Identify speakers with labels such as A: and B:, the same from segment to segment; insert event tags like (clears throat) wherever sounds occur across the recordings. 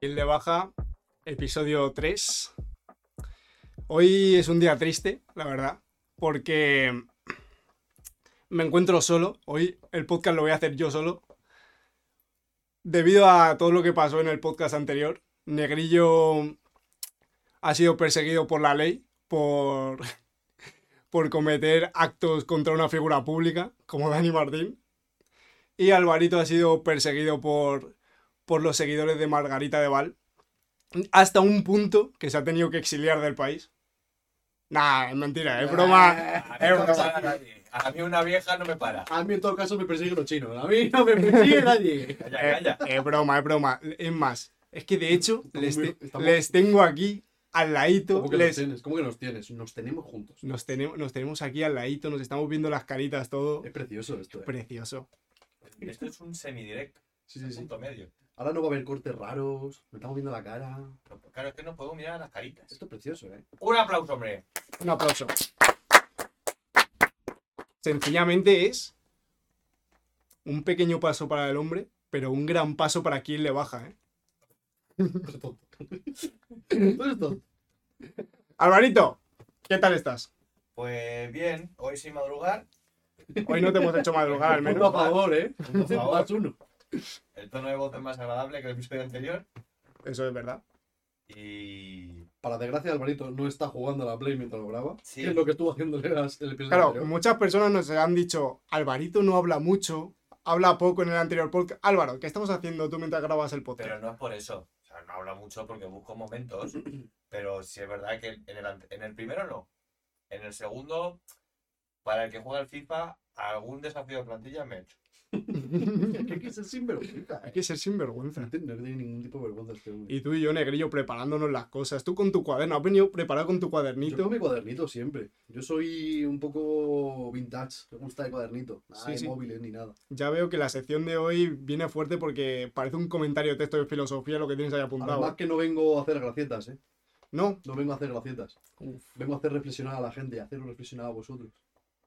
A: Gil de Baja, episodio 3. Hoy es un día triste, la verdad, porque me encuentro solo. Hoy el podcast lo voy a hacer yo solo. Debido a todo lo que pasó en el podcast anterior, Negrillo ha sido perseguido por la ley por, (laughs) por cometer actos contra una figura pública, como Dani Martín. Y Alvarito ha sido perseguido por por los seguidores de Margarita de Val, hasta un punto que se ha tenido que exiliar del país. Nah, es mentira, es broma.
B: A mí
A: es
B: no me
A: broma.
B: para nadie. A mí una vieja no me para.
C: A mí en todo caso me persiguen los chinos. A mí no me
A: (laughs)
C: persigue nadie.
B: Calla, calla.
A: Eh, Es broma, es broma. Es más, es que de hecho les, te-
C: Estamos-
A: les tengo aquí al ladito.
C: ¿Cómo que
A: les-
C: nos tienes? ¿Cómo que nos tienes? Nos tenemos juntos.
A: nos, tenemos, nos tenemos aquí al ladito, nos estamos viendo las caritas, todo.
C: Es precioso esto. eh.
A: Precioso.
B: Esto es un semidirecto,
C: Sí, sí, sí.
B: punto medio.
C: Ahora no va a haber cortes raros. Me estamos viendo la cara.
B: Pero, Claro, es que no puedo mirar las caritas.
C: Esto es precioso,
A: (laughs)
C: ¿eh?
B: Un aplauso, hombre.
A: Un aplauso. Sencillamente es un pequeño paso para el hombre, pero un gran paso para quien le baja, ¿eh?
C: Esto es tonto. Esto es tonto.
A: Alvarito, ¿qué tal estás?
B: Pues bien, hoy sin madrugar,
A: Hoy no te hemos hecho madrugar, al
C: Punto a (laughs)
A: menos.
C: favor, ¿eh?
B: punto a favor.
C: Más uno.
B: El tono de voz es más agradable que el episodio anterior.
A: Eso es verdad.
B: Y.
C: Para desgracia, Alvarito no está jugando a la Play mientras lo graba.
B: Sí.
C: Que es lo que estuvo haciendo el as- el episodio
A: Claro, (laughs)
C: anterior.
A: muchas personas nos han dicho, Alvarito no habla mucho, habla poco en el anterior podcast. Álvaro, ¿qué estamos haciendo tú mientras grabas el podcast?
B: Pero no es por eso. O sea, no habla mucho porque busco momentos. Pero sí es verdad que en el, ante- en el primero no. En el segundo, para el que juega al FIFA, algún desafío de plantilla me he hecho.
C: Es que es el sinvergüenza,
A: (laughs) Hay
C: ¿eh?
A: que ser sinvergüenza.
C: No tiene no tiene ningún tipo de vergüenza este hombre.
A: Y tú y yo, Negrillo, preparándonos las cosas. Tú con tu cuaderno, has venido preparado con tu
C: Yo
A: cuadernito.
C: con mi cuadernito siempre. Yo soy un poco vintage. Me gusta el cuadernito. Nada
A: Sí,
C: de
A: sí.
C: móviles ni nada.
A: Ya veo que la sección de hoy viene fuerte porque parece un comentario de texto de filosofía lo que tienes ahí apuntado.
C: Además que no vengo a hacer gracietas, ¿eh?
A: No,
C: No vengo a hacer gracietas. Vengo a hacer reflexionar a la gente, a haceros reflexionar a vosotros.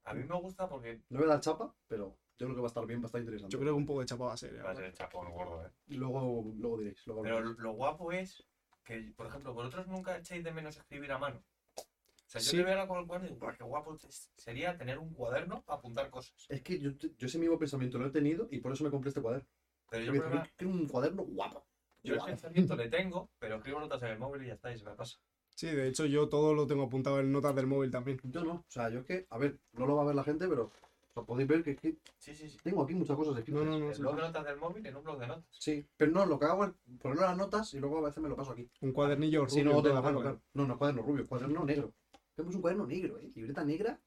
B: A mí me gusta porque
C: No voy a dar chapa, pero yo creo que va a estar bien, va a estar interesante.
A: yo creo que un poco de chapa va a ser.
B: va a
A: ¿eh?
B: ser el chapón gordo, ¿eh?
C: Luego, luego diréis. Luego
B: Pero
C: hablaréis.
B: lo guapo es que, por ejemplo, vosotros nunca echáis de menos escribir a mano. O sea, yo
A: Sí.
B: te veo ahora con el cuaderno y digo, "Buah, qué guapo es- sería tener un cuaderno para apuntar cosas.
C: Es que yo, yo ese mismo pensamiento lo he tenido y por eso me compré este cuaderno.
B: Pero yo, el
C: Porque
B: problema,
C: Quiero un cuaderno guapo.
B: yo el
C: Guapo.
B: pensamiento le tengo, pero escribo notas en el móvil y ya está, y se me pasa.
A: Sí, de hecho yo todo lo tengo apuntado en notas del móvil también.
C: Yo no. O sea, yo es que, a ver, no lo va a ver la gente, pero lo podéis ver que, es que
B: Sí, sí, sí.
C: tengo aquí muchas cosas escritas.
A: No, no, no.
B: El
A: sí,
B: blog de
A: sí.
B: notas del móvil en un blog de notas.
C: Sí, pero no, lo que hago es ponerlo en las notas y luego a veces me lo paso aquí.
A: Un cuadernillo
C: Si
A: rubio.
C: no,
A: de
C: tengo
A: la
C: claro,
A: mano, ¿eh?
C: claro. No, no, cuaderno rubio, cuaderno negro. Tenemos un cuaderno negro, ¿eh? Libreta negra.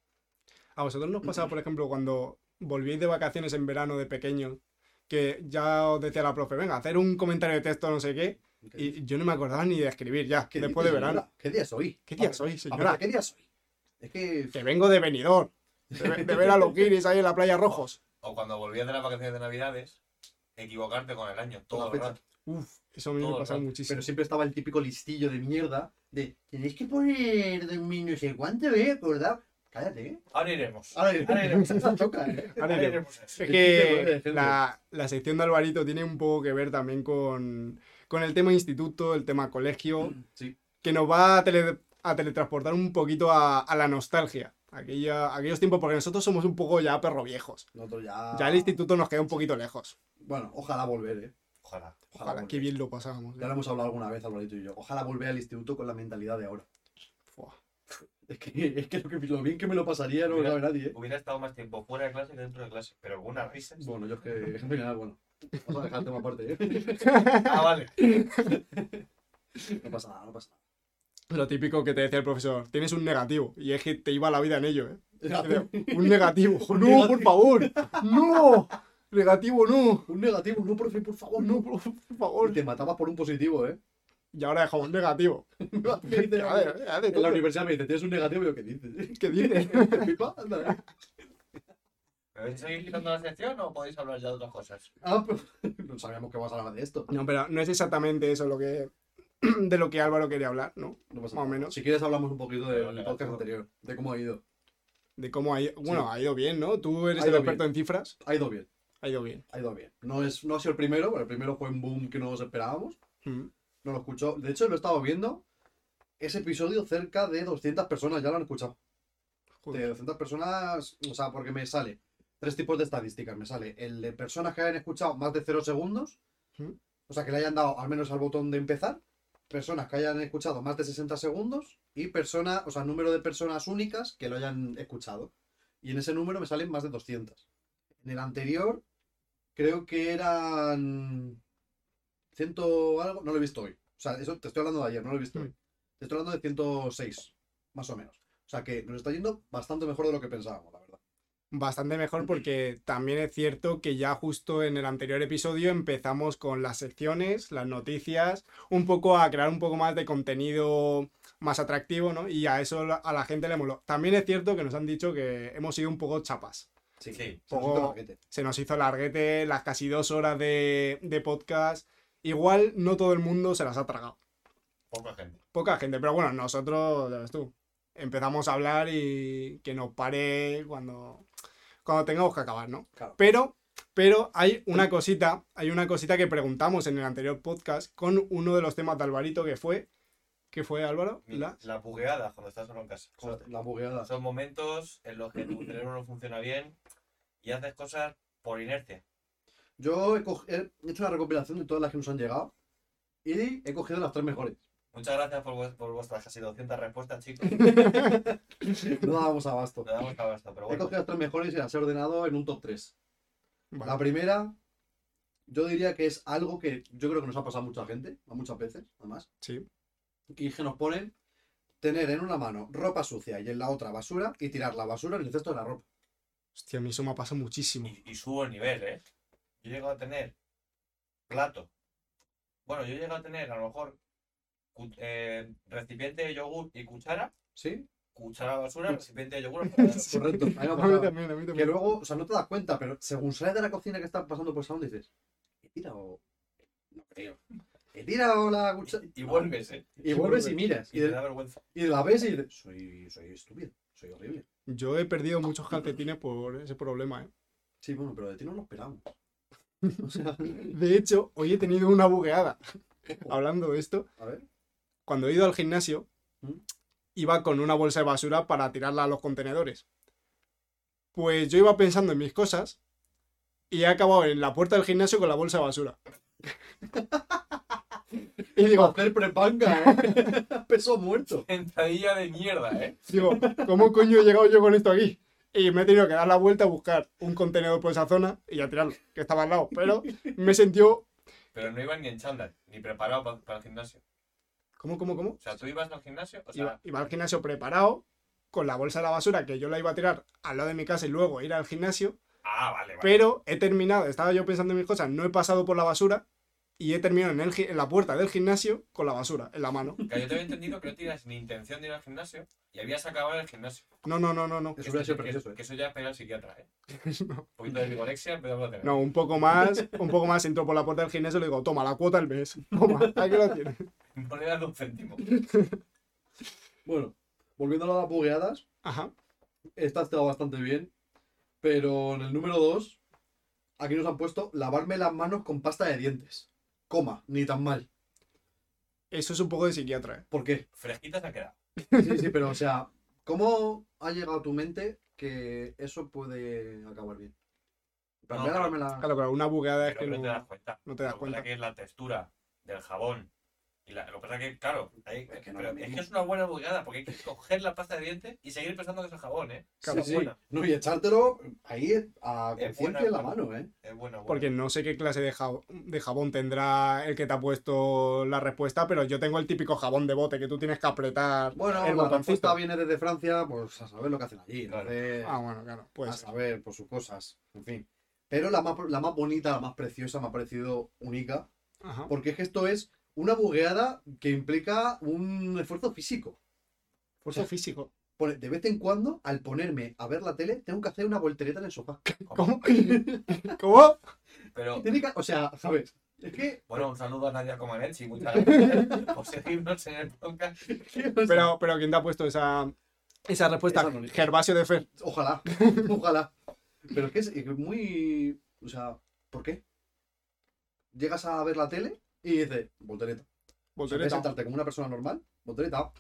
A: ¿A vosotros nos pasaba, por ejemplo, cuando volvíais de vacaciones en verano de pequeños, que ya os decía la profe, venga, hacer un comentario de texto, no sé qué, y yo no me acordaba ni de escribir ya,
C: ¿Qué
A: después de
C: dices,
A: verano.
C: señora? ¿Qué día soy?
A: ¿Qué día soy, señora?
C: ¿Qué día soy? Es que.
A: Que vengo de venidor, de, de ver a los guiris ahí en la playa Rojos.
B: O cuando volvías de las vacaciones de Navidades, equivocarte con el año todo
C: Con la
B: el
C: fecha.
B: rato.
A: Uf, eso a mí me
B: Todo
A: pasaba
B: rato.
A: muchísimo.
C: Pero siempre estaba el típico listillo de mierda de. Tenéis que poner de mí no sé cuánto, ¿eh? ¿Verdad? Cállate, ¿eh?
B: Ahora iremos.
C: Ahora
B: Ahora iremos.
C: esa choca, ¿eh?
A: Ahora (laughs)
B: Ahora
A: iremos.
B: iremos a eso.
A: Es
C: Distinto de
A: que
C: ejemplo.
A: la, la sección de Alvarito tiene un poco que ver también con, con el tema instituto, el tema colegio,
C: Sí.
A: que nos va a, tele- a teletransportar un poquito a, a la nostalgia. Aquella, aquellos tiempos, porque nosotros somos un poco ya perro viejos.
C: Nosotros ya.
A: Ya el instituto nos queda un poquito lejos.
C: Bueno, ojalá volver, ¿eh?
B: Ojalá.
C: Ojalá,
A: Ojalá,
C: volver.
A: qué bien lo pasábamos. ¿eh?
C: Ya lo hemos hablado alguna vez, Alvarito y yo. Ojalá volver al instituto con la mentalidad de ahora.
A: Fua.
C: Es que, (laughs) es que lo, que lo bien que me lo pasaría no lo
B: Mira.
C: sabe nadie, ¿eh?
B: Hubiera estado más tiempo fuera de clase que dentro de clase, pero con unas risas.
C: Bueno, yo (laughs) es que. En general, bueno. Vamos a dejar el tema aparte, (laughs) ¿eh?
B: Ah, vale.
C: No pasa nada, no pasa nada.
A: Lo típico que te decía el profesor, tienes un negativo. Y es que te iba la vida en ello, ¿eh?
C: Negativo.
A: Un negativo.
C: (laughs) Un
A: no, por
C: negativo. (laughs)
A: favor. No. Negativo, no.
C: Un negativo, no, profe, por favor,
A: No,
C: no.
A: por
C: Y
A: favor.
C: te matabas por un positivo, (laughs) ¿eh?
A: Y ahora dejamos negativo.
C: en
A: A ver, a ver,
C: la
A: tonto.
C: (laughs) universidad me dice, tienes un negativo, y yo, ¿qué dices?
A: ¿Qué dices?
C: ¿Te pipa? Anda, ¿eh?
B: ¿Me vais a seguir quitando la sección o podéis hablar ya de otras cosas?
C: Ah, pues, (laughs) no sabíamos que vas a hablar de esto.
A: No, pero no es exactamente eso lo que (clears throat) de lo que Álvaro quería hablar, ¿no?
C: No pasa
A: Más o
C: nada.
A: menos.
C: Si quieres hablamos un poquito
B: Pero
C: del
B: legal,
C: podcast
B: ¿no?
C: anterior, de cómo ha ido.
A: De cómo ha ido. Bueno, ha ido bien, ¿no? Tú eres
C: Ha
A: el
C: ido
A: experto en cifras.
C: Ha ido bien,
A: Ha ido bien.
C: ha ido bien. No, es, no ha sido el primero, pero el primero fue un boom que no nos esperábamos.
A: Mm.
C: No lo escuchó. De hecho, lo estaba viendo. Ese episodio cerca de 200 personas ya lo han escuchado. de
A: Joder.
C: 200 personas, o sea, porque me sale tres tipos de estadísticas. Me sale el de personas que hayan escuchado más de 0 segundos,
A: ¿Mm?
C: o sea, que le hayan dado al menos al botón de empezar, personas que hayan escuchado más de 60 segundos y personas, o sea, número de personas únicas que lo hayan escuchado. Y en ese número me salen más de 200. En el anterior, creo que eran ciento algo, no lo he visto hoy. O sea, eso te estoy hablando de ayer, no lo he visto
A: Mm.
C: hoy. Te estoy hablando de 106, más o menos. O sea que nos está yendo bastante mejor de lo que pensábamos, la verdad.
A: Bastante mejor porque también es cierto que ya justo en el anterior episodio empezamos con las secciones, las noticias, un poco a crear un poco más de contenido más atractivo, ¿no? Y a eso la- a la gente le moló. También es cierto que nos han dicho que hemos sido un poco chapas.
C: Sí.
A: Poco-
C: gente.
A: se nos hizo larguete, las casi dos horas de, de podcast. Igual no todo el mundo se las ha tragado.
B: Poca gente.
A: Poca gente, pero bueno, nosotros, ya ves tú, empezamos a hablar y que nos pare cuando, cuando tengamos que acabar, ¿no?
C: Claro.
A: Pero, pero hay una cosita, hay una cosita que preguntamos en el anterior podcast con uno de los temas de Alvarito que fue, ¿qué fue Álvaro?
B: La,
A: La-
B: la bugueada cuando estás solo en casa. Son-
C: La bugueada.
B: Son momentos en los que tu cerebro no funciona bien y haces cosas por inercia.
C: Yo he, cog- he hecho una recopilación de todas las que nos han llegado y he cogido las
A: (laughs)
C: tres mejores.
B: Muchas gracias por, vues- por vuestras casi 200 respuestas, chicos.
C: No dábamos abasto.
B: Nos damos abasto, pero
C: He
B: bueno.
C: cogido las tres mejores y las he ordenado en un top 3.
A: Vale.
C: La primera, yo diría que es algo que yo creo que nos ha pasado a mucha gente, a muchas veces, además.
A: Sí.
C: Y que nos ponen tener en una mano ropa sucia y en la otra basura y tirar la basura en el cesto de la ropa.
A: Hostia, a mí eso me ha pasado muchísimo.
B: Y, y subo el nivel, ¿eh? Yo he llegado a tener plato. Bueno, yo he llegado a tener a lo mejor cu- eh, recipiente de yogur y cuchara.
C: ¿Sí?
B: Cuchara de basura, recipiente de yogur. cuchara de basura.
C: Correcto.
A: (laughs)
C: A mí me ha
A: A mí
C: pasado.
A: también, a mí
C: Que
A: también.
C: luego, o sea, no te das cuenta, pero según sales de la cocina que estás pasando por el salón, dices, he tirado. No creo. He tirado la cuchara.
B: Y, y vuelves, ¿eh?
C: Y vuelves y miras.
B: Y
C: Y,
B: te
C: de-
B: da vergüenza. (laughs)
C: y la ves y dices, soy, soy estúpido, soy horrible.
A: Yo he perdido muchos calcetines por ese problema, ¿eh?
C: Sí, bueno, pero de ti no lo esperamos. O sea,
A: De hecho, hoy he tenido una (laughs) bugueada. Hablando de esto,
C: a ver.
A: cuando he ido al gimnasio,
C: ¿Mm?
A: iba con una bolsa de basura para tirarla a los contenedores. Pues yo iba pensando en mis cosas y he acabado en la puerta del gimnasio con la bolsa de
B: (laughs)
A: basura. y digo,
C: hacer prepanga, ¿eh? (laughs) Peso muerto.
B: Sentadilla de mierda, ¿eh?
A: digo, ¿cómo coño he llegado yo con esto aquí? Y me he tenido que dar la vuelta a buscar un contenedor por esa zona y a tirarlo, que estaba al lado. Pero me sentió...
B: Pero no ibas ni en chándal, ni preparado pa- para el gimnasio.
A: ¿Cómo, cómo, cómo?
B: O sea, tú ibas al gimnasio, o sea,
A: iba, iba al gimnasio preparado, con la bolsa de la basura que yo la iba a tirar al lado de mi casa y luego ir al gimnasio,
B: ah, vale, vale.
A: pero he terminado, estaba yo pensando en mis cosas, no he pasado por la basura y he terminado en, el gi- en la puerta del gimnasio con la basura en la mano.
B: Que yo te había entendido que no tenías ni intención de ir al gimnasio y habías acabado en el gimnasio.
A: No, no, no, no, no.
C: Eso hubiera sido
B: que-
C: precioso, ¿eh?
B: que eso ya es pegar al psiquiatra, ¿eh?
A: No.
B: Un poquito de vigorexia, empezamos a tener.
A: No, un poco más, un poco más, entro por la puerta del gimnasio y le digo, toma, la cuota del mes. (laughs) Toma, aquí la tienes.
B: No le das un céntimo.
C: Bueno, volviendo a las bugueadas,
A: Ajá.
C: Esta ha estado bastante bien. Pero en el número 2, aquí nos han puesto lavarme las manos con pasta de dientes. Coma, ni tan mal.
A: Eso es un poco de psiquiatra, ¿eh?
C: ¿Por qué?
B: Fresquita se ha quedado.
C: Sí, sí, pero o sea, ¿cómo ha llegado a tu mente que eso puede acabar bien? En plan,
B: No,
C: voy a
B: pero-
C: lavarme la-
A: Claro, claro, una bugueada es
B: Pero
A: que
B: no te das
A: no,
B: cuenta.
A: no te das
B: Lo que pasa
A: cuenta.
B: que es la textura del jabón. Y la- lo que pasa que, claro, hay-
C: Es que
B: pero
C: no es lo
B: es
C: mismo.
B: que es una buena bugada porque hay que coger la pasta de dientes y seguir pensando que es el jabón, ¿eh?
A: claro,
C: Sí, sí.
B: buena.
C: No, y echártelo ahí eh, a
B: Es
C: conciencia
B: buena,
C: en la
B: buena.
C: mano, ¿eh?
B: Es buena, buena.
A: Porque no sé qué clase de, jab- de jabón tendrá el que te ha puesto la respuesta, pero yo tengo el típico jabón de bote que tú tienes que apretar
C: Bueno,
A: el
C: la respuesta
A: botoncito.
C: viene desde Francia, pues a saber lo que hacen allí.
B: Claro.
C: entonces-
A: Ah, bueno, claro. Pues
C: a saber por sus cosas, en fin. Pero la más, la más bonita, la más preciosa me ha parecido única,
A: ajá.
C: porque es que esto es una bugueada que implica un esfuerzo físico.
A: esfuerzo físico.
C: Pone, de vez en cuando, al ponerme a ver la tele, tengo que hacer una voltereta en el sofá.
A: ¿Cómo? (laughs) ¿Cómo?
B: Pero,
C: Tiene que- o sea, ¿sabes? Es que.
B: bueno, un saludo a Nadia Comaneci. Muchas gracias por seguirnos en el podcast.
A: Pero, pero ¿quién te ha puesto esa, esa respuesta?
C: Esa no-
A: Gervasio de Fer.
C: Ojalá, (laughs) ojalá. Pero es que es es muy. O sea, ¿por qué? Llegas a ver la tele y dices, voltereta. O sea, en vez de
A: Voltereta.
C: sentarte como una persona normal,
A: (laughs)
C: voltereta.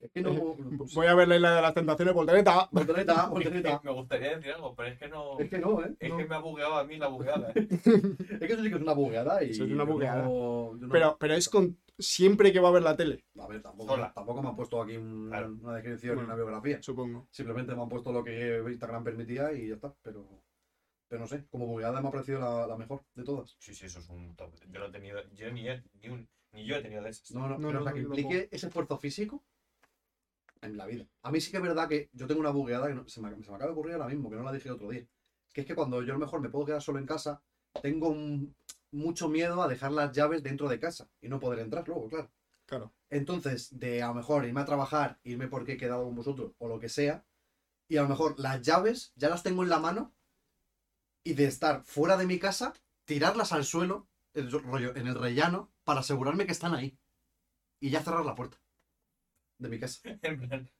C: Es que no. pues,
A: Voy a ver la isla de las tentaciones, voltereta. (laughs)
C: Voltereta, voltereta.
B: Me gustaría decir algo, pero es que no.
C: Es que no, ¿eh?
B: Es
C: No.
B: que me ha bugueado a mí la bugueada. ¿eh?
C: Es que eso sí que es una bugueada y.
A: Eso es una bugueada.
C: yo no- yo no-
A: Pero, pero es con siempre que va a ver la tele,
C: A ver, tampoco,
B: Sola.
C: tampoco me han puesto aquí un-
B: Claro.
C: una descripción ni
A: Bueno.
C: una biografía.
A: supongo.
C: Simplemente me han puesto lo que Instagram permitía y ya está. Pero. Pero no sé, como bugueada me ha parecido la, la mejor de todas.
B: Sí, sí, eso es un top. Yo no he tenido. Yo ni, he- ni, un, ni yo he tenido de esas.
C: No, no,
A: No,
C: pero
A: no,
C: la que
A: yo
C: implique ese esfuerzo físico en la vida. A mí sí que es verdad que yo tengo una bugueada que no- se, me, se me acaba de ocurrir ahora mismo, que no la dije otro día. Que es que cuando yo a lo mejor me puedo quedar solo en casa, tengo un- mucho miedo a dejar las llaves dentro de casa y no poder entrar luego, claro.
A: Claro.
C: Entonces, de a lo mejor irme a trabajar, irme porque he quedado con vosotros o lo que sea, y a lo mejor las llaves ya las tengo en la mano y de estar fuera de mi casa, tirarlas al suelo, el rollo, en el rellano, para asegurarme que están ahí. Y ya cerrar la puerta de
B: (laughs)
C: mi casa.
B: (laughs) En plan,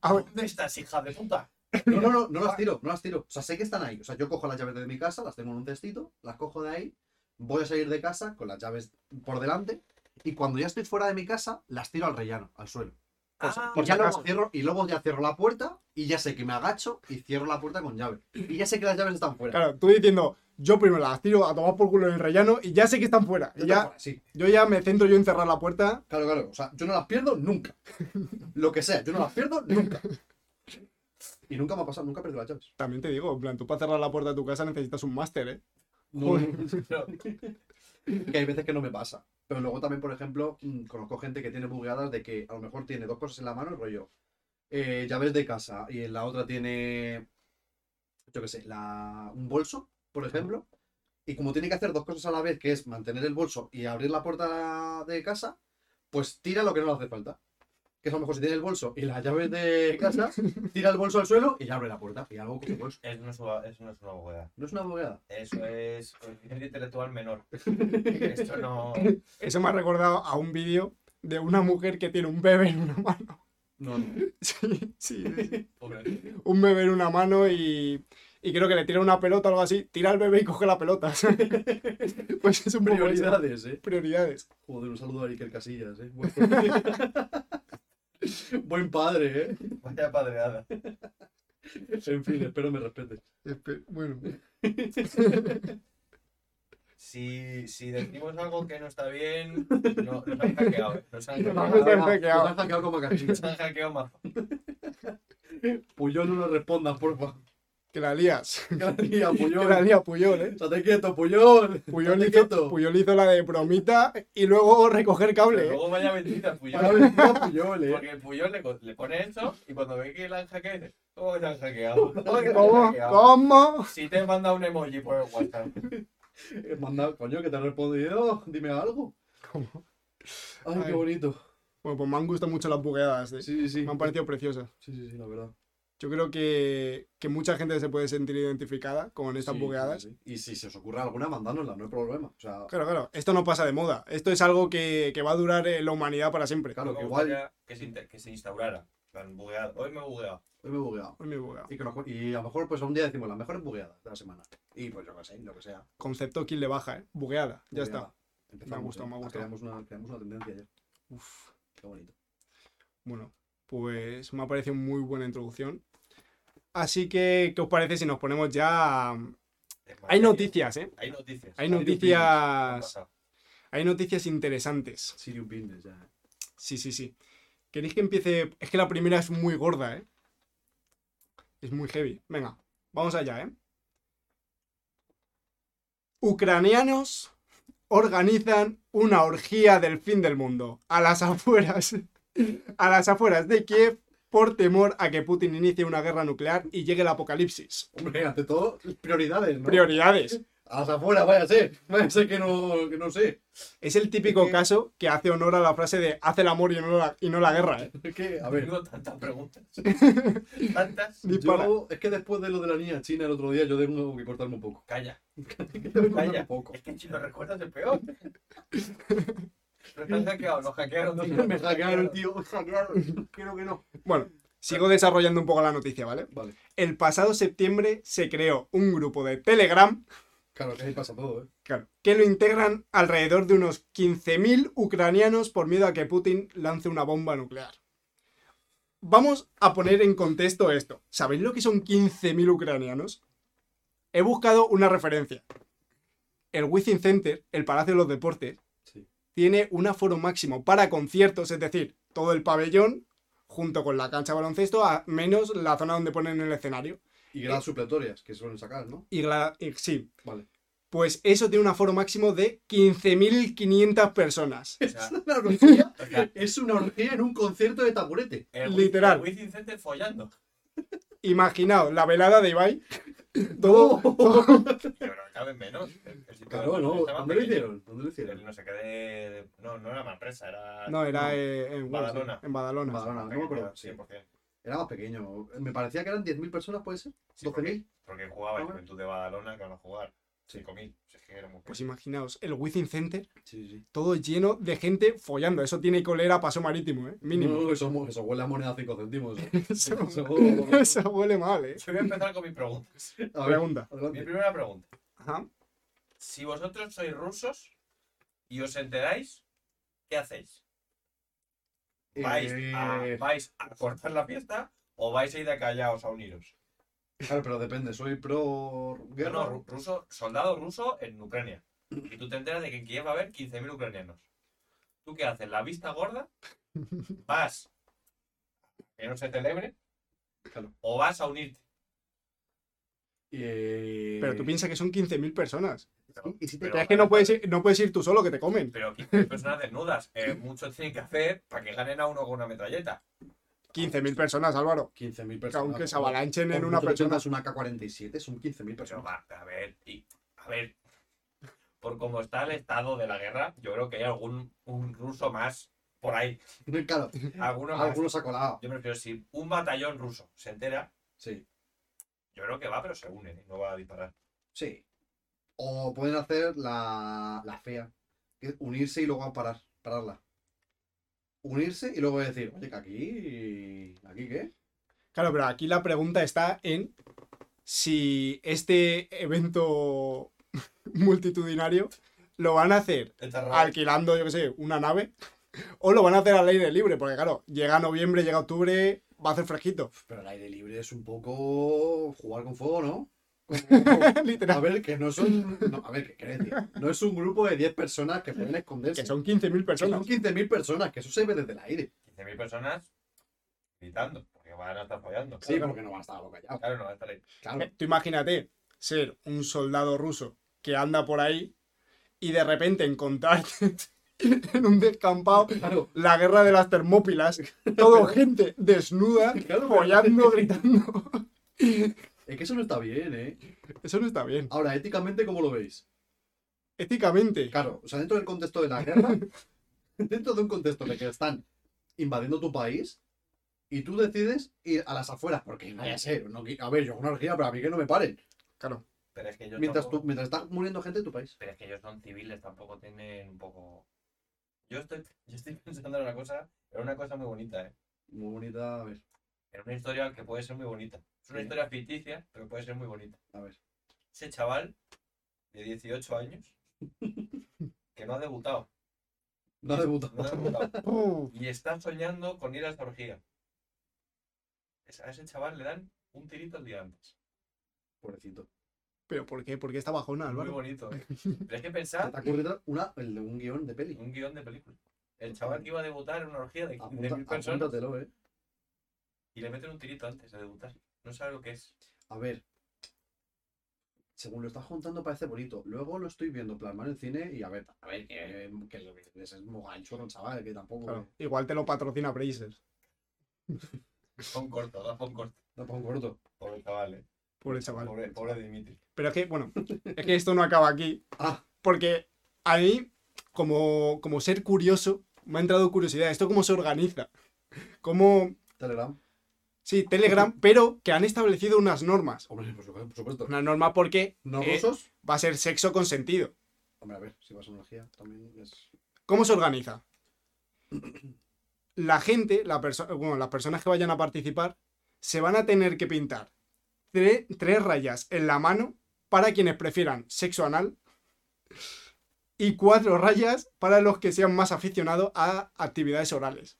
A: A ver,
B: ¿dónde estás, hija de puta?
C: No, no, no, no las tiro, no las tiro. O sea, sé que están ahí. O sea, yo cojo las llaves de mi casa, las tengo en un cestito, las cojo de ahí, voy a salir de casa con las llaves por delante y cuando ya estoy fuera de mi casa, las tiro al rellano, al suelo.
B: Ah,
A: por si
C: ya luego
A: acaso.
C: cierro, y luego ya cierro la puerta y ya sé que me agacho y cierro la puerta con llave. Y ya sé que las llaves están fuera.
A: Claro, tú diciendo, yo primero las tiro a tomar por culo en el rellano y ya sé que están fuera. Y
C: Ya están
A: ya,
C: fuera, sí.
A: yo ya me centro yo en cerrar la puerta.
C: Claro, claro. O sea, yo no las pierdo nunca. Lo que sea, yo no las pierdo
A: (laughs)
C: nunca. Y nunca me ha pasado, nunca he perdido las llaves.
A: También te digo, en plan, tú para cerrar la puerta de tu casa necesitas un máster, ¿eh?
C: Joder.
B: pero-
C: que hay veces que no me pasa. Pero luego también, por ejemplo, mm, conozco gente que tiene bugueadas de que a lo mejor tiene dos cosas en la mano, el rollo. eh, llaves de casa y en la otra tiene, yo qué sé, la, un bolso, por ejemplo. Y como tiene que hacer dos cosas a la vez, que es mantener el bolso y abrir la puerta de casa, pues tira lo que no le hace falta. Que es a lo mejor si tiene el bolso y las llaves de casa, tira el bolso al suelo y ya abre la puerta. Y algo con el bolso.
B: Eso no es una, eso no es una bugueada.
C: No es una bugueada.
B: Eso es coeficiente intelectual menor. Esto no.
A: Eso me ha recordado a un vídeo de una mujer que tiene un bebé en una mano.
C: No, no.
A: (laughs) Sí, sí, sí.
B: Pobre.
A: Un bebé en una mano y, y creo que le tira una pelota o algo así. Tira al bebé y coge la pelota. (laughs) pues es un poco eso.
C: Prioridades, eh.
A: Prioridades.
C: Joder, un saludo a Iker Casillas, ¿eh? Buen,
A: (laughs)
C: Buen padre, ¿eh?
B: Vaya padreada.
C: En fin, espero
A: (laughs)
C: me respete.
A: Espe- Bueno,
B: Si, si decimos algo que no está bien, no, nos han hackeado. ¿eh? Nos han
A: Nos han
B: hackeado.
A: hackeado.
C: Nos han hackeado como a Casillas.
B: Nos han hackeado mazo.
C: Puyol, no nos
A: (laughs)
C: respondas, porfa.
A: que la lías.
C: Cada día,
A: Que la
C: Puyol.
A: lía Puyol, ¿eh?
C: Estate quieto,
A: (laughs)
C: Puyol.
A: Puyol
C: Estate
A: hizo,
C: quieto.
A: Puyol hizo la de bromita y luego recoger
B: Pero
A: cable. ¿eh?
B: luego vaya bendita
C: Para
B: Puyol.
C: ver, tío, Puyol, eh.
B: Porque el Puyol le, co- le pone eso y cuando ve que la han hackeado, dice: ¿Cómo que te han hackeado? (laughs) ¿Cómo que te han
A: ¿eh? ¿Cómo?
B: hackeado?
A: ¿Cómo?
B: Si te he mandado un emoji por el
C: (laughs)
B: WhatsApp.
C: Eh, Manda, coño, que te ha respondido. Dime algo.
A: ¿Cómo?
C: Ay,
A: Ay.
C: qué bonito.
A: Bueno, pues me han gustado mucho las bugueadas. ¿eh?
C: Sí, sí, sí.
A: Me han parecido preciosas.
C: Sí, sí, sí, la verdad.
A: Yo creo que, que mucha gente se puede sentir identificada con estas
C: Sí,
A: bugueadas.
C: sí, sí. Y si se os ocurre alguna, mandárnosla, no hay problema. O sea,
A: Claro, claro, esto no pasa de moda. Esto es algo que, que va a durar eh, la humanidad para siempre.
C: claro,
B: Me
C: que igual.
B: gustaría Que se, inte- que se instaurara. Tan bugueado. Hoy me he bugueado.
C: Hoy me he bugueado.
A: Hoy me he bugueado.
C: Y, que nos- y a lo mejor pues un día decimos las mejores bugueadas de la semana. Y pues yo qué sé, lo que sea.
A: Concepto kill de baja, ¿eh? Bugueada, ya está.
C: bugueada. Empezamos,
A: Me ha gustado,
C: eh.
A: me ha gustado.
C: Creamos una, creamos una tendencia ya.
A: Uf.
C: Qué bonito.
A: Bueno, pues me ha parecido muy buena introducción. Así que, ¿qué os parece si nos ponemos ya... a- Hay noticias, ¿eh?
B: Hay noticias.
A: Hay
B: ¿Qué ha
A: noticias...
B: pasado?
A: Hay noticias interesantes.
C: Sirius Business ya.
A: Sí, sí, sí. ¿Queréis que empiece? Es que la primera es muy gorda, ¿eh? Es muy heavy. Venga, vamos allá, ¿eh? Ucranianos organizan una orgía del fin del mundo a las afueras, (laughs) a las afueras de Kiev por temor a que Putin inicie una guerra nuclear y llegue el apocalipsis.
C: Hombre, ante todo, (laughs) prioridades, ¿no?
A: Prioridades.
C: A las afueras, vaya a ser. Vaya a ser que no, que no sé.
A: Es el típico
C: Es que-
A: caso que hace honor a la frase de hace el amor y no la, y no la guerra, ¿eh?
C: Es que, a ver.
B: Tengo tantas
C: (laughs)
B: preguntas. tantas.
A: Dispara.
C: Yo, es que después de lo de la niña china el otro día, yo tengo que cortarme un poco.
A: (laughs)
C: (laughs)
B: Calla.
C: Tengo que cortarme
B: Vaya.
C: un poco. (laughs)
B: Es que si lo recuerdas es peor. Nos han hackeado, nos hackearon.
C: No sé,
B: tío,
C: me
B: nos
C: hackearon,
A: (laughs)
C: tío. Me hackearon. Creo que no.
A: Bueno, sigo desarrollando un poco la noticia, ¿vale?
C: Vale.
A: El pasado septiembre se creó un grupo de Telegram
C: Claro, que ahí pasa todo, ¿eh?
A: claro, que lo integran alrededor de unos 15.000 ucranianos por miedo a que Putin lance una bomba nuclear. Vamos a poner en contexto esto. ¿Sabéis lo que son 15.000 ucranianos? He buscado una referencia. El Within Center, el Palacio de los Deportes,
C: Sí.
A: tiene un aforo máximo para conciertos, es decir, todo el pabellón junto con la cancha de baloncesto, a menos la zona donde ponen el escenario.
C: Y gradas supletorias que suelen
A: (laughs)
C: sacar, ¿no?
A: Y, la, y sí,
C: Vale.
A: pues eso tiene un aforo máximo de 15.500 personas.
B: O sea,
C: una orgía.
B: o
C: (laughs)
B: sea,
C: es una orgía en un concierto de taburete.
B: el
A: Literal.
B: Wiz Incente follando.
A: Imaginaos la velada de Ibai. Todo, todo-
B: Pero no caben menos. El- el sitio
C: (laughs) Claro,
B: donde
C: no.
B: estaba
C: ¿Dónde lo
B: pequeño.
C: hicieron? ¿Dónde lo
B: El
C: hicieron?
B: no sé qué de. No, no era Manresa, era.
A: No, era eh, en Wales,
B: Badalona.
A: En Badalona.
C: Badalona, no me acuerdo. Sí.
B: 100%.
C: Era más pequeño. Me parecía que eran 10.000 personas, ¿puede ser?
B: Sí, porque,
C: ¿12.000?
B: porque jugaba
C: Ah,
B: en
C: bueno.
B: Juventud de Badalona, que van a jugar
C: Sí.
B: 5.000. Si es que era muy
A: Pues imaginaos, el Within Center
C: Sí, sí.
A: todo lleno de gente follando. Eso tiene colera a paso marítimo, ¿eh?
C: Mínimo.
A: Mínimo.
C: eso, mo- eso huele a moneda 5 (laughs) céntimos.
A: (laughs) Eso,
C: Eso-
A: eso huele mal, ¿eh?
B: Yo voy a empezar con mi pregunta.
C: A ver,
A: Pregunta.
B: Mi
C: adelante.
B: primera pregunta.
A: Ajá.
B: Si vosotros sois rusos y os enteráis, ¿qué hacéis? ¿Vais, ah, a,
C: Eh,
B: ¿Vais a cortar la fiesta o vais a ir de callaos a uniros?
C: Claro, pero depende. Soy pro
B: Yo no,
C: guerra.
B: ru- ruso, soldado ruso en Ucrania. Y tú te enteras de que en Kiev va a haber 15.000 ucranianos. ¿Tú qué haces? ¿La vista
C: (laughs)
B: gorda? ¿Vas que no se celebre?
C: Claro.
B: ¿O vas a unirte?
C: Eh,
A: Pero tú piensas que son 15.000 personas.
C: ¿Y si te
A: Es que no puedes, ir, no puedes ir tú solo, que te comen.
B: Pero 15.000 personas desnudas. Eh, mucho tienen que hacer para que ganen a uno con una metralleta.
A: 15.000 personas, Álvaro.
C: 15.000
A: Que
C: personas.
A: aunque se avalanchen en una persona.
C: persona es una K47, son 15.000
B: Pero
C: personas.
B: va, a ver, y, a ver. Por cómo está el estado de la guerra, yo creo que hay algún un ruso más por
C: (laughs)
B: ahí.
C: Claro,
B: Alguno más.
C: algunos ha colado.
B: Yo prefiero si un batallón ruso se entera,
C: Sí,
B: yo creo que va, pero se une, ¿eh? no va a disparar.
C: sí. O pueden hacer la, la fea, que es unirse y luego parar, pararla. Unirse y luego decir, oye, que aquí. ¿Aquí qué?
A: Claro, pero aquí la pregunta está en si este evento (laughs) multitudinario lo van a hacer
B: Está raro.
A: alquilando, yo qué sé, una nave (laughs) o lo van a hacer al aire libre, porque claro, llega noviembre, llega octubre, va a hacer fresquito. (laughs)
C: Pero el aire libre es un poco jugar con fuego, ¿no? A
A: Literal.
C: ver, que no son. no, a ver, ¿qué querés decir? No es un grupo de 10 personas que pueden esconderse.
A: Que son 15.000
C: Que son
A: personas.
C: 15.000 personas, que eso se ve desde el aire.
B: 15.000 personas gritando, porque van a estar follando.
C: Sí, porque no va a estar lo callado.
B: Claro, no va a estar ahí.
C: Claro.
A: Tú imagínate ser un soldado ruso que anda por ahí y de repente encontrarte (laughs) en un descampado
C: Claro.
A: la guerra de las
C: (laughs)
A: termópilas, todo gente desnuda,
C: Claro,
A: (laughs)
C: pero- (laughs)
A: follando, gritando.
C: Es que eso no está bien, ¿eh?
A: Eso no está bien.
C: Ahora, éticamente, ¿cómo lo veis?
A: Éticamente,
C: Claro, o sea, dentro del contexto de la guerra, (laughs) dentro de un contexto de que están invadiendo tu país y tú decides ir a las afueras, porque vaya a ser. No, qui- a ver, yo hago una orgía, pero a mí que no me paren.
A: claro.
B: Pero es que ellos
C: Mientras, tú,
B: tampoco-
C: mientras está muriendo gente en tu país.
B: Pero es que ellos son civiles, tampoco tienen un poco. Yo estoy, yo estoy (laughs) pensando en una cosa, en una cosa muy bonita, ¿eh?
C: Muy bonita, a ver,
B: En una historia que puede ser muy bonita. Es una
C: Sí.
B: historia ficticia, pero puede ser muy bonita. (laughs)
C: a ver.
B: Ese chaval de 18 años
C: (laughs)
B: que no ha debutado,
C: No ha
B: no ha
C: debutado.
B: debutado
A: Uh,
B: y está soñando con ir a esta orgía. Es- A ese chaval le dan un tirito el día antes.
C: Pobrecito.
A: pero ¿por qué? ¿Por qué está bajona,
B: Muy
A: Álvaro?
B: bonito,
C: (laughs)
B: ¿eh? Pero es que pensar
C: Está ocurrido una, el de un guión de peli.
B: un guión de película. El chaval que iba a debutar en una orgía de 15.000
C: Apunta-
B: personas
C: apúntatelo, ¿eh?
B: y le meten un tirito antes de debutar. No sabe lo que es.
C: A ver. Según lo estás juntando parece bonito. Luego lo estoy viendo plasmado en cine y a ver, a ver, que, que lo- ese es un ganchorro, chaval, que tampoco,
A: Claro. Igual te lo patrocina Bracer.
B: Pon corto, da pon corto.
C: tampoco corto.
B: Pobre chaval, ¿eh?
A: Pobre chaval.
B: Pobre, pobre Dimitri.
A: Pero es que, bueno, es que esto no acaba aquí.
C: Ah,
A: Porque a mí, como, como ser curioso, me ha entrado curiosidad. ¿Esto cómo se organiza? ¿Cómo...?
C: Telegram.
A: Sí, Telegram, pero que han establecido unas normas.
C: Hombre, por supuesto. Por supuesto.
A: Una norma porque
C: ¿No
A: eh,
C: rusos?
A: va a ser sexo consentido.
C: Hombre, a ver, si vas a energía también es...
A: ¿Cómo se organiza? La gente, la perso- bueno, las personas que vayan a participar, se van a tener que pintar tre- tres rayas en la mano para quienes prefieran sexo anal y cuatro rayas para los que sean más aficionados a actividades orales.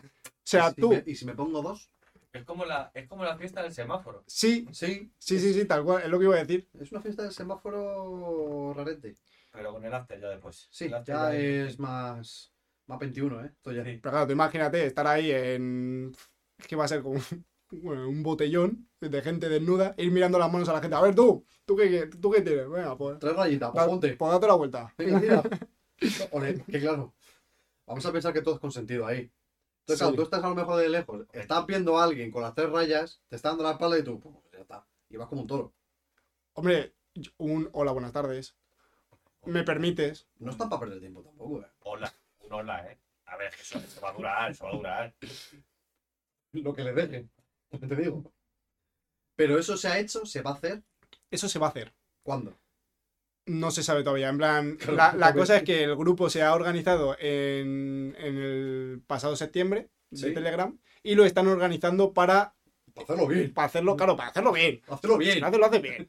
A: O sea,
C: ¿Y si
A: tú,
C: me- ¿Y si me pongo dos?
B: Es como la, es como la fiesta del semáforo.
A: sí,
C: Sí.
A: sí, sí, sí, tal cual, es lo que iba a decir.
C: Es una fiesta del semáforo rarete.
B: Pero con el after ya después.
C: Sí,
B: El after
C: ya eh.
B: ahí.
C: es más... Más 21, ¿eh? Esto ya.
B: Sí.
A: Pero claro, tú imagínate estar ahí en... Es que va a ser como bueno, un botellón de gente desnuda, ir mirando las manos a la gente. A ver, tú, ¿tú qué, qué- tú qué tienes? Venga, pues...
C: Tres rayitas, pues
A: Da-
C: ponte.
A: Pues date la vuelta.
C: Venga, tira. Ole, que claro. Vamos a pensar que todo es consentido ahí. Entonces, claro,
A: Sí.
C: tú estás a lo mejor de lejos, estás viendo a alguien con las tres rayas, te está dando la espalda y tú, pues ya está. Y vas como un toro.
A: Hombre, yo- un hola, buenas tardes. ¿Me permites?
C: No está para perder tiempo tampoco, ¿eh?
B: Hola, un hola, ¿eh? A ver, que eso, eso va a durar, eso va a durar.
C: Lo que le deje, te digo. Pero eso se ha hecho, se va a hacer,
A: Eso se va a hacer.
C: ¿cuándo?
A: No se sabe todavía. En plan,
C: (laughs) Claro,
A: la, la
C: también.
A: cosa es que el grupo se ha organizado en, en el pasado septiembre de
C: Sí.
A: Telegram y lo están organizando para,
C: Para hacerlo bien.
A: para hacerlo, claro, para hacerlo bien.
C: Para hacerlo
A: Si
C: bien.
A: lo hace, lo hace bien.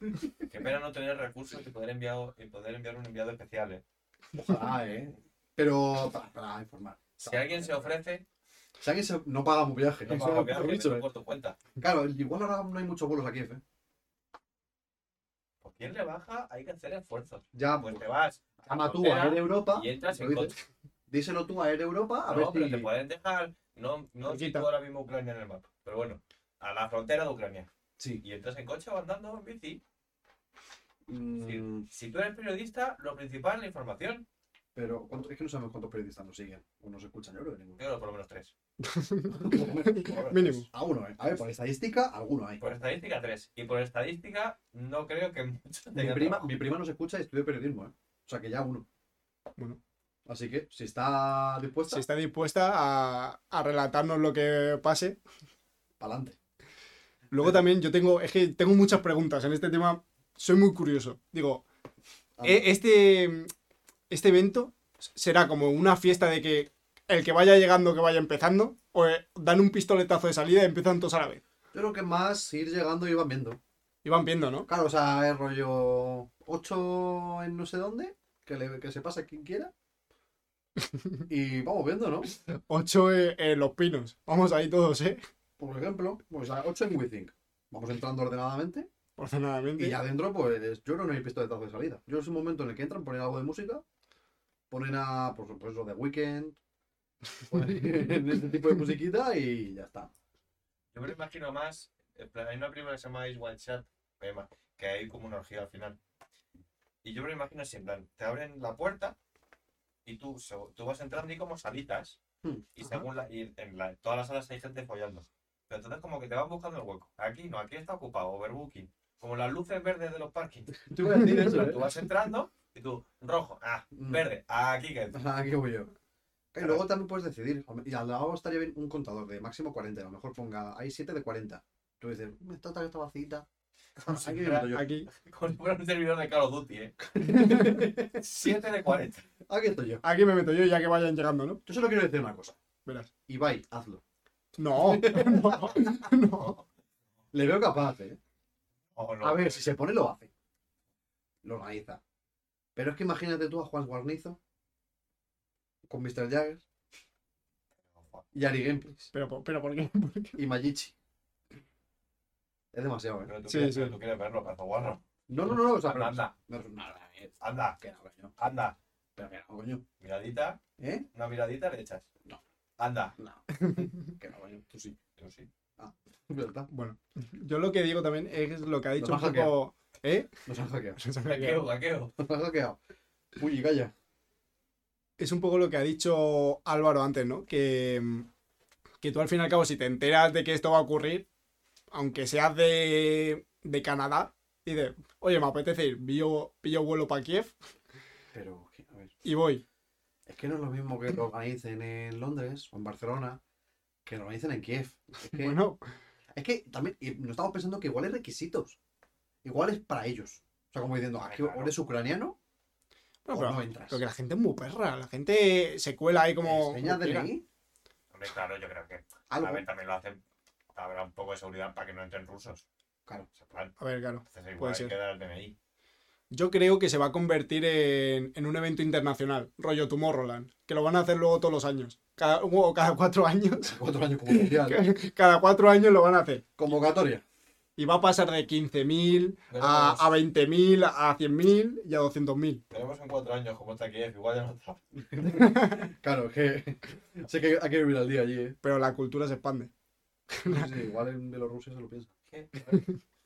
B: Qué pena no tener recursos y poder enviar, y poder enviar un enviado especial, ¿eh?
C: Ojalá, ¿eh? Pero para, para informar.
B: Si alguien se ofrece,
C: Si alguien se- no paga un viaje.
B: no
C: Eso
B: vamos a
C: lo
B: quedar
C: he dicho, ¿eh?
B: por tu cuenta.
C: Claro, igual ahora no hay muchos vuelos aquí, ¿eh?
B: ¿Por quién le baja? Hay que hacer esfuerzos.
C: Ya,
B: Pues
C: pues,
B: te vas. a la
C: llama tú
B: frontera
C: a Air Europa.
B: Y entras
C: lo
B: en
C: dices.
B: coche.
C: Díselo tú a Air Europa a
B: No,
C: ver
B: pero
C: si...
B: te pueden dejar. No, no
A: Cerquita.
B: sitúo ahora mismo Ucrania en el mapa. Pero bueno, a la frontera de Ucrania.
C: Sí.
B: Y entras en coche o andando en bici.
C: Mm,
B: Si tú eres periodista, lo principal es la información.
C: pero ¿cuánto- es que no sabemos cuántos periodistas nos siguen o nos escuchan. Yo creo que ninguno.
B: Yo creo por lo menos
C: (laughs)
B: tres.
A: Mínimo.
C: A uno, ¿eh? A ver, por estadística, alguno hay.
B: Por estadística, tres. Y por estadística, no creo que (laughs) muchos
C: Mi
B: tengan
C: prima,
B: trabajo.
C: mi prima nos escucha y estudia periodismo, ¿eh? O sea que ya uno.
A: Bueno.
C: Así que, si está dispuesta,
A: Si está dispuesta a, a relatarnos lo que pase.
C: pa'lante.
A: Eh, Luego también yo tengo, es que tengo muchas preguntas en este tema. Soy muy curioso. Digo,
C: Ah,
A: Eh, Este, este evento será como una fiesta de que el que vaya llegando, que vaya empezando, o eh, dan un pistoletazo de salida y empiezan todos a la vez.
C: Yo creo que más ir llegando y van viendo.
A: Y van viendo, ¿no?
C: Claro, o sea, es rollo 8 en no sé dónde, que, le- que se pasa
A: (laughs)
C: quien quiera. Y vamos viendo, ¿no?
A: Ocho eh, eh, los pinos. Vamos ahí todos, ¿eh? (laughs)
C: Por ejemplo, pues a 8 en WeThink. Vamos entrando ordenadamente.
A: Ordenadamente.
C: Y ya adentro, pues yo creo que no hay pistoletazo de salida. Yo es un momento en el que entran, ponen algo de música, ponen a, por supuesto, de Weekend, ponen (laughs) este tipo de musiquita y ya está.
B: Yo me lo imagino más. en plan, Hay una prima que se llama Ice White Chat, que hay como una orgía al final. Y yo me lo imagino así, en plan, te abren la puerta y tú, se- tú vas entrando y como salitas.
C: Hmm,
B: Y
C: ajá.
B: según la, y en la- todas las salas hay gente follando. Pero entonces como que te van buscando el hueco. Aquí no, aquí está ocupado, overbooking. Como las luces verdes de los parkings.
C: (laughs) Tú ibas a decir
B: En
C: eso,
B: plan, Tú
C: ¿eh?
B: vas entrando y tú, rojo, ah,
C: Mm. (laughs)
B: verde, aquí que entro.
C: O sea, aquí voy yo. Y luego también puedes decidir. Y al lado estaría bien un contador de máximo 40. A lo mejor ponga, hay 7 de 40. Tú dices, "Mm, esta está esta vacita. Aquí me meto yo.
A: Aquí.
B: Como si fuera un servidor de Call of Duty, ¿eh?
C: (laughs)
B: 7 de 40.
C: Aquí estoy yo.
A: Aquí me meto yo ya que vayan llegando, ¿no?
C: Yo solo quiero decir una cosa.
A: Verás.
C: Ibai, hazlo.
A: No, (laughs) no, no.
C: Le veo capaz, ¿eh?
B: Oh, no.
C: A ver, si se pone, lo hace. Lo organiza. Pero es que imagínate tú a Juan Guarnizo con Mr. Jagger y Ari Gameplays
A: Pero, po- pero ¿por qué?
C: y Mayichi. Es demasiado, ¿eh?
B: Pero tú,
A: Sí,
B: quieres,
A: sí.
B: pero tú quieres verlo, pedazo guarro.
C: No, no, no, no, o sea, pero-
B: Anda, anda,
C: no, no, nada, eh,
B: anda,
C: que no, coño.
B: anda.
C: Pero que no, coño.
B: Miradita,
C: ¿Eh?
B: una miradita le echas.
C: No.
B: Anda.
C: No. (laughs) Que no, coño. Tú sí.
B: Yo
C: (laughs)
B: sí.
C: ¿Verdad?
A: Bueno, (laughs) yo lo que digo también es lo que ha dicho
C: Nos
A: un
C: han
A: poco... ¿Eh?
C: (laughs) Nos han hackeado.
B: Gaqueo, gaqueo.
C: Nos han hackeado. Uy, calla.
A: es un poco lo que ha dicho Álvaro antes, ¿no? Que, que tú al fin y al cabo, si te enteras de que esto va a ocurrir, aunque seas de de Canadá y de, oye, me apetece ir, pillo, pillo vuelo para Kiev
C: Pero, a ver,
A: y voy.
C: es que no es lo mismo que lo organicen en Londres o en Barcelona que lo organicen en Kiev. Es
A: (laughs)
C: que,
A: Bueno,
C: es que también, y nos estamos pensando que igual hay requisitos. Igual es para ellos. O sea, como diciendo, aquí
B: Claro.
C: o eres ucraniano
A: no,
C: o
A: pero,
C: no entras.
A: pero que la gente es muy perra, la gente se cuela ahí como...
C: ¿Enseñas
A: quiera.
C: DNI?
B: Hombre, claro, yo creo que. A
C: Algo.
B: ver, también lo hacen. Habrá un poco de seguridad para que no entren rusos.
C: Claro. (laughs)
B: O sea, plan,
A: A ver, claro.
B: entonces igual
A: Puede
B: hay
A: ser.
B: que dar el DNI.
A: Yo creo que se va a convertir en, en un evento internacional, rollo Tomorrowland, que lo van a hacer luego todos los años, cada, (laughs) o cada cuatro años. (laughs)
C: Cuatro años
B: (laughs)
C: como mundial.
A: Cada cuatro años lo van a hacer.
C: Convocatoria.
A: Y va a pasar de 15.000 a,
B: Veremos.
A: a 20.000, a 100.000 y a 200.000.
B: Veremos en cuatro años cómo está Kiev. Igual ya no está.
C: (laughs) Claro, es que (laughs) sé que hay que vivir al día allí, ¿eh?
A: Pero la cultura se expande.
C: Sí, sí, igual en Bielorrusia se lo piensa.
B: ¿Qué?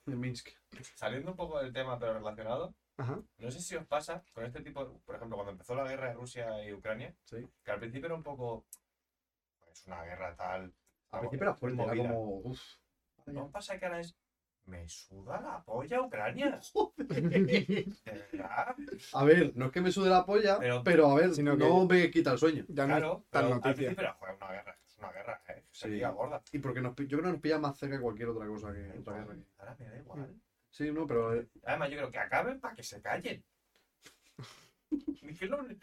C: En Minsk.
B: (laughs) Saliendo un poco del tema, pero relacionado.
A: Ajá.
B: No sé si os pasa con este tipo. de- Por ejemplo, cuando empezó la guerra de Rusia y Ucrania,
C: Sí.
B: que al principio era un poco. Es una guerra tal.
C: Al principio era fuerte, era
B: movida.
C: como. Uf.
B: No pasa que ahora es. Me suda la polla Ucrania. De verdad.
C: A ver, no es que me sude la polla,
B: Pero-
C: pero, a ver,
A: Sino que-
C: no me quita el sueño.
A: Ya no
B: Claro,
A: tan
B: pero
A: noticia.
B: al principio era joder, una guerra, es una guerra, eh. Se
C: Sí.
B: liga gorda.
C: Y porque nos, pi- yo creo que nos pilla más cerca que cualquier otra cosa que otra guerra.
B: Ahora me da igual.
C: Sí, no, pero eh,
B: Además, yo creo que acaben para que se callen. (laughs) Ni que lo- ni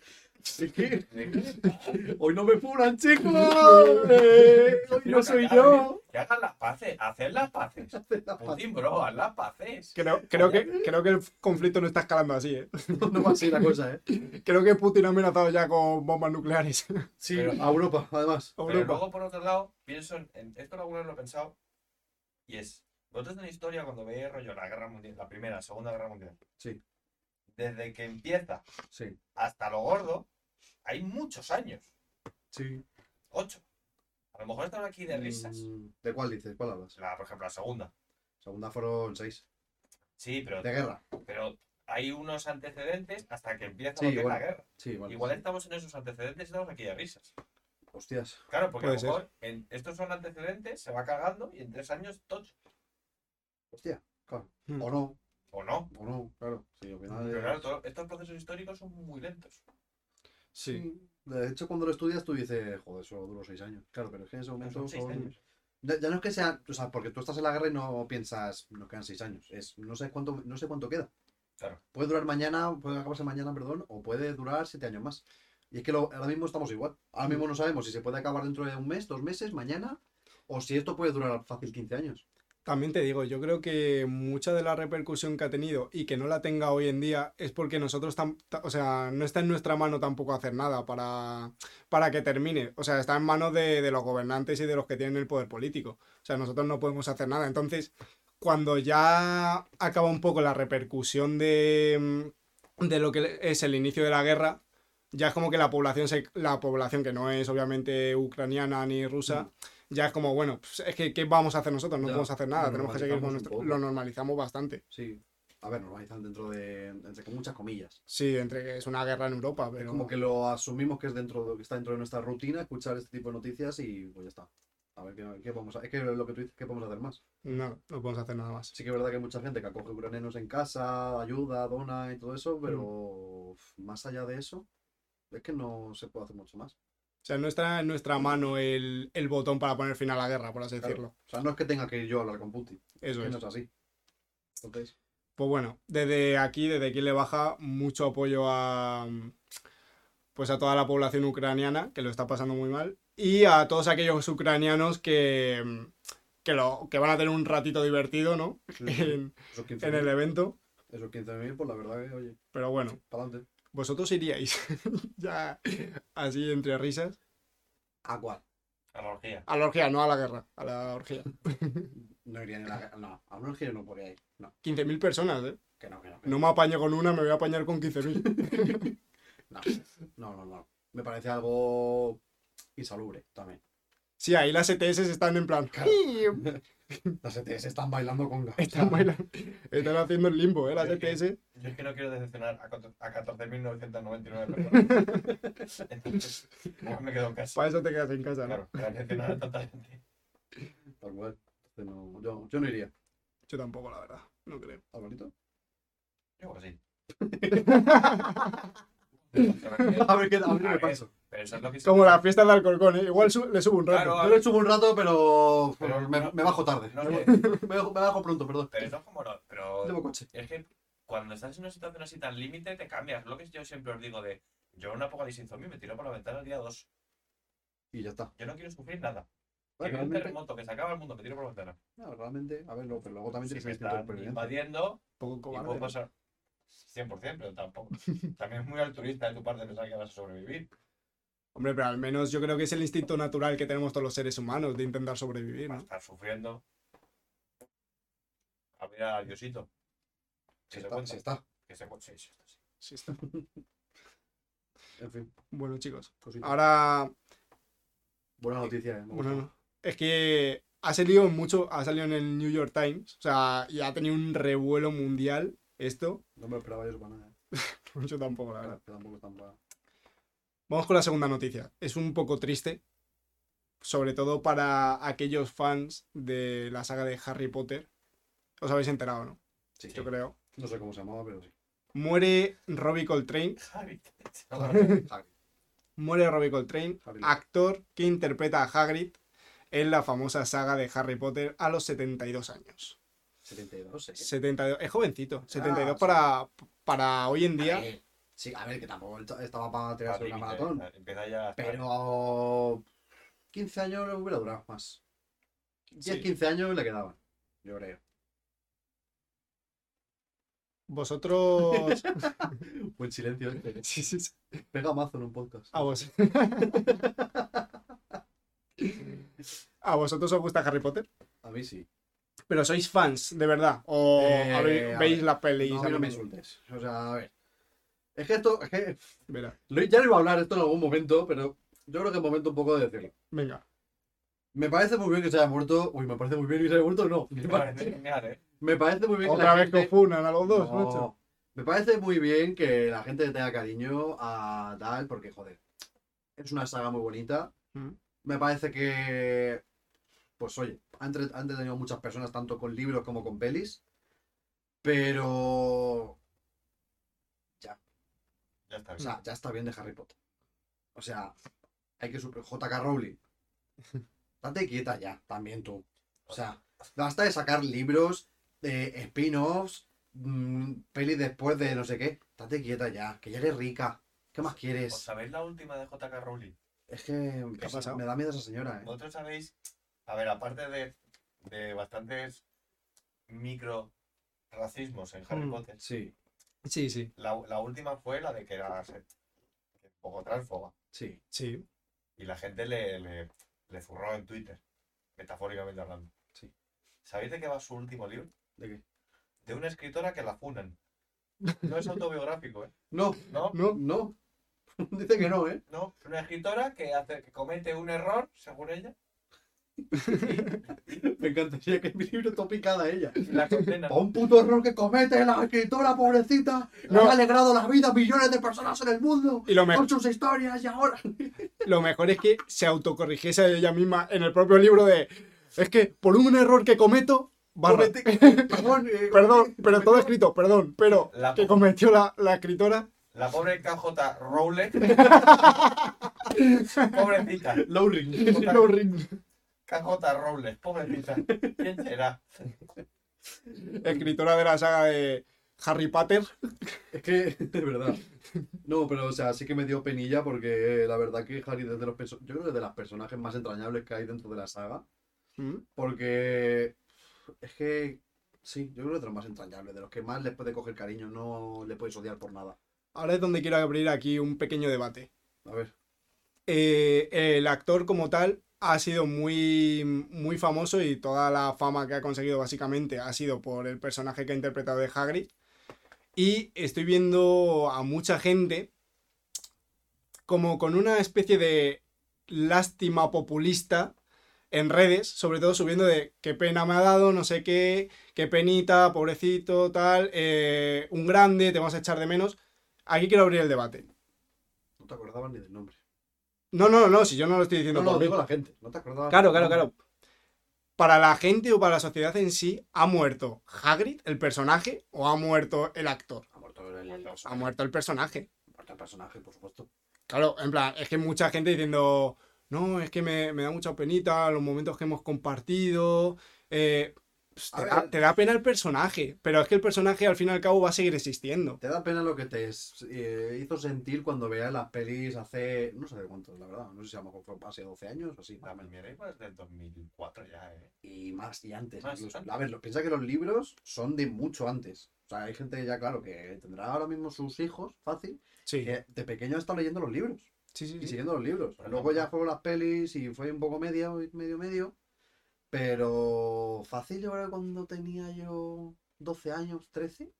B: (laughs)
C: es que
B: que-
C: hoy no me funan, (laughs) chicos. Eh, Hoy no soy yo.
B: Que hagan las paces, hacer las paces. Putin, bro, haz las paces.
A: Creo, creo, que, creo que el conflicto no está escalando así, ¿eh? (laughs)
C: No va a ser la cosa, ¿eh?
A: Creo que Putin ha amenazado ya con bombas nucleares (laughs) a
C: Sí,
B: Pero-
C: a Europa, además.
B: Pero
A: Europa.
B: luego, por otro lado, pienso en, en- esto alguna vez lo he pensado, y es, vosotros en la historia, cuando veis rollo la guerra mundial, la primera, segunda guerra mundial,
C: Sí.
B: desde que empieza
C: Sí,
B: hasta lo gordo, hay muchos años,
C: sí.
B: ocho. A lo mejor estamos aquí de risas.
C: Mm, ¿De cuál dices? ¿Cuál hablas?
B: La, por ejemplo, la segunda.
C: Segunda fueron seis.
B: Sí, pero,
C: De guerra.
B: pero hay unos antecedentes hasta que empieza
C: Sí,
B: lo que es
C: igual.
B: la guerra.
C: Sí, vale.
B: Igual estamos en esos antecedentes y estamos aquí de risas.
C: Hostias.
B: Claro, porque a lo
A: Puede ser.
B: mejor en- estos son antecedentes, se va cagando y en tres años, tocho.
C: Hostia, claro.
A: Mm.
C: O no,
B: O no.
C: o no, claro. Sí, al final
B: Pero
C: es-
B: claro, todo- estos procesos históricos son muy lentos.
A: Sí.
C: Mm, De hecho, cuando lo estudias, tú dices, joder, solo duró seis años. Claro, pero es que en ese
B: Pero
C: momento
B: Son seis
C: son-
B: años.
C: Ya, ya no es que sea, o sea, porque tú estás en la guerra y no piensas, nos quedan seis años. Es, no sé cuánto, no sé cuánto queda.
B: Claro.
C: Puede durar mañana, puede acabarse mañana, perdón, o puede durar siete años más. Y es que lo- ahora mismo estamos igual. Ahora mismo
B: Mm.
C: no sabemos si se puede acabar dentro de un mes, dos meses, mañana, o si esto puede durar fácil 15 años.
A: También te digo, yo creo que mucha de la repercusión que ha tenido y que no la tenga hoy en día es porque nosotros, tam- ta- o sea, no está en nuestra mano tampoco hacer nada para, para que termine. O sea, está en manos de, de los gobernantes y de los que tienen el poder político. O sea, nosotros no podemos hacer nada. Entonces, cuando ya acaba un poco la repercusión de, mm, de lo que es el inicio de la guerra, ya es como que la población, se- la población que no es obviamente ucraniana ni rusa, ya es como, bueno, pues, es que ¿qué vamos a hacer nosotros? No
C: Mm. Ya,
A: podemos hacer nada,
C: lo
A: tenemos que seguir con
C: normalizamos un
A: nuestro...
C: poco.
A: Lo normalizamos bastante.
C: Sí. A ver, normalizan dentro de, entre con muchas comillas.
A: Sí, entre que es una guerra en Europa,
C: Es
A: pero...
C: como que lo asumimos que es dentro que está dentro de nuestra rutina escuchar este tipo de noticias y pues ya está. A ver qué, qué vamos a, es que lo que tú dices, ¿qué podemos hacer más?
A: No, no podemos hacer nada más.
C: Sí que es verdad que hay mucha gente que acoge ucranianos en casa, ayuda, dona y todo eso, pero
A: Mm.
C: uf, más allá de eso, es que no se puede hacer mucho más.
A: O sea, no está en nuestra mano el, el botón para poner fin a la guerra, por así
C: Claro.
A: decirlo.
C: O sea, no es que tenga que ir yo a hablar con Putin,
A: Eso
C: que
A: es.
C: no es así. Entonces,
A: Pues bueno, desde aquí, desde aquí le baja mucho apoyo a pues a toda la población ucraniana, que lo está pasando muy mal, y a todos aquellos ucranianos que, que, lo, que van a tener un ratito divertido, ¿no? (laughs) En,
C: esos
A: en el
C: 15.000,
A: evento.
C: esos 15.000, pues la verdad que, oye,
A: Pero bueno,
C: para adelante.
A: vosotros iríais (laughs) ya así entre risas.
C: ¿A cuál?
B: Analogía.
A: A la orgía, no a la guerra, a la orgía.
C: No iría ni a la guerra, no, a una orgía yo no podría ir. No,
A: 15.000 personas, ¿eh?
C: que no, que no. que
A: No me apaño con una, me voy a apañar con 15.000.
C: No, no, no, no. Me parece algo insalubre (laughs) también.
A: Sí, ahí las ETS están en plan...
C: Claro. Las ETS están bailando con gas.
A: Están, bailando- están haciendo el limbo, ¿eh? Las
B: Yo es que-
A: ETS.
B: Yo es que no quiero decepcionar a cuatro- a 14.999 personas.
C: (laughs)
B: Entonces, mejor me quedo en casa.
A: Para eso te quedas en casa, ¿no?
B: Claro, para decepcionar a tanta gente.
C: Tal cual. Entonces, no, yo, yo no iría.
A: Yo tampoco, la verdad. No creo. (laughs)
C: ¿Alvarito?
B: Yo creo que sí.
C: (laughs) A ver qué a ver qué
B: A
C: me
B: ver,
C: paso.
B: Pero eso es lo que
A: Como la fiesta de Alcorcón, ¿eh? Igual su- le subo un rato.
B: Claro, a
C: Yo
B: ver,
C: le subo un rato, pero, pero me,
B: no-
C: me bajo tarde.
B: no
C: me, (laughs)
B: sé.
C: me bajo, me bajo pronto, perdón.
B: Pero eso es como no. Pero
C: Llevo coche.
B: Es que cuando estás en una situación así tan límite, te cambias. Lo que yo siempre os digo de, yo en un apocalipsis zombie me tiro por la ventana el día 2.
C: Y ya está.
B: Yo no quiero sufrir nada. Que
C: Bueno,
B: viene un
C: realmente,
B: terremoto, que se acaba el mundo, me tiro por la ventana.
C: no, realmente, a ver, luego, pero luego también
B: Si
C: tienes
B: me
C: que distinto de
B: están
C: supervivencia.
B: invadiendo,
A: Poco
B: y
A: cobarde.
B: puedo pasar 100%, pero
C: (laughs)
B: tampoco. También es muy altruista de tu parte pensar que vas a sobrevivir.
A: Hombre, pero al menos yo creo que es el instinto natural que tenemos todos los seres humanos de intentar sobrevivir,
B: Vas a
A: ¿no?
B: estar sufriendo. A ver al Diosito. Que se
C: Si está, si
B: cuenta.
C: está.
B: Que se cuenta. Sí, sí, sí.
A: Sí está.
C: En fin,
A: Bueno, chicos.
C: cosita.
A: Ahora,
C: Buena noticia, eh. me gusta.
A: bueno, no. es que ha salido mucho, ha salido en el New York Times, o sea, y ha tenido un revuelo mundial esto. (laughs)
C: No me lo esperaba yo para nada. eh.
A: Yo tampoco, la verdad.
C: Claro, que tampoco es tan para-
A: Vamos con la segunda noticia. Es un poco triste, sobre todo para aquellos fans de la saga de Harry Potter. Os habéis enterado, ¿no?
C: Sí,
A: Yo creo.
C: No sé cómo se llamaba, pero sí.
A: Muere Robbie Coltrane.
C: (laughs)
B: Javi, te- te-
C: Hagrid.
A: Muere Robbie Coltrane,
C: Harry.
A: actor que interpreta a Hagrid en la famosa saga de Harry Potter a los 72 años.
C: 72, ¿eh?
A: 72, es jovencito. 72
C: Ah, sí.
A: para, para hoy en
C: A
A: día.
C: ver, Eh, Sí, a ver, que tampoco esta- estaba para
B: Al
C: tirarse una
B: límite,
C: maratón.
B: Empieza ya a estar-
C: Pero 15 años le hubiera durado más. 10,
A: Sí.
C: 15 años le quedaban. Yo creo. (laughs)
A: Vosotros.
C: Buen silencio, ¿eh?
A: Sí, sí, sí.
C: Pega mazo en un podcast.
A: A vos. (laughs) ¿A vosotros os gusta Harry Potter?
C: A mí sí.
A: Pero sois fans, de verdad. O
C: Eh,
A: habéis-
C: a
A: veis
C: ver.
A: la peli.
C: No, a mí no me insultes. O sea, a ver. Es que esto. Es que,
A: Verá,
C: lo- ya lo iba a hablar esto en algún momento, pero yo creo que es momento un poco de decirlo.
A: venga.
C: Me parece muy bien que se haya muerto. Uy, me parece muy bien que se haya muerto, no. Me, (laughs)
B: Vale,
C: parece-
B: genial, ¿eh?
C: me parece muy bien que
A: Otra
C: la
A: vez
C: gente...
A: que os funan a los dos,
C: No,
A: macho.
C: Me parece muy bien que la gente le tenga cariño a tal, porque joder, es una saga muy bonita.
A: Mm.
C: Me parece que, pues oye, ha entre- ha entretenido a muchas personas, tanto con libros como con pelis. Pero,
B: Ya está.
C: o sea, ya está bien de Harry Potter. O sea, hay que super... JK Rowling. Date quieta ya, también tú. O sea, basta de sacar libros, eh, spin-offs, mm, pelis después de no sé qué. Date quieta ya, que ya eres rica. ¿Qué más
B: ¿Os
C: quieres?
B: sabéis la última de JK Rowling?
C: Es que
A: ¿Qué ha
C: es-
A: pasado?
C: me da miedo esa señora, ¿eh?
B: Vosotros sabéis, a ver, aparte de, de bastantes micro racismos en Harry
A: Mm.
B: Potter,
C: Sí,
A: Sí, sí.
B: la, la última fue la de que era se- que un poco transfoba.
C: sí.
A: Sí.
B: Y la gente le, le, le zurró en Twitter, metafóricamente hablando.
C: Sí.
B: ¿Sabéis de qué va su último libro?
C: ¿De qué?
B: De una escritora que la funan. No
C: (laughs)
B: es autobiográfico, ¿eh?
C: No,
B: No,
A: ¿No?
C: no. (laughs) Dice que no, ¿eh?
B: no. Una escritora que, hace, que comete un error, según
A: (laughs)
B: ella,
C: Me encantaría que en mi libro topicada ella.
B: y la condenan.
C: Por un puto error que comete la escritora, pobrecita, le
A: No.
C: ha alegrado la vida a millones de personas en el mundo
A: Y lo, me-
C: con sus historias y ahora.
A: lo mejor es que se autocorrigiese a ella misma en el propio libro de. Es que por un error que cometo. barra".
C: Comete- (laughs) Perdón, eh,
A: Perdón, pero todo escrito, perdón, pero
B: La-
A: que cometió la, la escritora.
B: La pobre KJ
A: (laughs)
B: Rowling. pobrecita.
C: Lowling.
A: No, Ring.
B: KJ Rowling, pobrecita. ¿Quién será?
A: Escritora de la saga de Harry Potter.
C: Es que, (laughs) de verdad. No, pero, o sea, sí que me dio penilla porque eh, la verdad que Harry es de los perso- yo creo que es de los personajes más entrañables que hay dentro de la saga.
A: Mm,
C: Porque es que, sí, yo creo que es de los más entrañables, de los que más les puede coger cariño, no le puedes odiar por nada.
A: Ahora es donde quiero abrir aquí un pequeño debate.
C: A ver,
A: eh, el actor como tal ha sido muy, muy famoso y toda la fama que ha conseguido básicamente ha sido por el personaje que ha interpretado de Hagrid. Y estoy viendo a mucha gente como con una especie de lástima populista en redes, sobre todo subiendo de qué pena me ha dado, no sé qué, qué penita, pobrecito, tal, eh, un grande, te vamos a echar de menos. Aquí quiero abrir el debate.
C: no te acordabas ni del nombre.
A: No, no, no, si yo no lo estoy diciendo
C: No, no,
A: por mí.
C: digo la gente, no te acordabas.
A: Claro,
C: del
A: claro,
C: nombre.
A: claro. para la gente o para la sociedad en sí, ¿ha muerto Hagrid, el personaje, o ha muerto el actor?
C: Ha muerto el, el
A: Ha
C: personaje.
A: muerto el personaje.
C: Ha muerto el personaje, por supuesto.
A: Claro, en plan, es que mucha gente diciendo, no, es que me, me da mucha penita los momentos que hemos compartido. eh, pues,
C: A
A: te, da,
C: ver.
A: te da pena el personaje, pero es que el personaje al fin y al cabo va a seguir existiendo.
C: Te da pena lo que te eh, hizo sentir cuando veías las pelis hace. No sé de cuántos, la verdad. No sé si a lo mejor fue hace 12 años o así.
B: La primera igual es del 2004 ya, ¿eh?
C: Y más, y antes.
B: Más,
C: incluso.
B: antes.
C: A ver, lo- piensa que los libros son de mucho antes. O sea, hay gente que ya, claro, que tendrá ahora mismo sus hijos, fácil,
A: Sí,
C: que de pequeño ha estado leyendo los libros
A: sí, sí.
C: y
A: sí.
C: siguiendo los libros.
B: Pero
C: Luego ya
B: normal.
C: fueron las pelis y fue un poco media, medio, medio. Pero fácil, yo creo que cuando tenía yo 12 años, 13,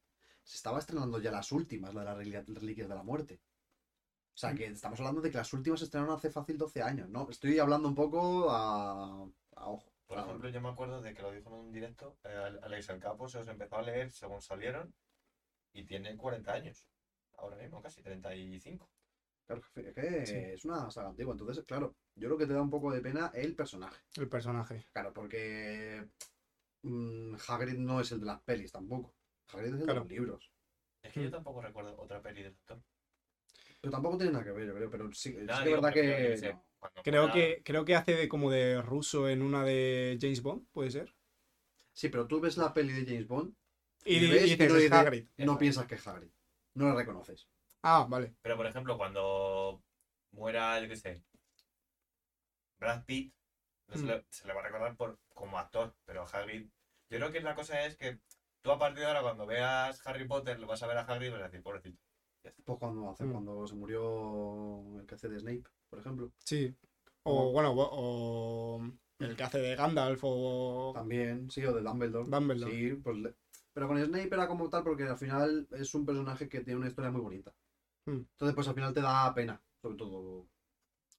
C: se estaba estrenando ya las últimas, la de las relia- Reliquias de la Muerte. O
B: Mm.
C: sea, que estamos hablando de que las últimas se estrenaron hace fácil 12 años, ¿no? Estoy hablando un poco a, a ojo.
B: Por
A: Ah,
C: Claro.
B: ejemplo, yo me acuerdo de que lo dijo en un directo, eh, Al- Alex el Capo se los empezó a leer según salieron y tiene 40 años. Ahora mismo casi 35.
C: Claro, es que
A: Sí.
C: es una saga antigua. Entonces, claro, yo creo que te da un poco de pena el personaje.
A: El personaje.
C: Claro, porque mm, Hagrid no es el de las pelis tampoco. Hagrid es el
A: Claro.
C: de los libros.
B: Es que
A: Hmm.
B: yo tampoco recuerdo otra peli del actor.
C: Pero tampoco tiene nada que ver, yo creo. Pero sí, sí que
B: Nada,
C: es
B: digo,
C: verdad
B: prefiero, yo
C: que.
B: qué sé,
C: no.
B: cuando
A: Creo
B: fuera-
A: que, creo que hace de como de ruso en una de James Bond, puede ser.
C: Sí, pero tú ves la peli de James Bond,
A: Y,
C: Y
A: di-
C: ves,
A: y dices,
C: no
A: "Es
C: dice-
A: Hagrid.
C: no
B: Eso.
C: piensas que es Hagrid. No la reconoces.
A: Ah, vale.
B: Pero por ejemplo, cuando muera, yo qué sé, Brad Pitt, no se,
A: Mm.
B: le, se le va a recordar por, como actor, pero Hagrid. Yo creo que la cosa es que tú a partir de ahora, cuando veas Harry Potter, lo vas a ver a Hagrid y vas a decir, pobrecito.
C: Pues cuando hace,
A: Mm.
C: cuando se murió el que hace de Snape, por ejemplo.
A: Sí. O bueno, o- o el que hace de Gandalf o
C: También, sí, o de Dumbledore.
A: Dumbledore.
C: Sí, pues le- Pero con Snape era como tal, porque al final es un personaje que tiene una historia muy bonita.
A: Mm.
C: Entonces, pues al final te da pena, sobre todo,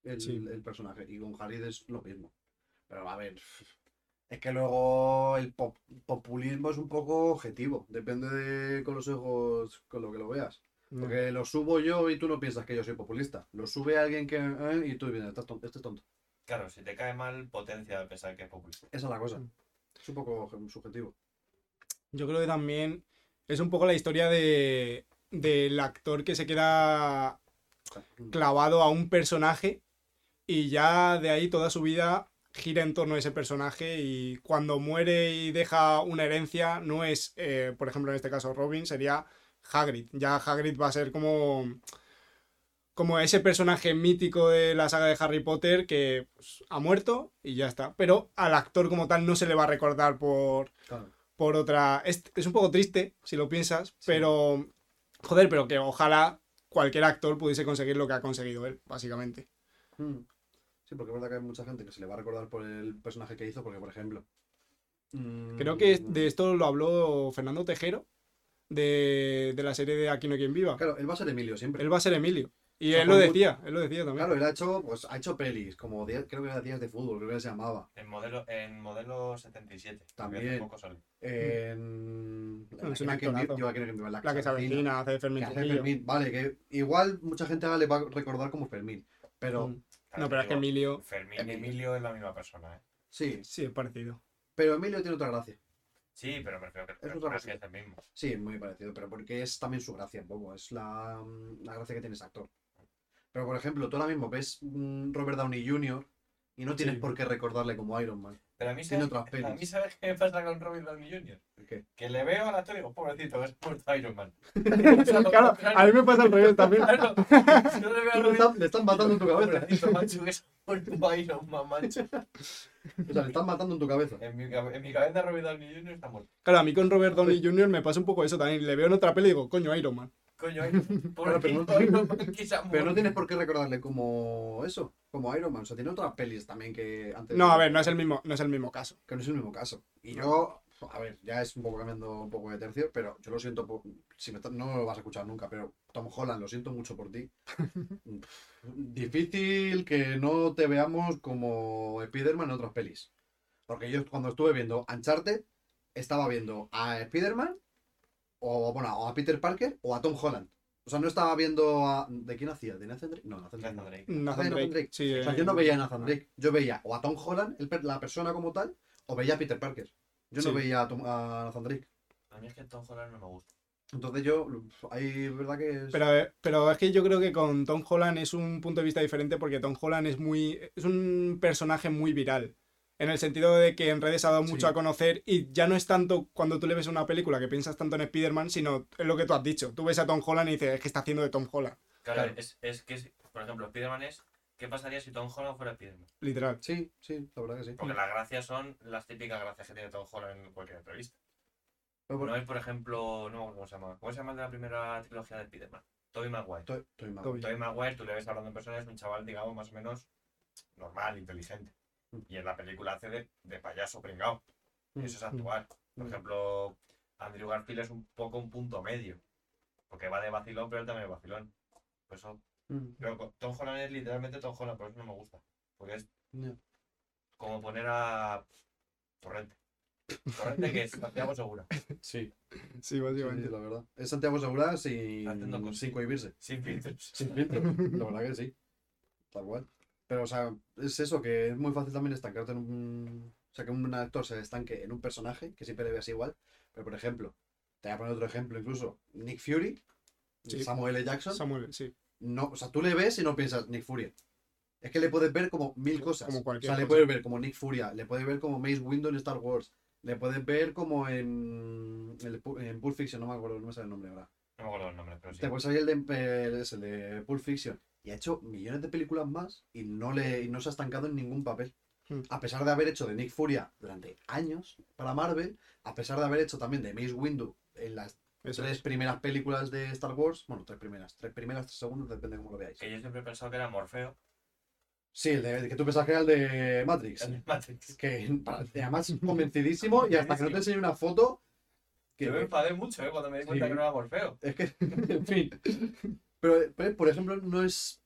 C: el,
A: Sí.
C: el personaje. Y con Harry es lo mismo. Pero a ver, es que luego el pop- populismo es un poco objetivo. Depende de con los ojos, con lo que lo veas.
A: No.
C: Porque lo subo yo y tú no piensas que yo soy populista. Lo sube alguien que... eh, y tú dices, "Estás tonto, este es tonto.
B: Claro, si te cae mal, potencia al pensar que es populista.
C: Esa es la cosa.
A: Mm.
C: Es un poco subjetivo.
A: Yo creo que también es un poco la historia de del actor que se queda
C: hmm,
A: clavado a un personaje y ya de ahí toda su vida gira en torno a ese personaje y cuando muere y deja una herencia no es, eh, por ejemplo en este caso Robin, sería Hagrid. Ya Hagrid va a ser como como ese personaje mítico de la saga de Harry Potter que pues, ha muerto y ya está. Pero al actor como tal no se le va a recordar por
C: Claro.
A: por otra. Es, es un poco triste, si lo piensas,
C: Sí.
A: pero. Joder, pero que ojalá cualquier actor pudiese conseguir lo que ha conseguido él, básicamente.
C: Mm. Sí, porque es verdad que hay mucha gente que se le va a recordar por el personaje que hizo, porque por ejemplo. mm,
A: Creo que es- de esto lo habló Fernando Tejero, de, de la serie de Aquí no hay quien viva.
C: Claro, él va a ser Emilio siempre.
A: Él va a ser Emilio. Y
C: O sea,
A: él lo
C: por mu-
A: decía, él lo decía también.
C: Claro, él ha hecho, pues, ha hecho pelis, como diez- creo que era Días de Fútbol, creo que se llamaba.
B: En modelo, en modelo 77.
C: También.
B: Poco salió.
C: En.
A: No, Hmm. es un
C: la que- la que-
A: actorazo.
C: yo la que- la que-
A: La que se avecina, hace de
C: que
A: Fermín
C: hace
A: Trujillo.
C: Fermín. Vale, que igual mucha gente ahora le va a recordar como Fermín. Pero
A: Mm. No, pero es que
B: Digo,
A: Emilio.
B: Fermín y
C: Emilio.
B: Emilio es la misma persona, ¿eh?
C: sí,
A: Sí, es parecido.
C: pero Emilio tiene otra gracia.
B: Sí, pero prefiero que el
C: otra
B: personaje
C: cosa.
B: es el mismo.
C: Sí, muy parecido, pero porque es también su gracia un poco, es la, mm, la gracia que tiene ese actor. Pero por ejemplo, tú ahora mismo ves mm, Robert Downey Jr. y no tienes
A: Sí.
C: por qué recordarle como Iron Man.
B: Pero a mí,
C: Tiene
B: ¿sabes-
C: otras pelis.
B: a mí ¿sabes qué me pasa con Robin Downey Jr.?
C: ¿Por qué?
B: Que le veo al actor y digo, oh, pobrecito, es muerto Iron
C: (laughs)
B: Man.
A: claro, a mí me pasa al revés también.
B: Claro, yo le veo a
C: (laughs) Tú le,
B: Robin
C: están, le están matando en tu cabeza.
B: Pobrecito,
C: (laughs)
B: macho, que es muerto Iron Man, macho.
C: O sea, le están matando en
B: (laughs)
C: tu cabeza.
B: En mi, cabe- en mi cabeza Robin Downey Jr. está muerto.
A: Claro, a mí con Robert Downey Jr. me pasa un poco eso también. Le veo en otra peli y digo, coño, Iron Man.
B: Coño, Iron Man.
C: Claro, pero no-
B: Pobrecito Iron Man, que se ha
C: Pero no
B: muerto.
C: (laughs) tienes por qué recordarle como eso, como Iron Man. O sea, tiene otras pelis también que antes.
A: No, a ver, no es el mismo, no es el mismo caso.
C: Que no es el mismo caso. Y yo, a ver, ya es un poco cambiando un poco de tercio, pero yo lo siento, po- si me to- no lo vas a escuchar nunca, pero Tom Holland, lo siento mucho
A: (laughs)
C: por ti. Difícil que no te veamos como Spider-Man en otras pelis. Porque yo cuando estuve viendo Uncharted, estaba viendo a Spider-Man, o, bueno, o a Peter Parker, o a Tom Holland. O sea, no estaba viendo a... ¿De quién hacía? ¿De Nathan Drake? No, Nathan Drake. no.
B: Nathan Drake.
A: Nathan
C: Nathan
A: Drake.
C: Drake.
A: Sí,
C: O sea,
A: eh,
C: yo no veía a Nathan Drake, yo veía o a Tom Holland, el per- la persona como tal, o veía a Peter Parker. Yo no
A: Sí.
C: veía a, Tom- a Nathan Drake.
B: A mí es que Tom Holland no me gusta.
C: Entonces yo, pf, ahí verdad que es...
A: Pero, eh, pero es que yo creo que con Tom Holland es un punto de vista diferente porque Tom Holland es muy es un personaje muy viral. En el sentido de que en redes ha dado mucho
C: Sí.
A: a conocer y ya no es tanto cuando tú le ves una película que piensas tanto en Spider-Man, sino es lo que tú has dicho. Tú ves a Tom Holland y dices, es que está haciendo de Tom Holland,
B: Claro,
C: Claro.
B: Es, es que, es- por ejemplo, Spider-Man es. ¿Qué pasaría si Tom Holland fuera Spider-Man?
A: literal.
C: Sí, sí, la verdad que sí.
B: Porque las gracias son las típicas gracias que tiene Tom Holland en cualquier entrevista. No
C: Pero bueno,
B: es, por ejemplo, no, ¿cómo se llama? ¿Cómo se llama el de la primera trilogía de Spider-Man? Tobey Maguire.
C: estoy, estoy mal.
A: Toby.
B: Tobey Maguire, tú le ves hablando en persona, es un chaval, digamos, más o menos normal, inteligente.
C: Mm.
B: Y en la película hace de, de payaso pringao. Y eso es actuar. Por
C: Mm.
B: ejemplo, Andrew Garfield es un poco un punto medio. Porque va de vacilón, pero él también es vacilón. Por eso
C: Mm,
B: Pero co- Tom Holland es literalmente Tom Holland, por eso no me gusta. Porque es
C: ya.
B: como poner a Torrente. Torrente que es Santiago Segura.
C: Sí,
A: Sí,
C: sí,
A: básicamente.
C: la verdad. Es Santiago Segura
B: Haciendo
C: sin,
B: cosas.
C: sin cohibirse. (laughs)
B: Sin filtros.
C: Sin filtro. la verdad que sí. Tal cual. Pero, o sea, es eso, que es muy fácil también estancarte en un. O sea, que un actor se estanque en un personaje que siempre le veas igual. Pero, por ejemplo, te voy a poner otro ejemplo, incluso Nick Fury,
A: Sí.
C: Samuel L. Jackson.
A: Samuel, sí.
C: no, o sea, tú le ves y no piensas Nick Fury. Es que le puedes ver como mil
A: Como-
C: cosas.
A: como
C: o
A: cualquier
C: sea, le
A: cosa.
C: puedes ver como Nick Furia, le puedes ver como Mace Windu en Star Wars, le puedes ver como en, el Pu- en Pulp Fiction, no me acuerdo, no me sale el nombre ahora.
B: No me acuerdo los nombres, pero sí.
C: Te puedes salir pues el de, eh, el- ese, el de Pulp Fiction. Y ha hecho millones de películas más y no, le, y no se ha estancado en ningún papel.
A: Hmm.
C: A pesar de haber hecho de Nick Furia durante años para Marvel, a pesar de haber hecho también de Mace Windu en las
A: Eso.
C: tres primeras películas de Star Wars, bueno, tres primeras, tres primeras, tres segundas, depende de cómo lo veáis.
B: Que yo siempre he pensado que era Morfeo.
C: Sí, el, de, el que tú pensabas que era el de Matrix.
B: en (laughs) Matrix.
C: Que (laughs) para- además convencidísimo y hasta que no te enseñe una foto. Que,
B: Yo me enfadé mucho, ¿eh? Cuando me di cuenta
C: Sí.
B: que no era Morfeo.
C: es que, (laughs) en fin. Pero, pero, por ejemplo, no es.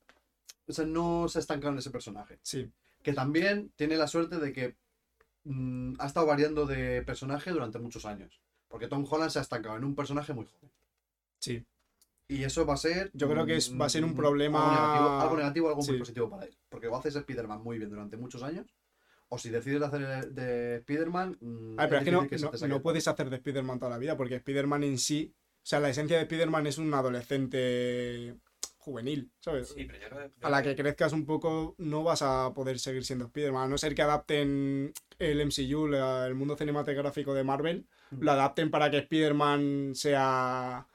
C: O sea, no se ha estancado en ese personaje.
A: Sí,
C: Que también tiene la suerte de que mm, ha estado variando de personaje durante muchos años. Porque Tom Holland se ha estancado en un personaje muy joven.
A: sí.
C: Y eso va a ser.
A: Yo creo que es- va a ser un
C: mm,
A: problema-
C: Algo negativo, algo, negativo, algo
A: Sí.
C: muy positivo para él. Porque o haces Spider-Man muy bien durante muchos años, o si decides hacer el- de Spider-Man. mm,
A: Ay, Ah, pero es que no,
C: difícil se
A: no-
C: te saque.
A: no puedes hacer de Spider-Man toda la vida porque Spider-Man en sí, o sea, la esencia de Spider-Man es un adolescente juvenil, ¿sabes?
B: Sí, pero yo creo
A: a la que crezcas un poco no vas a poder seguir siendo Spider-Man, a no ser que adapten el MCU, la- el mundo cinematográfico de Marvel,
C: Mm.
A: lo adapten para que Spider-Man sea,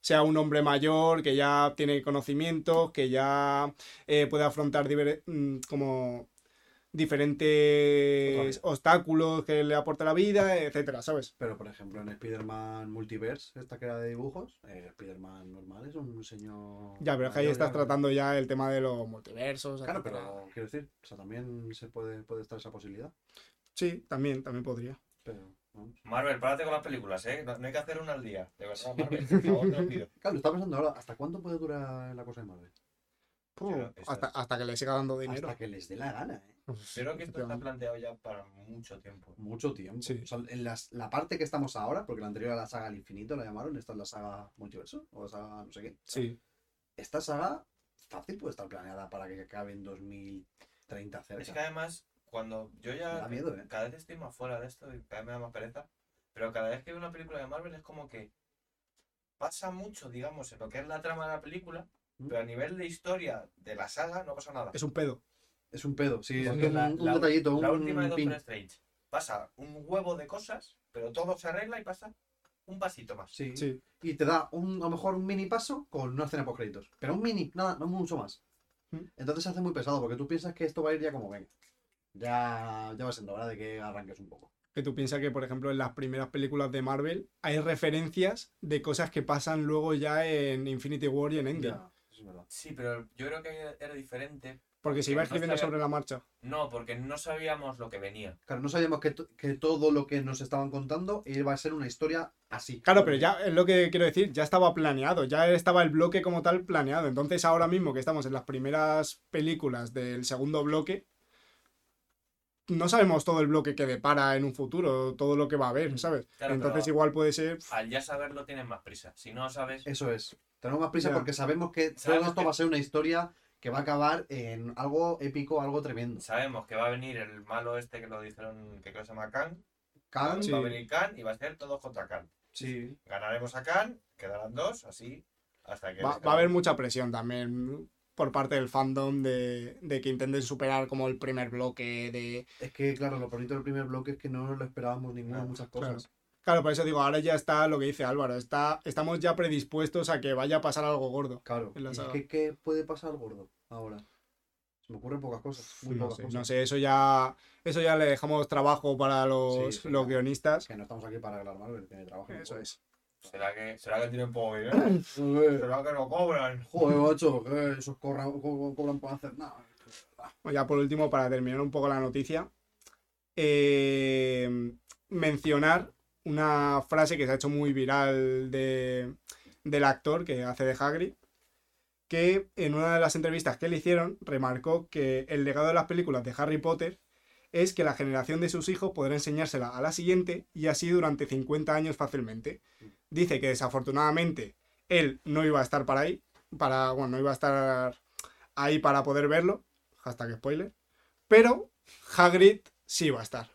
A: sea un hombre mayor, que ya tiene conocimientos, que ya eh, puede afrontar diver- mm, como
C: Otra
A: diferentes
C: vida.
A: obstáculos que le aporta la vida, etcétera, ¿sabes?
C: Pero por ejemplo, en Spider-Man Multiverse, esta que era de dibujos, eh, Spider-Man normal es un señor.
A: Ya, pero es que ahí
C: mayor,
A: estás
C: ya,
A: tratando ya el tema de los multiversos,
C: Claro,
A: etcétera.
C: pero quiero decir, o sea, también se puede, puede estar esa posibilidad.
A: Sí, también, también podría.
C: Pero. vamos.
B: Marvel, párate con las películas, ¿eh? No, no hay que hacer una al día. De verdad, Marvel, por favor, te lo
C: (laughs)
B: pido.
C: Claro, está pensando ahora, ¿hasta cuánto puede durar la cosa de Marvel?
A: Puh,
B: Pero esto
A: hasta,
B: es-
A: hasta que le siga dando dinero.
C: Hasta que les dé la gana, ¿eh?
B: Yo creo que esto está planteado ya para mucho tiempo.
C: Mucho tiempo.
A: Sí.
C: O sea, en las- la parte que estamos ahora, porque la anterior era la saga al infinito, la llamaron, esta es la saga multiverso, o la saga no sé qué.
A: Sí.
C: Esta saga fácil puede estar planeada para que acabe en 2030 cerca.
B: Es que además, cuando yo ya
C: Me da miedo, ¿eh?
B: cada vez estoy más fuera de esto y cada vez me da más pereza, pero cada vez que veo una película de Marvel es como que pasa mucho, digamos, en lo que es la trama de la película,
C: ¿Mm?
B: pero a nivel de historia de la saga no pasa nada.
A: Es un pedo.
C: Es un pedo, sí, es
B: Porque
C: un,
B: la-
C: un
B: la-
C: detallito,
B: La
C: un
B: última de
C: pin.
B: Doctor Strange pasa un huevo de cosas, pero todo se arregla y pasa un pasito más.
C: Sí.
A: Sí.
C: Y te da un, a lo mejor un mini paso con una escena post créditos. Pero un mini, nada, no mucho más.
A: ¿Mm?
C: Entonces se hace muy pesado, porque tú piensas que esto va a ir ya como venga. Ya, ya va siendo hora de que arranques un poco.
A: Que tú piensas que, por ejemplo, en las primeras películas de Marvel hay referencias de cosas que pasan luego ya en Infinity War y en Endgame.
C: Ya, eso es verdad.
B: Sí, pero yo creo que era diferente.
A: Porque se iba escribiendo
B: Entonces, pues
A: sobre la marcha.
B: No, porque no sabíamos lo que venía.
C: Claro, no sabíamos que, to- que todo lo que nos estaban contando iba a ser una historia así.
A: Claro, pero ya es lo que quiero decir, ya estaba planeado, ya estaba el bloque como tal planeado. Entonces, ahora mismo que estamos en las primeras películas del segundo bloque, no sabemos todo el bloque que depara en un futuro, todo lo que va a haber, ¿sabes?
B: Claro,
A: Entonces,
B: pero
A: igual puede ser.
B: al ya saberlo tienes más prisa. Si no sabes,
C: Eso es. Tenemos más prisa
A: Ya.
C: porque sabemos que todo
B: Sabemos
C: esto
B: que-
C: va a ser una historia que va a acabar en algo épico, algo tremendo.
B: Sabemos que va a venir el malo este que lo dijeron, que creo que se llama Khan.
C: Khan,
A: Sí.
B: Va a venir Khan y va a ser todos contra Khan.
A: Sí.
B: Ganaremos a Khan, quedarán dos, así, hasta que...
A: Va, va a haber mucha presión también por parte del fandom de, de que intenten superar como el primer bloque de...
C: es que claro, lo bonito del primer bloque es que no lo esperábamos ninguno,
B: Ah,
C: muchas
A: Claro.
C: cosas.
A: Claro, por eso digo, ahora ya está lo que dice Álvaro, está, estamos ya predispuestos a que vaya a pasar algo gordo.
C: Claro.
A: En la
C: Y es
A: saga.
C: que, ¿qué puede pasar, gordo? Ahora. Se me ocurren pocas cosas, muy
A: No
C: pocas
A: sé,
C: cosas.
A: no sé, eso ya, eso ya le dejamos trabajo para los,
C: Sí, sí,
A: los
C: claro.
A: guionistas.
C: Es que no estamos aquí para hablar Marvel, tiene trabajo.
A: Eso es.
B: ¿Será que, será que tienen poco
A: (coughs)
B: dinero?
C: Joder,
B: ¿Será que no cobran?
C: Joder, macho, que esos corran- co- co- cobran para hacer nada.
A: Bueno, Pues Ya por último, para terminar un poco la noticia, eh, mencionar una frase que se ha hecho muy viral de, del actor que hace de Hagrid, que en una de las entrevistas que le hicieron remarcó que el legado de las películas de Harry Potter es que la generación de sus hijos podrá enseñársela a la siguiente y así durante 50 años fácilmente. Dice que desafortunadamente él no iba a estar para ahí, para, bueno, no iba a estar ahí para poder verlo, hashtag spoiler, pero Hagrid sí va a estar.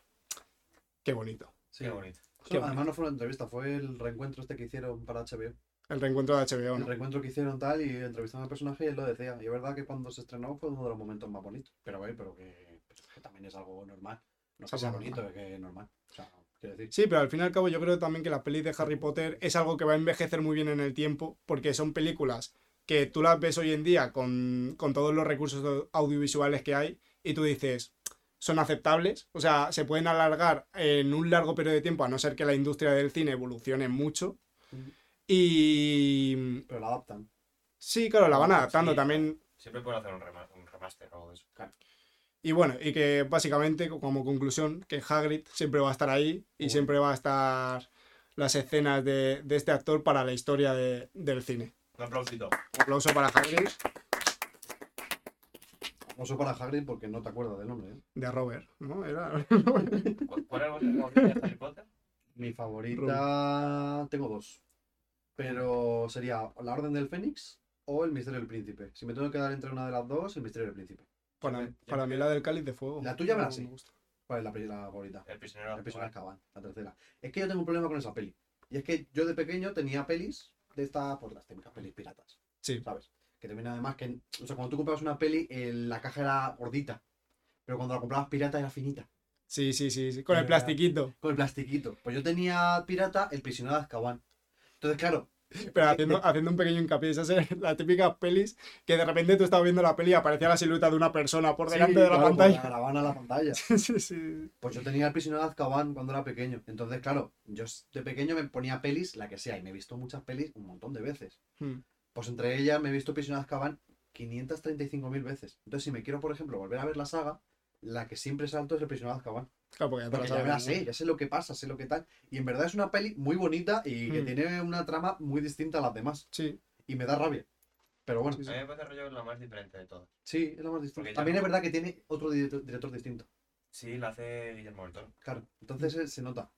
A: Qué bonito.
C: Sí.
B: Qué bonito.
A: Qué
C: Además no fue una entrevista, fue el reencuentro este que hicieron para HBO.
A: El reencuentro de HBO,
C: El
A: ¿no?
C: reencuentro que hicieron tal y entrevistaron al personaje y él lo decía. Y es verdad que cuando se estrenó fue uno de los momentos más bonitos. Pero güey, pero que, pero que también es algo normal. No es que
A: Algo
C: sea
A: normal.
C: bonito, es que es normal. O sea, quiero decir.
A: Sí, pero al fin y al cabo yo creo también que las pelis de Harry Potter es algo que va a envejecer muy bien en el tiempo, porque son películas que tú las ves hoy en día con, con todos los recursos au- audiovisuales que hay y tú dices, son aceptables, o sea, se pueden alargar en un largo periodo de tiempo, a no ser que la industria del cine evolucione mucho.
C: Mm.
A: Y
C: Pero la adaptan.
A: sí, claro, la van
B: Sí.
A: adaptando también.
B: Siempre pueden hacer un rema- un remaster o algo de eso.
A: Y bueno, y que básicamente, como conclusión, que Hagrid siempre va a estar ahí y
C: Uy.
A: siempre va a estar las escenas de, de este actor para la historia de- del cine.
B: Un aplausito.
A: Un aplauso para Hagrid
C: Famoso para Hagrid porque no te acuerdas del nombre. ¿eh?
A: de Robert, ¿no? Era... (laughs)
B: ¿Cu- ¿Cuál es vuestra favorita de Harry Potter?
C: Mi favorita. Tengo dos. Pero sería La Orden del Fénix o El Misterio del Príncipe. Si me tengo que quedar entre una de las dos, El Misterio del Príncipe.
A: para
B: Ya
A: para
B: me
A: mí
B: quedo.
A: la del cáliz de fuego.
C: La tuya,
A: No,
C: Brasi.
A: me gusta.
C: ¿Cuál es la, pri- la favorita?
B: El prisionero de
C: El personaje
B: Azkaban.
C: Azkaban, la tercera. Es que yo tengo un problema con esa peli. Y es que yo de pequeño tenía pelis de estas, pues las típicas pelis piratas,
A: Sí,
C: ¿sabes? Que también además que, o sea, cuando tú comprabas una peli, el- la caja era gordita. Pero cuando la comprabas pirata era finita,
A: sí, sí, sí, sí, con el
C: Era- (laughs)
A: plastiquito.
C: con el plastiquito. Pues yo tenía pirata el prisionero de Azkaban. Entonces, claro,
A: Pero haciendo, haciendo un pequeño hincapié, esas eran las típicas pelis que de repente tú estabas viendo la peli y aparecía la silueta de una persona por delante
C: sí,
A: de la
C: claro, pues
A: pantalla.
C: grababan a la pantalla.
A: Sí, (laughs) sí, sí.
C: Pues yo tenía el prisionero de Azkaban cuando era pequeño. Entonces, claro, yo de pequeño me ponía pelis, la que sea, y me he visto muchas pelis un montón de veces.
A: Hmm.
C: Pues entre ellas me he visto Prisionero de Azkaban 535.000 veces. Entonces, si me quiero, por ejemplo, volver a ver la saga, la que siempre salto es el Prisionero de Azkaban.
A: Claro, porque ya te la
C: Porque ya me la
A: sabes, ¿no?
C: sé, ya sé lo que pasa, sé lo que tal. Y en verdad es una peli muy bonita y que
A: Mm.
C: tiene una trama muy distinta a las demás.
A: Sí,
C: Y me da rabia. Pero bueno, eh,
A: Sí, sí.
B: A mí me parece rollo que es la más diferente de todas.
C: sí, es la más distinta.
B: Porque ya
C: También
B: no-
C: es verdad que tiene otro director, director distinto.
B: Sí, la hace Guillermo del Toro.
C: Claro, entonces eh, se nota.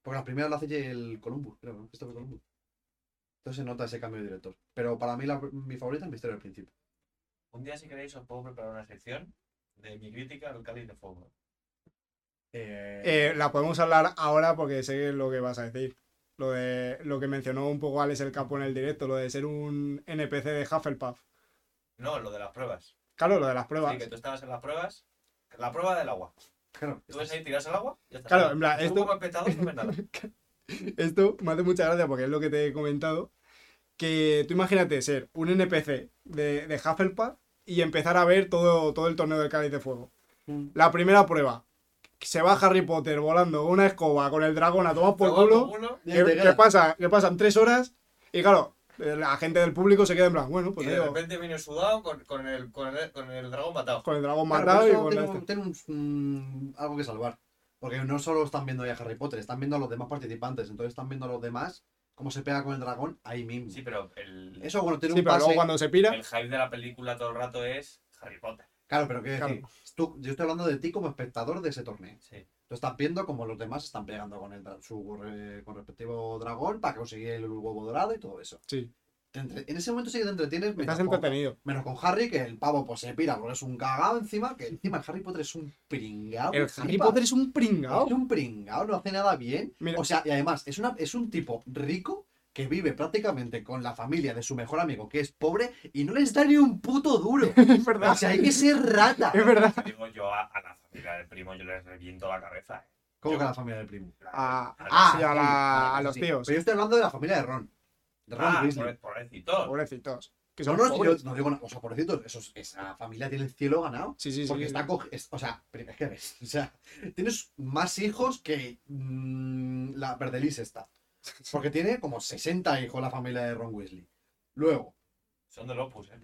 C: Porque las primeras las hace el Columbus, creo, ¿no? Christopher Columbus. Entonces se nota ese cambio de director. Pero para mí la- mi favorita es Misterio del Principio.
B: Un día, si queréis, os puedo preparar una sección de mi crítica al Cáliz de Fuego.
A: Eh, la podemos hablar ahora porque sé lo que vas a decir. Lo de lo que mencionó un poco Alex el Capo en el directo, lo de ser un NPC de Hufflepuff.
B: No, lo de las pruebas.
A: Claro, lo de las pruebas.
B: Sí, que tú estabas en las pruebas. La prueba del agua.
C: claro,
B: Tú ves ahí, tiras al agua, ya está.
A: Claro, en plan,
B: Tú
A: esto-
B: como espectador no ves
A: (laughs)
B: nada.
A: Esto me hace mucha gracia porque es lo que te he comentado. Que tú imagínate ser un NPC de, de Hufflepuff y empezar a ver todo, todo el torneo del Cáliz de Fuego.
C: Mm.
A: La primera prueba. Se va Harry Potter volando con una escoba con el dragón a tomar
B: Te
A: por
B: vas
A: culo.
B: por culo
C: Ya
A: ¿Qué,
C: te
A: qué
C: queda.
A: pasa? ¿Qué pasan tres horas? Y claro, eh, la gente del público se queda en plan, bueno,
B: y
A: pues
B: de
A: digo,
B: repente viene sudado con, con, el, con, el, con el dragón matado.
A: con el dragón
C: Claro,
A: matado
C: por
A: y
C: eso
A: con
C: tengo,
A: este.
C: tengo un- un- mm, algo que salvar. Porque no solo están viendo ahí a Harry Potter, están viendo a los demás participantes. Entonces están viendo a los demás cómo se pega con el dragón ahí mismo.
B: Sí, pero el,
C: Eso, bueno, tiene
A: Sí,
C: un
A: pero
C: pase.
A: luego cuando se pira,
B: el hype de la película todo el rato es Harry Potter.
C: Claro, pero quiero
A: Claro.
C: decir, tú- yo estoy hablando de ti como espectador de ese torneo.
B: Sí.
C: Tú estás viendo como los demás están pegando con el, dra- su re- con respectivo dragón para conseguir el huevo dorado y todo eso.
A: sí.
C: Te entre- En ese momento sí que te entretienes.
A: Estás
C: menos con-
A: entretenido.
C: Menos con Harry, que el pavo pues se pira porque es un cagado encima, que encima el Harry Potter es un pringao.
A: El
C: que
A: Harry
C: flipas.
A: Potter es un pringao.
C: (laughs) Es un pringao, no hace nada bien.
A: Mira.
C: O sea, y además es, una, es un tipo rico que vive prácticamente con la familia de su mejor amigo, que es pobre, y no les da ni un
A: (laughs)
C: puto duro.
A: Es
C: O
A: verdad.
C: sea, hay que ser
A: (laughs)
C: rata.
A: (laughs) Es verdad.
B: Te digo yo a, a la familia del primo, yo les reviento la cabeza. eh.
C: ¿Cómo que la familia del primo?
B: La-
A: Ah,
B: la-
A: ah,
C: sí,
A: ya la-
C: sí,
A: a los
C: sí.
A: tíos.
C: Pero yo estoy hablando de la familia de Ron. De Ron
B: ah,
C: Weasley.
B: pobre- pobrecitos.
A: Pobrecitos. Que
C: No,
A: son
C: no, si
A: pobres.
C: yo no digo nada. O sea, pobrecitos, esos- esa familia tiene el cielo ganado.
A: Sí, sí, sí.
C: Porque
A: sí.
C: está coge- es- O sea, pero es que (laughs) ves, O sea, tienes más hijos que mm, la Verdelis esta. Porque tiene como 60 hijos la familia de Ron Weasley. Luego,
B: Son del Opus, eh.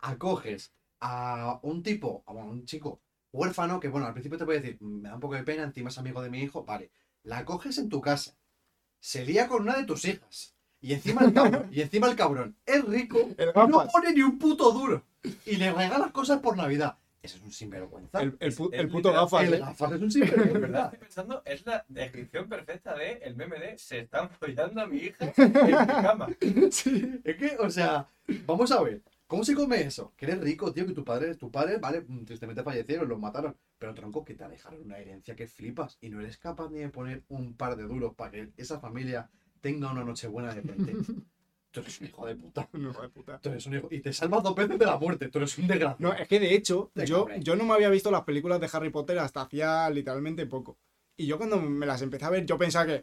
C: acoges a un tipo, a bueno, un chico huérfano que, bueno, al principio te puede decir, "Mm, me da un poco de pena, encima es amigo de mi hijo, vale. La acoges en tu casa. Se lía con una de tus hijas. Y encima el cabrón, y encima el cabrón es rico,
A: (laughs) El
C: no
A: gafas.
C: pone ni un puto duro. Y le regalas cosas por Navidad. Ese es un sinvergüenza.
A: El, el pu-
B: Es
A: el puto
B: literal-
A: gafas.
C: El
A: ¿eh?
C: gafas es un
B: En verdad
C: sinvergüenza.
B: estoy pensando, es la descripción perfecta de el meme de se están follando a mi hija en mi cama.
A: Sí.
C: Es que, o sea, vamos a ver. ¿Cómo se come eso? Que eres rico, tío, que tu padre, tu padre, vale, mm, tristemente fallecieron, los mataron. Pero tronco, que te dejaron una herencia que flipas. Y no eres capaz ni de poner un par de duros para que esa familia tenga una noche buena
A: (laughs)
C: de repente. Tú eres un hijo de puta.
A: (laughs) Un hijo de puta.
C: Tú eres un hijo. Y te salvas dos veces de la muerte. Tú eres un desgraciado.
A: No, es que de hecho,
C: Te
A: yo,
C: cabré.
A: yo no me había visto las películas de Harry Potter hasta hacía literalmente poco. Y yo cuando me las empecé a ver, yo pensaba que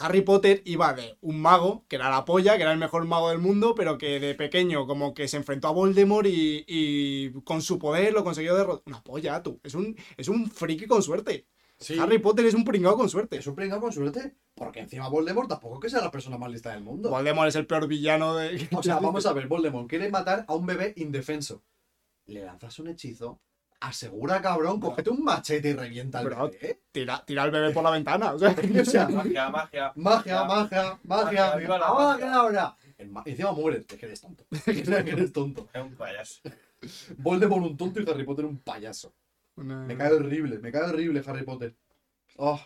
A: Harry Potter iba de un mago, que era la polla, que era el mejor mago del mundo, pero que de pequeño como que se enfrentó a Voldemort y, y con su poder lo consiguió derrotar. Una polla, tú. Es un, es un friki con suerte.
C: Sí.
A: Harry Potter es un pringado con suerte.
C: Es un pringao con suerte. Porque encima Voldemort tampoco es que sea la persona más lista del mundo.
A: Voldemort es el peor villano de... (laughs)
C: O sea, vamos a ver, Voldemort quiere matar a un bebé indefenso. Le lanzas un hechizo, asegura, cabrón, cógete un machete y revienta al
A: Bro. (laughs)
C: bebé. (laughs)
A: Tira, tira al bebé por la ventana. o sea.
C: O sea,
B: Magia, magia.
C: magia, magia, magia,
B: Magia, viva la
C: ahora,
B: magia.
C: ahora. El ma- Encima muere, es que
A: (laughs)
C: eres tonto. Es que eres tonto.
B: Es un payaso.
C: Voldemort un tonto y Harry Potter un payaso.
A: (laughs) Una-
C: Me cae horrible, me cae horrible Harry Potter. Oh,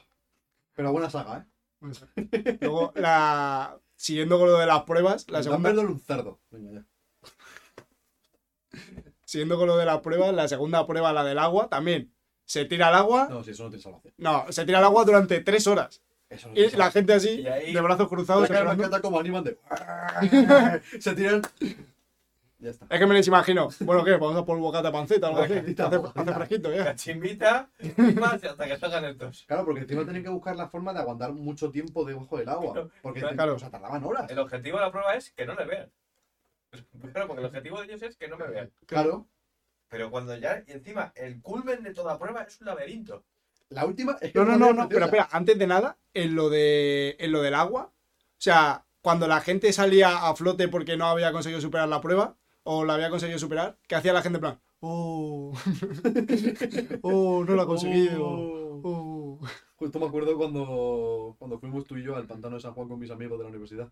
C: pero buena saga, ¿eh?
A: Pues, Luego, la... siguiendo con lo de las pruebas, la segunda,
C: Dumbledore un cerdo. Venga, ya.
A: siguiendo con lo de las pruebas, la segunda prueba, la del agua, también. Se tira al agua,
C: No, si eso no tiene salvación.
A: no, se tira al agua durante tres horas.
C: Eso no
A: Y
C: tiene
A: la gente así,
B: Y ahí-
A: de brazos
C: La
A: cruzados.
C: cara me
A: esperando.
C: encanta como animan de...
A: (laughs)
C: (laughs) Se tiran... Ya está.
A: Es que me lo imagino. Bueno, ¿qué? Vamos a por bocata panceta o algo así.
C: Bocatita,
A: Hace,
C: bocatita.
A: hace fresquito, ya.
B: Cachimbita y más y hasta que salgan estos.
C: Claro, porque encima tienen que buscar la forma de aguantar mucho tiempo debajo del agua. Porque
B: Claro.
C: claro. o sea, tardaban horas.
B: El objetivo de la prueba es que no le vean. Claro, porque el objetivo de ellos es que no me vean.
C: Claro.
B: Pero cuando ya, y encima, el culmen de toda prueba es un laberinto.
C: La última es que
A: No, no,
C: es una
A: no,
C: idea
A: no, pero
C: preciosa.
A: espera, antes de nada, en lo, de, en lo del agua, o sea, cuando la gente salía a flote porque no había conseguido superar la prueba, o la había conseguido superar, ¿qué hacía la gente en plan? Oh, (laughs) oh, no lo ha conseguido.
C: Oh.
A: Oh.
C: Justo me acuerdo cuando, cuando fuimos tú y yo al pantano de San Juan con mis amigos de la universidad.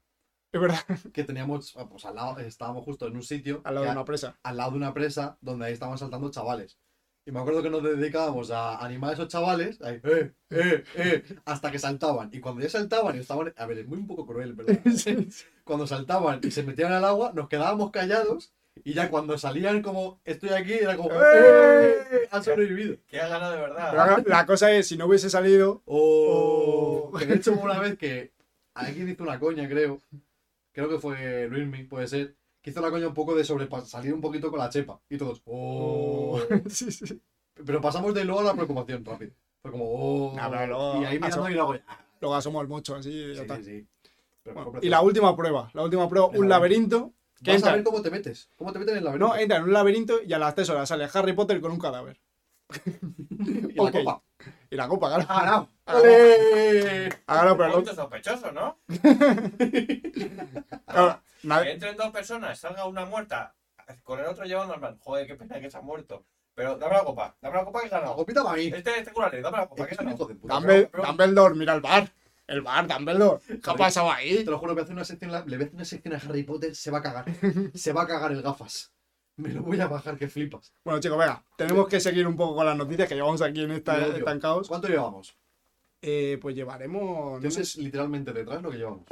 A: Es verdad,
C: Que teníamos, ah, pues al lado, estábamos justo en un sitio,
A: al lado
C: que
A: de
C: a-
A: una
C: (laughs)
A: presa.
C: al lado de una presa, donde ahí estaban saltando chavales. Y me acuerdo que nos dedicábamos a animar a esos chavales, ahí, eh, eh, eh, hasta que saltaban. Y cuando ya saltaban y estaban, a ver, es muy un poco cruel, ¿verdad?
A: (laughs)
C: cuando saltaban y se metían al agua, nos quedábamos callados y ya cuando salían como estoy aquí, era como ¡Eh! han sobrevivido.
B: Que ha ganado de
A: Pero
B: verdad.
A: ahora, la cosa es, si no hubiese salido,
C: O
A: Oh.
C: que de hecho hubo una
A: (laughs)
C: vez que alguien hizo una coña, creo. Creo que fue Luismi, puede ser. Que hizo la coña un poco de sobrepas- salir un poquito con la chepa. Y todos, oh.
A: (laughs) sí, sí.
C: (laughs) Pero pasamos de luego a la preocupación rápido. Fue como, oh.
A: No, Ah, pero luego-
C: y ahí mirando y luego, ah,
A: luego asomó al mocho, así y ya
C: sí,
A: está.
C: sí, sí. Pero
A: Bueno,
C: fue
A: y la
C: precioso.
A: última prueba, la última prueba,
C: El
A: un laberinto. que
C: Vas a
A: entra-
C: ver cómo te metes. ¿Cómo te metes en el laberinto?
A: No, entra en un laberinto y a las tres horas sale Harry Potter con un cadáver.
C: Y la
A: ok.
C: copa. ¡Eh!
A: Y la copa, claro.
C: ¡Ah, no!
A: Ah,
C: ¡Ole!
A: Ah, claro,
B: Un
A: pero
B: poquito sospechoso, ¿no?
A: claro,
B: Que
A: nadie-
B: entren dos personas, salga una muerta, con el otro llevando al man. Joder, qué pena que se ha muerto. Pero dame la copa, dame la copa que he
C: La
B: ganado.
C: copita para mí.
B: Este, este culare, dame la copa
C: Es
B: que
C: que
B: he
C: es un
B: ganado.
C: hijo de puta.
A: Dumble-
B: pero-
A: Dumbledore, mira el bar. El bar, Dumbledore. ¿Qué ha pasado ahí?
C: Te lo juro, voy a hacer una sección, le voy a hacer una sección a Harry Potter, se va a (laughs) cagar. Se va a cagar el gafas. Me lo voy a bajar, que flipas.
A: Bueno, chicos, venga. Tenemos que seguir un poco con las noticias que llevamos aquí en esta,
C: Lo odio.
A: estancados.
C: ¿Cuánto llevamos?
A: Eh, pues llevaremos. No sé
C: Entonces,
A: si-
C: literalmente detrás lo que llevamos.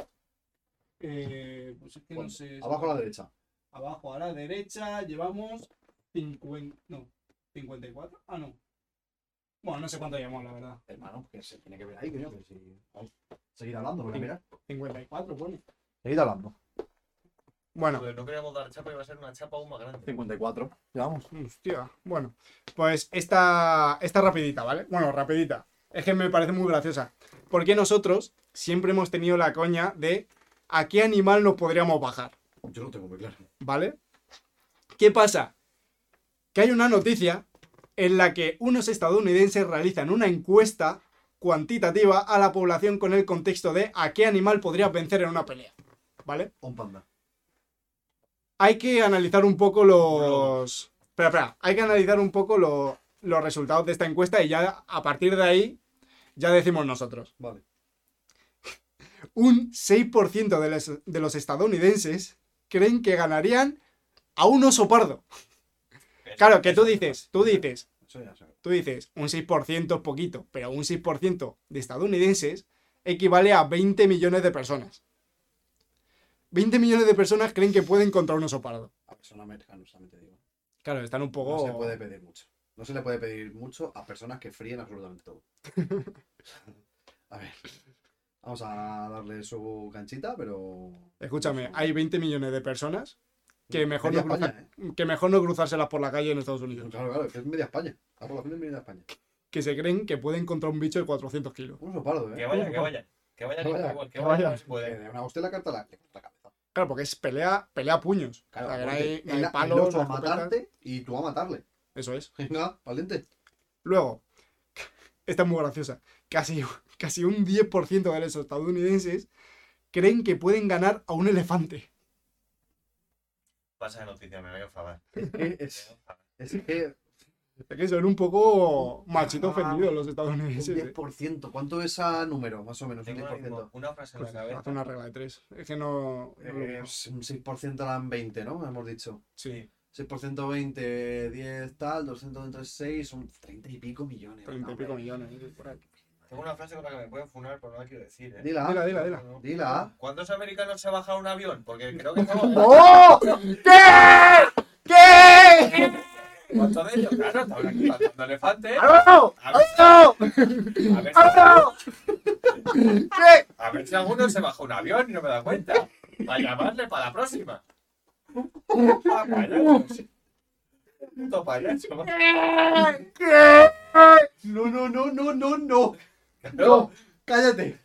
A: Eh,
D: Pues es que no sé.
C: Abajo a la derecha.
D: Abajo a la derecha llevamos 50. No, 54. Ah, no. Bueno, no sé cuánto llevamos, la verdad.
C: Hermano, que se tiene que ver ahí, coño. Que si... Seguid hablando, voy a
A: Sí.
C: mirar.
A: 54.
D: 4 pone.
C: Seguid hablando.
A: Bueno,
B: Joder, no queríamos dar chapa y va a ser una chapa aún más grande.
C: 54. Llevamos.
A: hostia. Bueno, pues esta, esta rapidita, ¿vale? Bueno, rapidita. Es que me parece muy graciosa. Porque nosotros siempre hemos tenido la coña de a qué animal nos podríamos bajar.
C: Yo lo tengo muy claro.
A: ¿Vale? ¿Qué pasa? Que hay una noticia en la que unos estadounidenses realizan una encuesta cuantitativa a la población con el contexto de a qué animal podrías vencer en una pelea. ¿Vale?
C: Un panda.
A: Hay que analizar un poco los... Espera, espera. Hay que analizar un poco lo- los resultados de esta encuesta y ya a partir de ahí ya decimos nosotros.
C: Vale.
A: Un 6% de los, de los estadounidenses creen que ganarían a un oso pardo. Claro, que tú dices, tú dices,
C: Eso ya se
A: tú dices, un 6% es poquito, pero un 6% de estadounidenses equivale a 20 millones de personas. 20 millones de personas creen que pueden contra un oso pardo.
C: A personas americanas, también te digo.
A: Claro, están un poco...
C: No se puede pedir mucho. No se le puede pedir mucho a personas que fríen absolutamente
A: (laughs)
C: todo. a ver. Vamos a darle su canchita, pero.
A: Escúchame, hay 20 millones de personas que mejor,
C: Media
A: no
C: España,
A: cruza- que mejor no cruzárselas por la calle en Estados
C: ¿eh?
A: Unidos.
C: Claro, claro, que es media España. La población es media España.
A: Que se creen que pueden contra un bicho de 400 kilos.
C: Un oso pardo,
B: Que
C: ¿eh?
B: vaya, que vaya. Que vaya,
C: Que vaya,
B: igual, que
A: que
B: vaya.
A: vaya.
B: no se
C: Que
B: puede.
C: de una hostia la carta la, le corta la cabeza.
A: Claro, porque es pelea, pelea a puños.
C: Claro,
A: O sea, que no
C: porque
A: hay- no hay
C: el- el
A: palos,
C: oso a
A: no hay escopetas.
C: matarte y tú a matarle. (laughs)
A: Eso es.
C: Venga, valiente.
A: Luego, (laughs) esta es muy graciosa. Casi, casi un 10% de los estadounidenses creen que pueden ganar a un elefante.
B: Pasa de noticia, me voy a enfadar.
C: es, es
A: (laughs)
C: que
A: Es que son un poco machito
C: Ah,
A: ofendidos los
C: un
A: estadounidenses. ¿eh?
C: 10%. ¿Cuánto es a número? Más o menos, un
B: Tengo ahora mismo
C: 10%.
B: una frase en la
A: Pues, haz
B: cabeza.
A: una regla de tres. Es que no. no lo-
C: Eh, es un 6% eran 20, ¿no? Hemos dicho.
A: sí,
C: 6% 20, 10 tal, 226, son 30 y pico millones.
A: 30 y
C: hombre.
A: pico millones. ¿eh? Por ahí.
B: Tengo una frase con la que me pueden funar, pero no la quiero decir, ¿eh?
C: Dila,
A: Dila, dila,
B: No,
A: dila.
B: no.
C: dila.
B: ¿Cuántos americanos se ha bajado un avión? Porque creo
A: (laughs)
B: que no.
A: ¡Oh! ¿Qué? ¿Qué?
B: ¿Cuántos de ellos? Claro, estaban aquí matando elefantes.
A: ¡Aló! ¡Aló!
B: A ver, si,
A: ¡Aló! ¿Qué?
B: a ver si alguno se bajó un avión y no me da cuenta. Para llamarle para la próxima. Ah, payasos. Puto payaso.
A: ¿Qué?
C: No, no, no, no, no, no.
B: No.
C: cállate.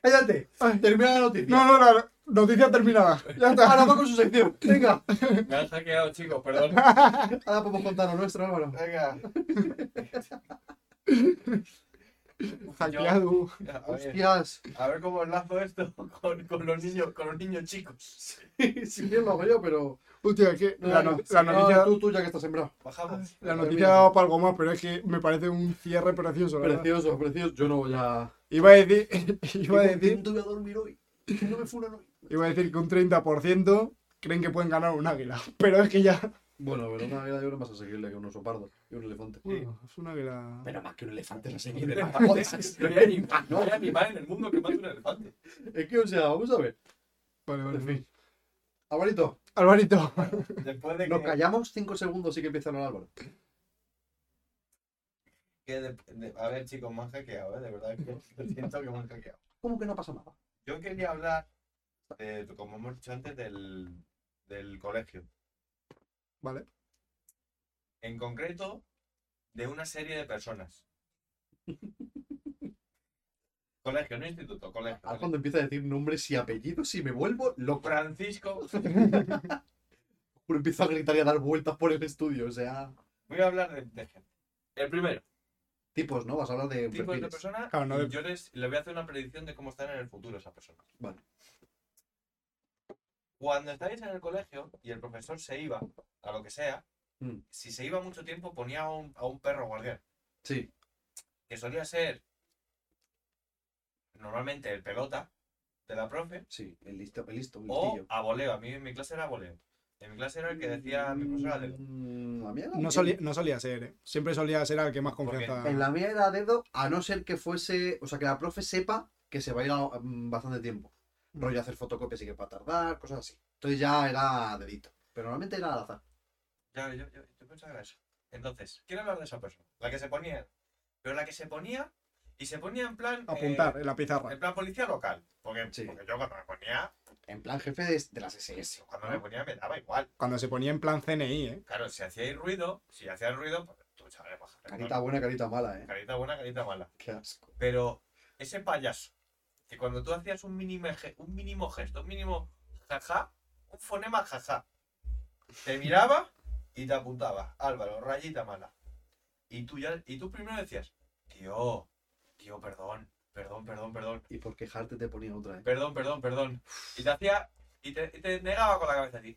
C: Cállate.
A: Ay.
C: Termina la noticia.
A: No, no, la noticia
C: (laughs)
A: terminada. Ya está.
C: Ahora va con su sección. Venga.
B: Me han hackeado, chicos, perdón.
C: Ahora podemos contar lo nuestro, Álvaro.
B: (laughs) Venga.
A: Hackeado.
B: A ver,
C: Hostias. (laughs)
B: a ver cómo enlazo esto con, con los niños, con los niños chicos.
C: Si bien lo hago yo, pero.
A: Hostia, es que
C: No,
A: la,
C: no,
A: no- la
C: no,
A: noticia,
C: Tú, tú ya que estás sembrado.
B: Bajamos.
A: la
C: termina.
A: noticia daba para algo más, pero es que me parece un cierre precioso. la verdad.
C: Precioso, precioso. Yo no voy a.
A: Iba a decir, (laughs) iba a
C: Qué
A: decir,
C: contento voy a dormir hoy. Que No me funan hoy.
A: iba a decir que un 30% creen que pueden ganar un águila, (laughs) pero es que ya...
C: Bueno, pero una águila yo creo más asequible que un oso pardo y un elefante.
A: Bueno, es un águila...
C: Mm. Pero más que un elefante
B: (laughs)
C: es
B: Un
C: asequible.
B: elefante. No hay
C: Joder,
B: animal- no hay animal en el mundo que mate un elefante.
C: Es que, o sea, vamos a ver.
A: Vale, vale,
C: En
A: en
C: fin.
A: fin.
C: Alvarito,
A: Alvarito, (laughs)
B: Después de que,
C: nos callamos 5 segundos y que empieza a hablar Álvaro.
B: que de- de- a ver, chicos, me han hackeado, ¿eh? De verdad que siento que me han hackeado.
C: ¿Cómo que no pasa nada?
B: Yo quería hablar, de, como hemos dicho antes, del, del colegio.
A: Vale.
B: En concreto, de una serie de
A: (laughs)
B: personas. colegio, no instituto,
A: Ah,
B: colegio.
C: Ahora
B: colegio.
C: cuando empieza a decir nombres y apellidos y me vuelvo
A: (laughs)
C: loco.
B: Francisco,
C: Pero empiezo a gritar y a dar vueltas por el estudio. O sea,
B: voy a hablar de, de gente. El primero,
C: tipos, ¿no? Vas a hablar de
B: tipos de
C: perfiles.
B: personas.
A: Claro, no
B: y
A: de-
B: Yo les, les voy a hacer una predicción de cómo están en el futuro esas personas.
C: Vale.
B: Cuando estáis en el colegio y el profesor se iba, a lo que sea,
C: Mm.
B: si se iba mucho tiempo ponía a un, a un perro guardián.
C: Sí,
B: que solía ser normalmente el pelota de la profe
C: sí, el listo, el listo, el
B: o
C: listillo.
B: a voleo. A mí en mi clase era voleo. En mi clase era el Oh, que decía mi profesora
C: Mm,
B: de
C: La mía era
A: no
C: dedo.
A: solía, no solía ser, ¿eh? Siempre solía ser al que más confianza...
C: En la mía era dedo, a no ser que fuese. O sea, que la profe sepa que se va a ir a- mm, bastante tiempo. Rollo hacer fotocopias y que para tardar, cosas así. Entonces ya era dedito. Pero normalmente era al azar.
B: Ya, yo, yo, yo pensaba que era eso. Entonces, quiero hablar de esa persona. La que se ponía. Pero la que se ponía. Y se ponía en plan. eh,
A: Apuntar en la pizarra.
B: en plan policía local. Porque,
C: Sí.
B: porque yo cuando me ponía.
C: En plan jefe de, de las SS.
B: Cuando me ponía me daba igual.
A: Cuando se ponía en plan CNI, ¿eh?
B: Claro, si hacíais ruido. Si hacías ruido, pues tú, chaval, baja.
C: Carita buena, carita mala, ¿eh?
B: carita buena, carita mala.
C: Qué asco.
B: Pero ese payaso, que cuando tú hacías un mínimo, ge- un mínimo gesto, un mínimo jaja, un fonema jaja, te miraba y te apuntaba, Álvaro, rayita mala. Y tú, ya, y tú primero decías, tío, tío, perdón, perdón, perdón, perdón,
C: Y por quejarte te ponía otra, ¿eh?
B: perdón, perdón, perdón. Y te hacía, y te, y te negaba con la cabeza a ti.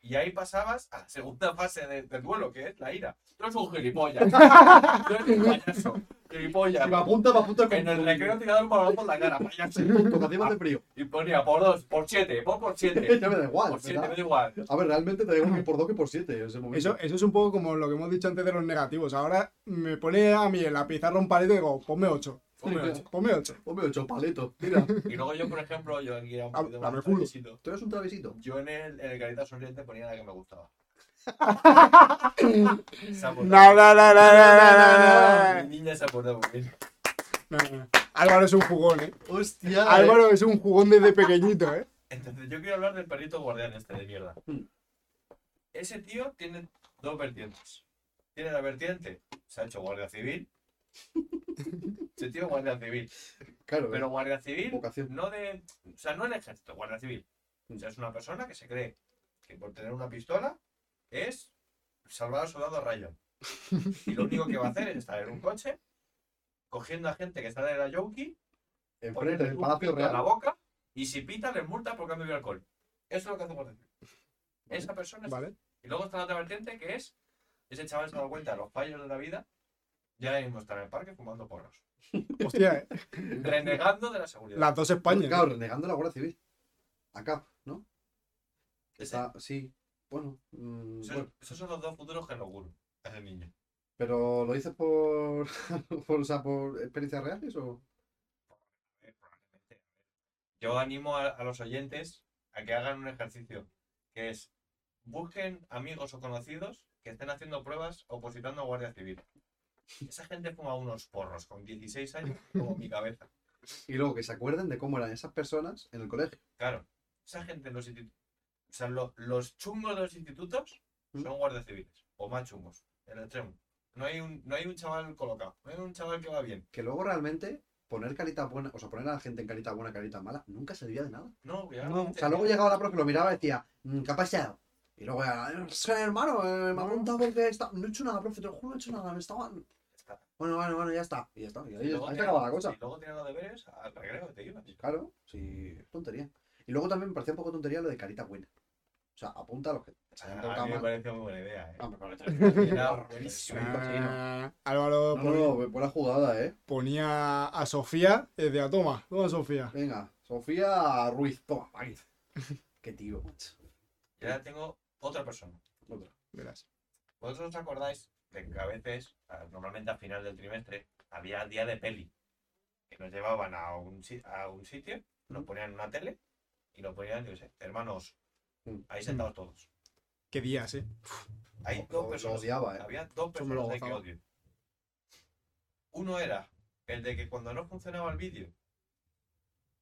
B: Y ahí pasabas a la segunda fase de- del duelo, que es la ira. Tú eres un gilipollas. Tú eres un payaso. Gilipollas.
C: Si me apunta, me apunta con
B: En el recreo tirado un balón por la cara,
C: (laughs)
B: payaso.
C: Cuando hacíamos de frío.
B: Y ponía por dos, por siete, por por siete.
C: ya me da igual,
B: Por siete, me
C: ¿verdad?
B: da igual.
C: A ver, realmente te digo que por 2 que por 7 en ese momento.
A: Eso, eso es un poco como lo que hemos dicho antes de los negativos. Ahora me pone a mí en la pizarra un palito y digo, ponme 8,
B: Ponme
C: Sí,
B: ocho.
A: ponme 8.
C: Hombre, ocho paletos. Mira,
B: Y luego yo, por ejemplo, yo aquí era un
A: Ah,
B: poquito
A: dame
B: más
A: culo.
B: travesito.
C: tú eres un travesito.
B: Yo en el, en el carita sonriente ponía la que me gustaba. Se acordó.
A: No, no, no, no, no, no,
B: Mi
A: no.
B: niña se acordó muy bien.
A: No, no, no. Álvaro es un jugón, ¿eh?
C: Hostia. eh.
A: Álvaro es un jugón desde pequeñito, ¿eh?
B: Entonces, yo quiero hablar del perrito guardián este de mierda.
C: Hmm.
B: Ese tío tiene dos vertientes. Tiene la vertiente, se ha hecho guardia civil. Ese tío es guardia civil.
C: Claro,
B: Pero guardia
C: eh,
B: civil
C: vocación.
B: no de. O sea, no el ejército, guardia civil. O sea, es una persona que se cree que por tener una pistola es salvar al soldado Ryan. Y lo único que va a hacer es estar en un coche, cogiendo a gente que está de la Yonki,
C: Enfrente
B: ponerle
C: del
B: un
C: Palacio
B: pito en la
C: Real.
B: boca, y si pita, les multa porque han bebido alcohol. Eso es lo que hace guardia civil. Esa persona es-
A: ¿Vale?
B: Y luego está la otra vertiente que es. Ese chaval se ha dado cuenta de los fallos de la vida. Ya mismo está en el parque fumando porros.
A: Hostia, ¿eh?
B: Renegando de la seguridad.
A: las dos ¿eh? Ah, Españas.
C: Claro, renegando la Guardia Civil. Acá, ¿no?
B: Ese-
C: Está, sí. Bueno, mm,
B: Esos,
C: bueno.
B: esos son los dos futuros que nos ocurren a ese niño.
C: Pero ¿lo dices por, (laughs) por, o sea, por experiencias reales o...?
B: Yo animo a, a los oyentes a que hagan un ejercicio, que es busquen amigos o conocidos que estén haciendo pruebas opositando a Guardia Civil. Esa gente fuma unos porros con 16 años como mi cabeza.
C: Y luego que se acuerden de cómo eran esas personas en el colegio.
B: Claro, esa gente en los institutos, o sea, lo- los chungos de los institutos
C: ¿Mm?
B: son guardias civiles, o más chungos, el extremo. No hay un, no hay un chaval colocado, no hay un chaval que va bien.
C: Que luego realmente poner carita buena, o sea, poner a la gente en carita buena, carita mala, nunca servía de nada.
B: No, que ya
A: No,
C: O sea, luego llegaba la profe, lo miraba y decía, "Mm, ¿qué ha pasado? Y luego ya, "Eh, es que, hermano, eh, me ha preguntado porque está... no he hecho nada, profe, te lo juro, no he hecho nada, me estaba...
B: Está.
C: Bueno, bueno, bueno, ya está. Y ya está,
B: Y
C: y ahí, ya
B: luego
C: está, ahí se
B: tenía-
C: acaba la cosa.
B: Y luego tenían los deberes al recreo que te ibas.
C: Claro, sí, es tontería. Y luego también me parecía un poco tontería lo de carita buena. O sea, apunta a los que se hayan
B: A
C: portado
B: mí me
C: mal.
B: pareció muy buena idea, ¿eh?
C: Ah, me parece- (laughs)
B: Era buenísimo.
A: Ah, Álvaro
C: No,
A: pon-
C: no, no, buena jugada, eh.
A: ponía a Sofía desde a toma. Toma, Sofía.
C: Venga, Sofía Ruiz, toma, ahí. Qué tío, macho.
B: Y ahora tengo otra persona.
C: Otra.
A: Verás.
B: ¿Vosotros os acordáis de que a veces, a- normalmente al final del trimestre, había día de peli? Que nos llevaban a un, si- a un sitio, nos ponían una tele y nos ponían, yo qué sé, hermanos,
C: Mm.
B: ahí sentados todos.
A: Qué días, ¿eh?
B: Hay
C: Lo-
B: dos
C: lo
B: personas.
C: odiaba,
B: (laughs)
C: eh.
B: Había dos
A: Yo me lo
B: personas de que
A: gozaba.
B: odio. Uno era el de que cuando no funcionaba el vídeo,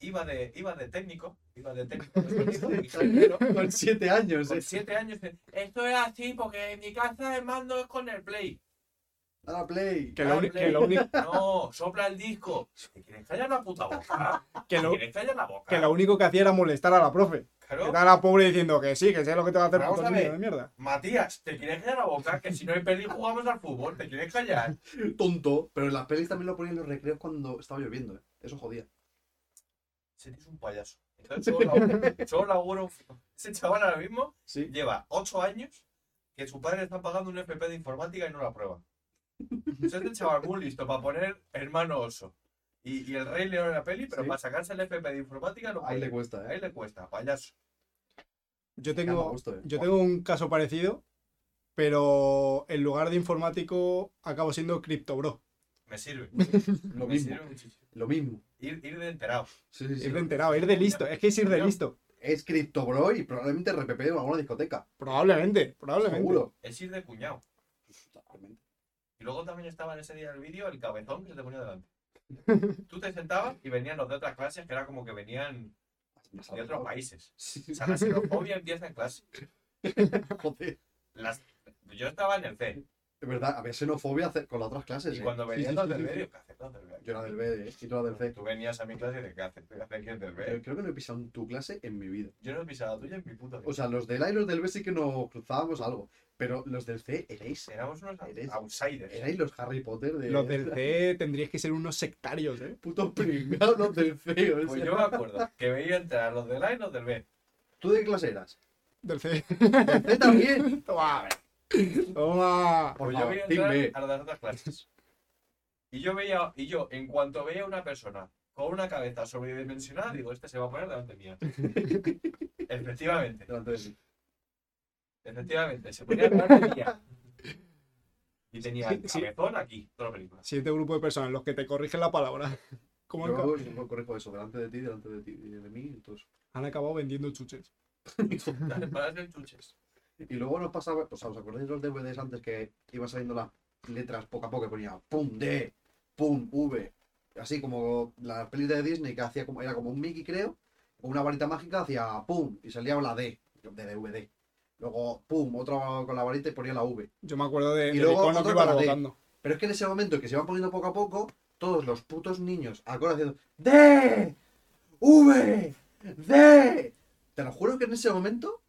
B: iba de, iba de técnico, iba de técnico,
A: (laughs)
B: de sonido, ingeniero,
C: Con siete años,
B: con
C: eh.
B: siete años. dice, Esto es así porque en mi casa el mando es con el play.
C: A la play.
A: Que lo, uni- que lo uni-
B: No, sopla el disco. ¿Te quieres callar la
A: (laughs)
B: puta boca?
A: que
B: ¿Te
A: lo-
B: quieres callar la boca?
A: que lo único que hacía era molestar a la profe. Que
B: Claro.
A: era la pobre diciendo que sí, que sé lo que te va a hacer
B: Vamos
A: puto
B: a
A: niño
B: ver.
A: de mierda.
B: Matías, ¿te quieres callar la boca? Que si no hay peli jugamos al fútbol. ¿Te quieres callar?
C: Tonto. Pero en las pelis también lo ponían en los recreos cuando estaba lloviendo, eh. Eso jodía.
B: Ese tío es un payaso. Entonces, solo laburo- solo laburo. Ese chaval ahora mismo
C: Sí.
B: lleva 8 años que su padre le está pagando un FP de informática y no la
C: (laughs)
B: aprueba. Es este chaval muy listo para poner hermano oso y, y el rey león en la peli, pero
C: Sí.
B: para sacarse el FP de informática no
C: Ahí
B: puede.
C: le cuesta,
B: Ahí
C: eh.
B: le cuesta, payaso.
A: Yo
C: Me llama
A: tengo,
C: gusto, eh.
A: yo tengo un caso parecido, pero en lugar de informático acabo siendo criptobro.
B: Me sirve.
C: (laughs) Lo
B: me
C: mismo.
B: sirve muchísimo.
C: Lo mismo.
B: Ir, ir de enterado.
C: Sí, sí, sí.
A: Ir de enterado, ir de listo. Es que es ir de
B: Yo-
A: listo.
C: Es CryptoBro y probablemente RPP en alguna discoteca.
A: Probablemente, probablemente.
C: Seguro.
B: Es ir de cuñado.
C: Totalmente.
B: Y luego también estaba en ese día del vídeo el cabezón que se te ponía delante.
C: (laughs)
B: Tú te sentabas y venían los de otras clases que era como que venían de otros países.
C: (laughs) Sí,
B: O sea, la xenofobia empieza en clase.
C: joder.
B: Las... Yo estaba en el C.
C: Es verdad, había xenofobia hace- con las otras clases.
B: Y
C: ¿eh?
B: cuando
C: Sí,
B: venían
C: sí,
B: los
C: sí,
B: del
C: sí,
B: B,
C: sí.
B: digo, ¿qué haces los del B?
C: Yo era del B, ¿eh? Y tú eras del C.
B: Tú venías a mi clase y de ¿qué haces? ¿Qué haces aquí en del
C: Yo
B: B?
C: creo que no he pisado un tu clase en mi vida.
B: Yo no he pisado tuya en mi puta vida.
C: O sea, los del A y los del B sí que nos cruzábamos algo. Pero los del C erais,
B: éramos unos
C: eres-
B: outsiders.
C: erais los Harry Potter de.
A: Los
C: (laughs)
A: del C tendríais que ser unos sectarios, ¿eh?
C: Putos pringados los del C. o sea.
B: Pues yo me
C: (laughs)
B: acuerdo que veía entrar a los del A y los del B.
C: ¿Tú de qué clase eras?
A: Del C. (laughs)
C: ¿Del C
B: (laughs)
C: también?
A: Toma. Toma.
C: Por
B: Pues yo
C: favor,
B: veía
C: team B.
B: entrar a las otras clases. Y yo veía, y yo, en cuanto veía a una persona con una cabeza sobredimensionada, digo, este se va a poner delante
C: (laughs)
B: mía. efectivamente,
C: Delante de mí.
B: efectivamente, se ponía delante
C: (laughs)
B: mía. Y tenía el
A: Sí, sí.
B: cabezón aquí, toda la película.
A: Siete grupos de personas, los que te corrigen la palabra. (laughs) ¿Cómo han,
C: Yo no corrijo eso, delante de ti, delante de ti, y de mí, entonces.
A: han acabado vendiendo chuches?
B: (laughs) Las espadas del chuches.
C: Y luego nos pasaba, o sea, ¿os acordáis de los DVDs antes que iban saliendo las letras poco a poco que ponía pum D, pum V? Así como la peli de Disney que hacía como, era como un Mickey, creo, con una varita mágica hacía pum y salía la D, de DVD. Luego pum, otro con la varita y ponía la V.
A: Yo me acuerdo de,
C: Y
A: del
C: luego
A: icono que
C: otro
A: iba
C: para ti.
A: rebotando.
C: Pero es que en ese momento que se van poniendo poco a poco, todos los putos niños ahora haciendo D, V, D. Te lo juro que en ese momento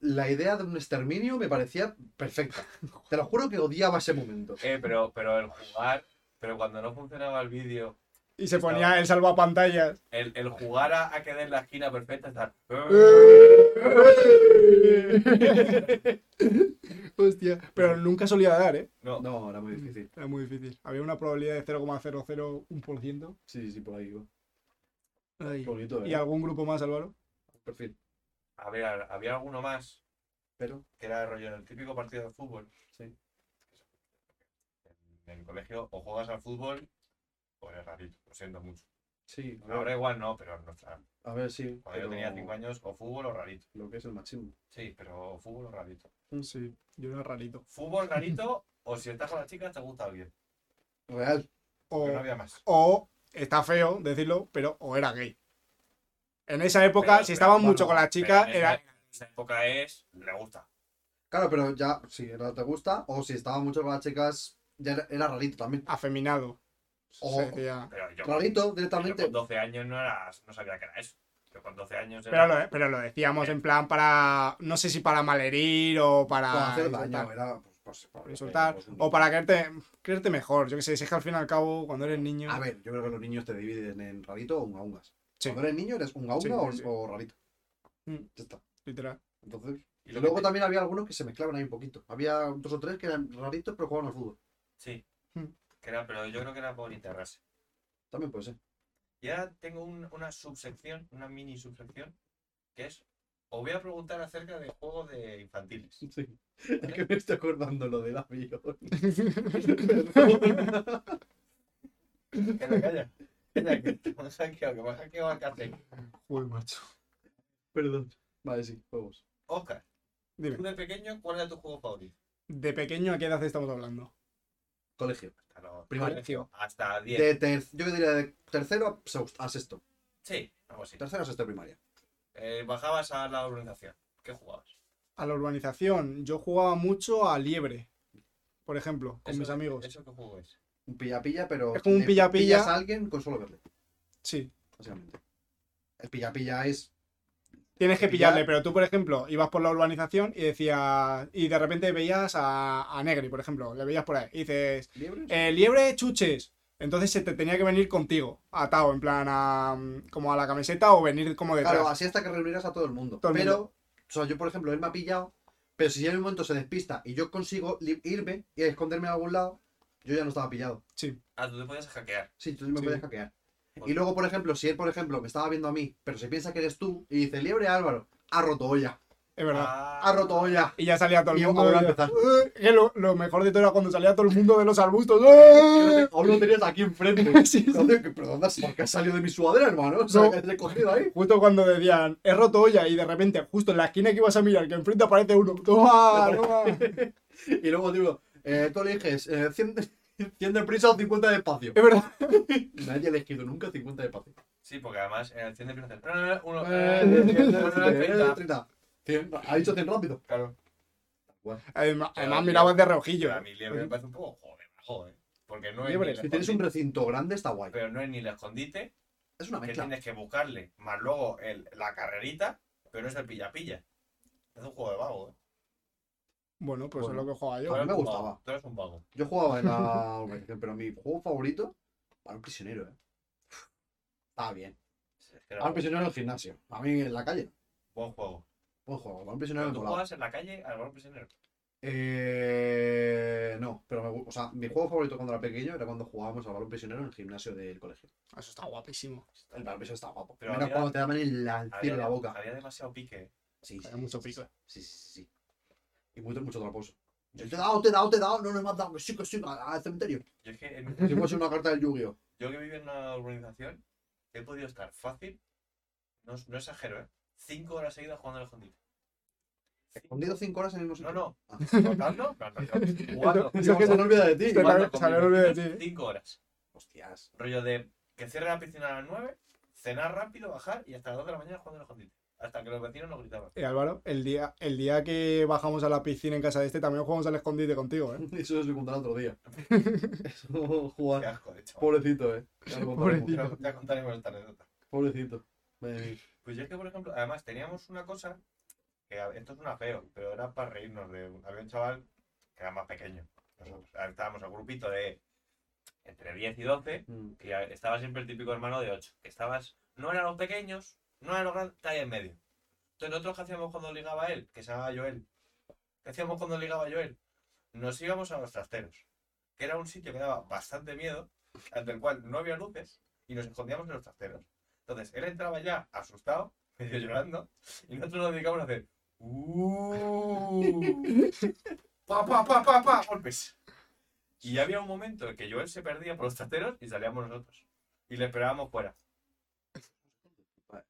C: la idea de un exterminio me parecía
B: (laughs)
C: perfecta. Te lo juro que odiaba ese momento.
B: Eh, pero, pero el jugar, pero cuando no funcionaba el vídeo,
A: Y se
B: Estaba-
A: ponía el salvapantallas.
B: el, el jugar a, a que den la esquina perfecta, estar.
A: (laughs) Hostia. Pero nunca solía dar, ¿eh?
B: No,
C: No, era muy difícil.
A: Era muy difícil. Había una probabilidad de 0,001%.
C: Sí, sí, por ahí iba.
A: Ay.
C: Bonito,
A: ¿Y
C: ¿eh?
A: algún grupo más, Álvaro?
C: Perfil.
B: a ver, había alguno más.
C: Pero,
B: que era rollo en el típico partido de fútbol.
C: Sí.
B: En el colegio o juegas al fútbol o eres rarito, lo siento mucho.
C: sí, a ver,
B: Ahora igual no, pero en nuestra,
C: a ver, sí.
B: cuando yo
C: pero
B: tenía 5 años, o fútbol o rarito.
C: Lo que es el machismo. Mm,
B: Sí, pero fútbol o rarito.
A: Sí, yo era rarito.
B: Fútbol rarito o si estás con las chicas te gusta alguien.
C: Real.
A: O,
B: Pero no había más.
A: o, está feo decirlo, pero o era gay. En esa época,
B: Pero-
A: si
B: pero,
A: estaban
C: bueno,
A: mucho con las chicas,
B: Pero en esa-
A: era...
B: En esa época es, le gusta.
C: Claro, pero ya, si no te gusta, o si estaba mucho con las chicas, ya era, era rarito también.
A: afeminado.
C: O-
A: Se decía.
B: Pero yo,
C: Rarito,
B: yo
C: directamente.
B: con 12 años no, era, no sabía que era eso. Yo con 12 años era...
A: Pero lo, pero lo decíamos en plan para, no sé si para malherir o para,
C: para hacer
A: insultar,
C: daño, era pues, pues,
A: para insultar,
C: pues, un-
A: o para creerte, creerte mejor. Yo que sé, si es que al fin y al cabo, cuando eres niño,
C: A ver, yo creo que los niños te dividen en rarito o un aungas.
A: Sí.
C: Cuando eres niño eres un aunga
A: Sí,
C: o,
A: sí, sí.
C: o rarito.
A: Mm.
C: Ya está. (laughs)
A: literal.
C: Entonces,
B: Y
C: y
B: lo que
C: luego
B: te-
C: también había algunos que se mezclaban ahí un poquito. Había dos o tres que eran raritos pero jugaban al fútbol.
B: Sí.
A: Hmm.
B: Que era, pero yo creo que era por integrarse.
C: También puede ser.
B: Y ahora tengo un- una subsección, una mini subsección, que es, os voy a preguntar acerca de juegos de infantiles.
C: (laughs) Sí. Es que me estoy acordando lo del
A: (laughs)
C: avión.
B: (laughs) Calla, calla. Calla, que me han hackeado, que me han hackeado al café.
A: Uy, macho.
C: Perdón. Vale, sí, juegos.
B: Oscar,
A: Dime,
B: tú de pequeño, ¿cuál era tu juego favorito?
A: ¿de pequeño a qué edad estamos hablando?
C: Colegio.
B: Hasta los-
C: Primaria.
A: ¿eh?
B: Hasta 10.
C: De ter- Yo diría de tercero a sexto- a sexto.
B: Sí, algo así.
C: Tercero a sexto de primaria.
B: Eh, bajabas a la organización. ¿Qué jugabas?
A: A la urbanización, yo jugaba mucho a liebre, por ejemplo, con
B: Eso-
A: mis amigos.
B: ¿Eso qué juego es?
C: Un pilla-pilla, pero.
A: Es como un
C: le
A: pilla-pilla.
C: Pillas a alguien con solo verle,
A: Sí.
C: básicamente. El pilla-pilla es.
A: Tienes que
C: Pillar.
A: pillarle, pero tú, por ejemplo, ibas por la urbanización y decías. Y de repente veías a, a Negri, por ejemplo, le veías por ahí. Y dices,
C: ¿Liebres?
A: eh, liebre, chuches. Entonces se te tenía que venir contigo, atado, en plan, a, mm, como a la camiseta o venir como detrás.
C: Claro, así hasta que reunirás a todo el mundo.
A: Todo el
C: pero,
A: mundo.
C: o sea, yo por ejemplo, él me ha pillado, pero si en un momento se despista y yo consigo li- irme y esconderme a algún lado, yo ya no estaba pillado.
A: Sí,
B: Ah, tú te podías hackear.
C: Sí, tú me
A: Sí.
C: podías hackear.
B: Joder.
C: Y luego, por ejemplo, si él, por ejemplo, me estaba viendo a mí, pero se piensa que eres tú y dice, liebre Álvaro, ha roto olla.
A: Es verdad.
B: Ah,
C: Ha roto olla.
A: Y ya salía todo el
C: Ah. Y
A: mundo.
C: ahora
A: y-
C: empezar.
A: ¡Eh! que lo, lo mejor de todo era cuando salía todo el mundo de los
C: (laughs)
A: arbustos.
C: Que
A: ¡Eh!
C: Aún lo tenías aquí enfrente.
A: (laughs) Sí, sí.
C: Entonces, que- ¿Pero dónde has- ¿Por qué has salido de mi sudadera, hermano? O sea,
A: No.
C: que has recogido ahí.
A: Justo cuando decían, he roto olla, y de repente, justo en la esquina que ibas a mirar, que enfrente aparece uno. ¡Toma! toma! Es
C: Y luego digo, eh, tú eliges eh, 100, de- (laughs) 100 de prisa o 50 de espacio.
A: verdad.
C: Nadie ha elegido nunca 50 de espacio.
B: Sí, porque además en el 100 de prisa. No, no, no, uno.
C: Eh,
B: eh,
C: eh,
B: uno de 30.
C: 30. 100. Ha dicho 100 rápido.
B: Claro.
A: Además, además
B: Pero,
A: mirabas de
B: Pero
A: reojillo.
B: a mí
C: eh,
B: liebre me parece un poco joven, joven. Porque no es,
A: Liebre,
B: ni el
A: si
C: Si tienes un
B: escondite-
C: recinto grande, está guay.
B: pero no es ni el escondite,
C: Es una
B: que
C: mezcla.
B: tienes que buscarle, más luego el, la carrerita, pero no es el pilla-pilla. Es un juego de vago, ¿eh?
A: Bueno, pues
C: Bueno.
A: es lo que jugaba
B: Tú
A: yo.
C: Vale.
B: eres
C: me
B: un
C: gustaba.
B: vago, Tú eres un vago.
C: Yo jugaba en la organización, pero mi juego favorito para un prisionero, ¿eh? Está bien.
B: Es que era
C: Para un
B: un
C: prisionero en el gimnasio. A mí en la calle.
B: buen juego.
C: Buen juego. Para un
B: Pero
C: prisionero en
B: tú
C: volado.
B: juegas en la calle al valor prisionero.
C: Eh, no, pero me, gu- o sea, mi juego favorito cuando era pequeño era cuando jugábamos al balón prisionero en el gimnasio del colegio.
A: Eso está guapísimo.
C: El balón prisionero está guapo.
B: Pero
C: Menos
B: había-
C: cuando te daban el lancero en la boca.
B: había demasiado pique.
C: Sí, sí,
A: Había mucho
C: sí, sí,
A: pico.
C: Sí, sí, sí. sí. Y mucho, mucho traposo. Yo te he dado, te he dado, te he dado. No, no me has dado. que Sí, que sí, al al cementerio.
B: Yo, es que,
C: (laughs) Si
B: en-
C: fuese una carta del Yu-Gi-Oh!
B: yo que vivo en una urbanización, he podido estar fácil, no, no exagero, ¿eh? Cinco horas seguidas jugando al escondite.
C: Escondido 5 horas en el mismo
B: No,
C: sitio.
B: no. (laughs)
C: (laughs) Ah.
B: Contando, contando, jugando.
A: Eso
C: Digo,
A: que-
C: se me olvida de ti.
A: Este-
B: jugando con
A: se le
B: mis
A: olvida,
B: vecinos
A: (laughs) sí.
B: Cinco horas.
C: Hostias. (laughs)
B: Rollo de que cierre la piscina a las nueve, cenar rápido, bajar y hasta las dos de la mañana jugando al escondite. Hasta que los vecinos nos gritaban.
A: Eh, Álvaro, el día, el día que bajamos a la piscina en casa de este, también jugamos al escondite contigo, ¿eh?
C: Eso os lo contaré otro día. Eso,
B: Qué
C: jugar.
B: asco, de hecho.
C: Pobrecito, eh. Ya lo contaremos.
A: Pobrecito.
B: Ya, ya contaremos esta anécdota.
C: Pobrecito. Madre mía.
B: Pues yo es que, por ejemplo, además teníamos una cosa, que a- esto es una feo, pero era para reírnos de... un- Había un chaval que era más pequeño. Nosotros A ver, estábamos a un grupito de entre 10 y 12,
C: Mm.
B: que a- estaba siempre el típico hermano de 8. Que estabas, no eran los pequeños, no eran los grandes, estaba ahí en medio. Entonces nosotros, ¿qué hacíamos cuando ligaba él? Que se llamaba Joel. ¿Qué hacíamos cuando ligaba Joel? Nos íbamos a los trasteros, que era un sitio que daba bastante miedo, ante el cual no había luces, y nos escondíamos en los trasteros. Entonces, él entraba ya asustado, (laughs) medio llorando, y nosotros nos dedicamos a hacer. "Uh". pa, pa, pa, pa, pa, golpes. Y había un momento en que Joel se perdía por los trasteros y salíamos nosotros. Y le esperábamos fuera.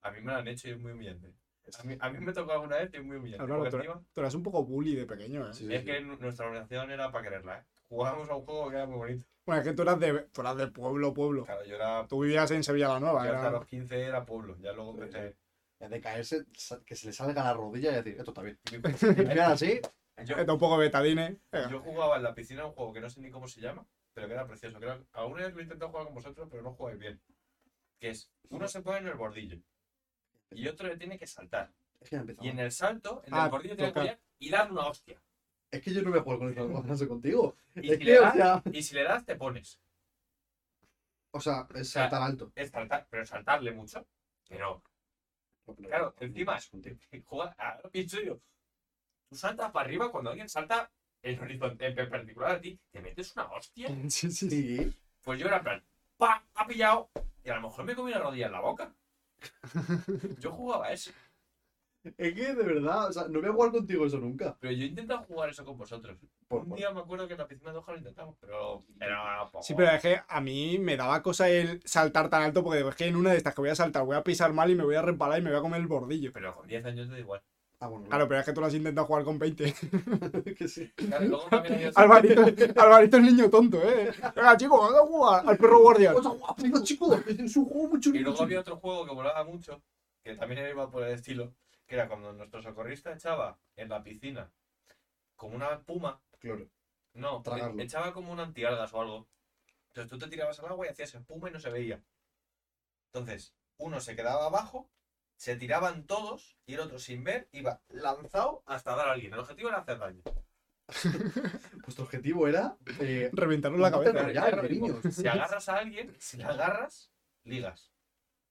B: A mí me lo han hecho y es muy humillante. A mí, a mí me tocó alguna vez y es muy humillante.
A: Álvaro,
B: porque
A: tú-
B: encima-
A: Tú eras un poco bully de pequeño, ¿eh?
C: Sí, sí,
B: es
C: sí.
B: que nu- nuestra organización era para quererla, ¿eh? Jugábamos a un juego que era muy bonito.
A: Bueno, es que tú eras de, tú eras de pueblo, pueblo.
B: Claro, yo era.
A: Tú vivías en Sevilla la Nueva,
B: yo hasta
A: era...
B: los 15 era pueblo. Ya luego empecé.
C: Es de caerse, sa- que se le salga la rodilla y decir, esto está bien.
B: (laughs)
C: (laughs)
B: Yo-
C: Limpiar así,
B: yo-
A: era un poco betadine. Venga.
B: Yo jugaba en la piscina un juego que no sé ni cómo se llama, pero que era precioso. Que era, alguna vez lo he intentado jugar con vosotros, pero no jugáis bien. Que es, uno se pone en el bordillo y otro le tiene que saltar.
C: es que ya empezaba.
B: Y en el salto, en
A: Ah,
B: el bordillo tiene que
A: tocar.
B: apoyar y dar una hostia.
C: Es que yo no voy a jugar con eso, no sé contigo.
B: Y
C: Es
B: si, le
C: que, o
B: das,
C: sea,
B: y si le das, te pones.
C: o sea, es saltar alto.
B: Es saltar, pero saltarle mucho. Pero, claro, encima, juega, ahora pienso yo, tú saltas para arriba cuando alguien salta en horizonte, en perpendicular a ti, te metes una hostia.
A: (laughs) Sí, sí, sí.
C: Sí,
B: Pues yo era en plan, ¡pa! Ha pillado. Y a lo mejor me comí una rodilla en la boca. Yo jugaba eso.
C: es que de verdad, o sea, no voy a jugar contigo eso nunca.
B: Pero yo he intentado jugar eso con vosotros.
C: Por-
B: Un día me acuerdo que en la piscina de hoja lo intentamos, pero era poco.
A: Sí, pero es que a mí me daba cosa el saltar tan alto porque digo, es que en una de estas que voy a saltar voy a pisar mal y me voy a reparar y me voy a comer el bordillo.
B: Pero con 10 años te da igual.
C: Ah, bueno,
A: Claro, pero es que tú lo has intentado jugar con 20.
C: (laughs) que sí.
B: Claro, luego también había-
A: (laughs) Alvarito, Alvarito es niño tonto, ¿eh? Venga, chico, vamos a jugar al perro guardián.
C: O sea, guapo, chicos, es un juego muy
B: Y
C: chulo.
B: luego había otro juego que volaba mucho, que también iba por el estilo, que era cuando nuestro socorrista echaba en la piscina como una espuma
C: Claro.
B: No, e-
C: Tragarlo.
B: echaba como un antialgas o algo. Entonces tú te tirabas al agua y hacías espuma y no se veía. Entonces, uno se quedaba abajo, se tiraban todos y el otro sin ver iba lanzado hasta dar a alguien. El objetivo era hacer daño.
C: Vuestro objetivo era eh,
A: Reventaron la
C: Pero
A: cabeza.
C: ya,
B: Claro,
C: de
B: tipo,
C: niños.
B: Si agarras a alguien, si la agarras, ligas.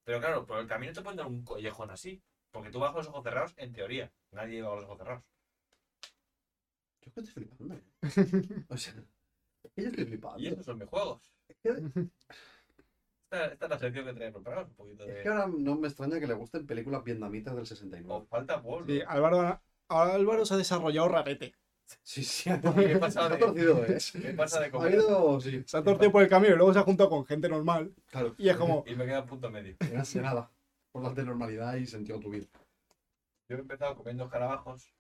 B: Pero claro, por el camino te pueden dar un collejón así. Porque tú vas con los ojos cerrados, en teoría. Nadie iba con los ojos cerrados.
C: Yo es que estoy flipando. ¿eh?
A: (laughs)
C: O sea, es que yo estoy flipando.
B: Y esos son mis juegos.
C: que-
B: Esta, esta es la sección que trae preparada. Un poquito
C: Es
B: de.
C: que
B: Oh,
C: ahora no me extraña que le gusten películas vietnamitas del 69.
B: Os falta pueblo.
A: Sí, Álvaro, Álvaro se ha desarrollado rarete.
C: Sí, sí, ha
B: ¿Qué pasa de-
C: torcido,
B: (laughs)
C: ¿eh?
B: ¿Qué pasa de
C: Ha
B: comer?
C: habido, sí.
A: Se ha torcido por el camino y luego se ha juntado con gente normal.
C: Claro.
A: Y es como,
B: Y me queda punto medio.
C: Gracias, nada. Por darte normalidad y sentido a tu vida.
B: Yo he empezado comiendo escarabajos.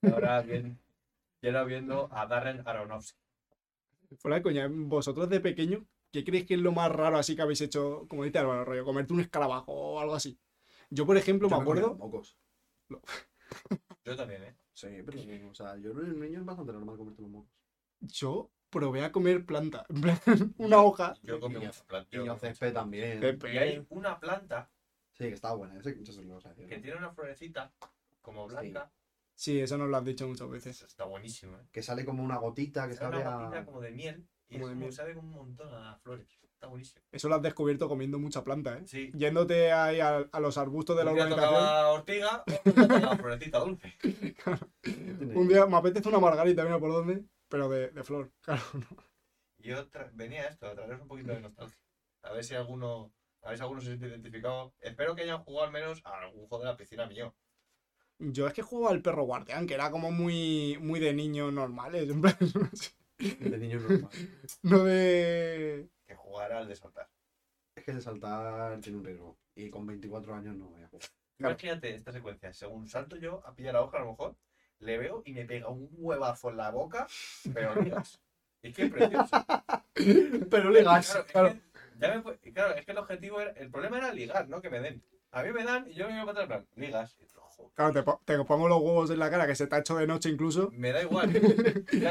B: Y ahora bien. Y ahora viendo a Darren Aronofsky.
A: fuera de coña, vosotros de pequeño, ¿qué creéis que es lo más raro así que habéis hecho? Como dice Álvaro, rollo, comerte un escarabajo o algo así. Yo, por ejemplo,
C: Yo
A: me
C: me comía
A: acuerdo.
C: Mocos.
B: Yo también, ¿eh?
C: Sí, pero sí, o sea, yo era un niño es bastante normal comerte los mocos.
A: Yo probé a comer planta. en plan, (laughs) Una hoja.
B: Yo comí
C: Y
B: un
C: yo- Y yo
B: plato.
C: césped también.
A: Césped.
B: Y hay una planta
C: Sí, que estaba buena, ese eso es lo que os voy a
B: que
C: decir.
B: tiene una florecita como
C: Sí.
B: blanca.
A: Sí, eso nos lo has dicho muchas veces.
B: Eso está buenísimo, ¿eh?
C: Que sale como una gotita, que
B: Es una
C: sale
B: gotita
C: a...
B: como de miel.
A: Como
B: Y es
A: de
B: como-
A: miel.
B: sabe como un montón a flores. Está buenísimo.
A: Eso lo has descubierto comiendo mucha planta, ¿eh?
B: Sí.
A: Yéndote ahí a, a los arbustos de la
B: un día
A: urbanización.
B: tocaba ortiga, otro día tocaba florecita dulce.
A: Un día me apetece una margarita, mira por dónde, pero de, de flor. (laughs) Claro, no.
B: Y yo tra- venía esto, a traeros un poquito de nostalgia. A ver si alguno, a ver si alguno se siente identificado. Espero que hayan jugado al menos a algún juego de la piscina mío.
A: Yo es que jugaba al perro guardián, que era como muy, muy de niños normales. (laughs) en plan,
C: De niño es normal.
A: no de.
B: Que jugar al de saltar.
C: Es que el de saltar tiene un riesgo. Y con 24 años no voy a jugar.
A: Claro.
B: Imagínate esta secuencia. Según salto yo a pillar la hoja, a lo mejor le veo y me pega un huevazo en la boca, pero Dios. Es que es precioso.
C: Pero
B: Claro, es
A: claro.
B: que ya me fue- y claro, es que el objetivo era. El problema era ligar, no que me den. A mí me dan y yo me iba a atrás, en plan, ligas. Y yo, "Joder,
A: Claro, te, po- te pongo los huevos en la cara, que se te ha hecho de noche incluso.
B: Me da igual. Ya,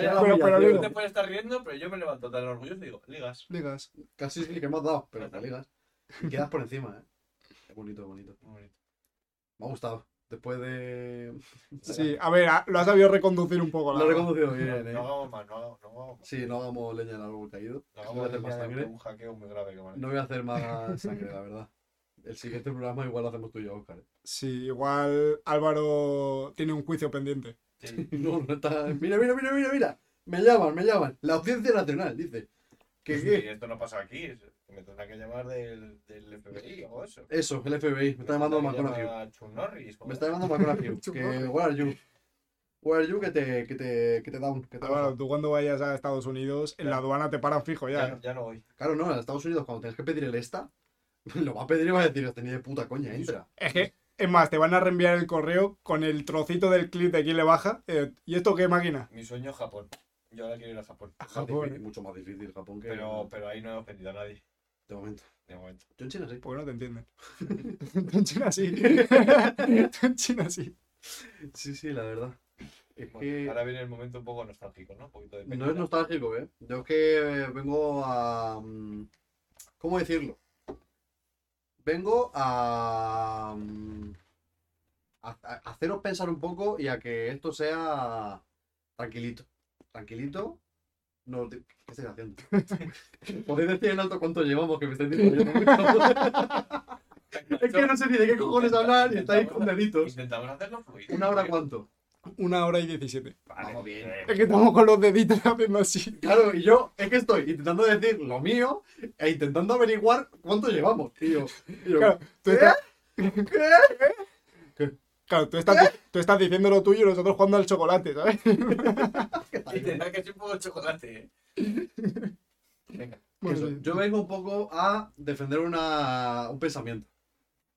B: ya,
C: Pero-
B: pero,
A: pero digo-
B: te puedes estar riendo, pero yo me levanto tan orgulloso y digo, ligas.
A: Ligas.
C: Casi sí que hemos dado, pero te ligas. Y quedas por encima, ¿eh? Es bonito, es bonito.
B: Muy bonito.
C: Me ha gustado. Después de... (laughs)
A: Sí, a ver, a- lo has sabido reconducir un poco. la
C: Lo he
A: verdad.
C: reconocido
B: No,
C: bien,
B: no
C: ¿eh?
B: hagamos más, no hagamos, no hagamos más.
C: Sí, no hagamos leña al árbol caído.
B: No
C: No voy a
B: hagamos
C: hacer más
B: leña de
C: sangre.
B: un hackeo muy grave que vale.
C: No voy a hacer más sangre, la verdad. El siguiente programa igual lo hacemos tú y yo, Oscar.
A: Sí, igual Álvaro tiene un juicio pendiente.
B: Sí.
C: No, no está. Mira, mira, mira, mira, mira. Me llaman, me llaman. La Audiencia Nacional, dice. ¿Qué,
B: Y
C: qué?
B: esto no pasa aquí. es- Me tendrán que llamar del, del FBI o eso.
C: Eso, el FBI. Me está llamando
B: Tendrán que
C: McConaughey.
B: llamar a Chuck Norris.
C: Me
B: joder.
C: está llamando (laughs) McConaughey.
A: Chupa.
C: que, where are you? Where are you? Que te, que te, que te down. Que te
A: Álvaro,
C: baja.
A: tú cuando vayas a Estados Unidos, en la
B: Claro.
A: aduana te paran fijo ya. ¿eh?
B: Ya, ya no voy.
C: Claro, no, en Estados Unidos, cuando tengas que pedir el esta, (laughs) lo va a pedir y va a decir, este ni de puta coña, entra.
A: Es que, es más, te van a reenviar el correo con el trocito del clip de quién le baja. eh, ¿Y esto qué máquina?
B: Mi sueño es Japón. Yo ahora quiero ir a Japón.
A: A
C: Más
A: Japón.
C: difícil, mucho más difícil Japón que.
B: Pero, pero ahí no he ofendido a nadie.
C: De momento.
B: De momento.
C: Yo en China sí.
A: Porque no te entienden. Tú en China sí. Tú en China sí.
C: Sí, sí, la verdad. Es
B: Bueno,
C: que.
B: Ahora viene el momento un poco nostálgico, ¿no? Un poquito de
C: Eh, No es
B: película.
C: nostálgico, ¿eh? Yo es que eh, vengo a... mm, ¿Cómo decirlo? Vengo a... mm, a- a- a haceros pensar un poco y a que esto sea tranquilito. Tranquilito. No, ¿Qué estáis haciendo? (laughs) ¿Podéis decir en alto cuánto llevamos que me estáis (laughs) diciendo? es que no sé ni de qué cojones hablar y estáis con deditos.
B: Intentamos hacerlo fluido.
C: ¿Una hora cuánto?
A: Una hora y diecisiete.
B: Vale,
C: Vamos bien.
B: eh,
A: Es que estamos con los deditos haciendo así.
C: Claro, y yo es que estoy intentando decir lo mío e intentando averiguar cuánto llevamos. Y yo, y yo,
A: Claro, tú
C: ¿Qué?
A: estás,
C: ¿qué?
A: (laughs) claro, tú estás, tú estás diciendo lo tuyo y nosotros jugando al chocolate, ¿sabes?
C: "Ah, ¿Qué tal?
B: Y tendrá que ser un poco de chocolate, ¿eh? Venga.
C: Que eso, yo vengo un poco a defender una, un pensamiento,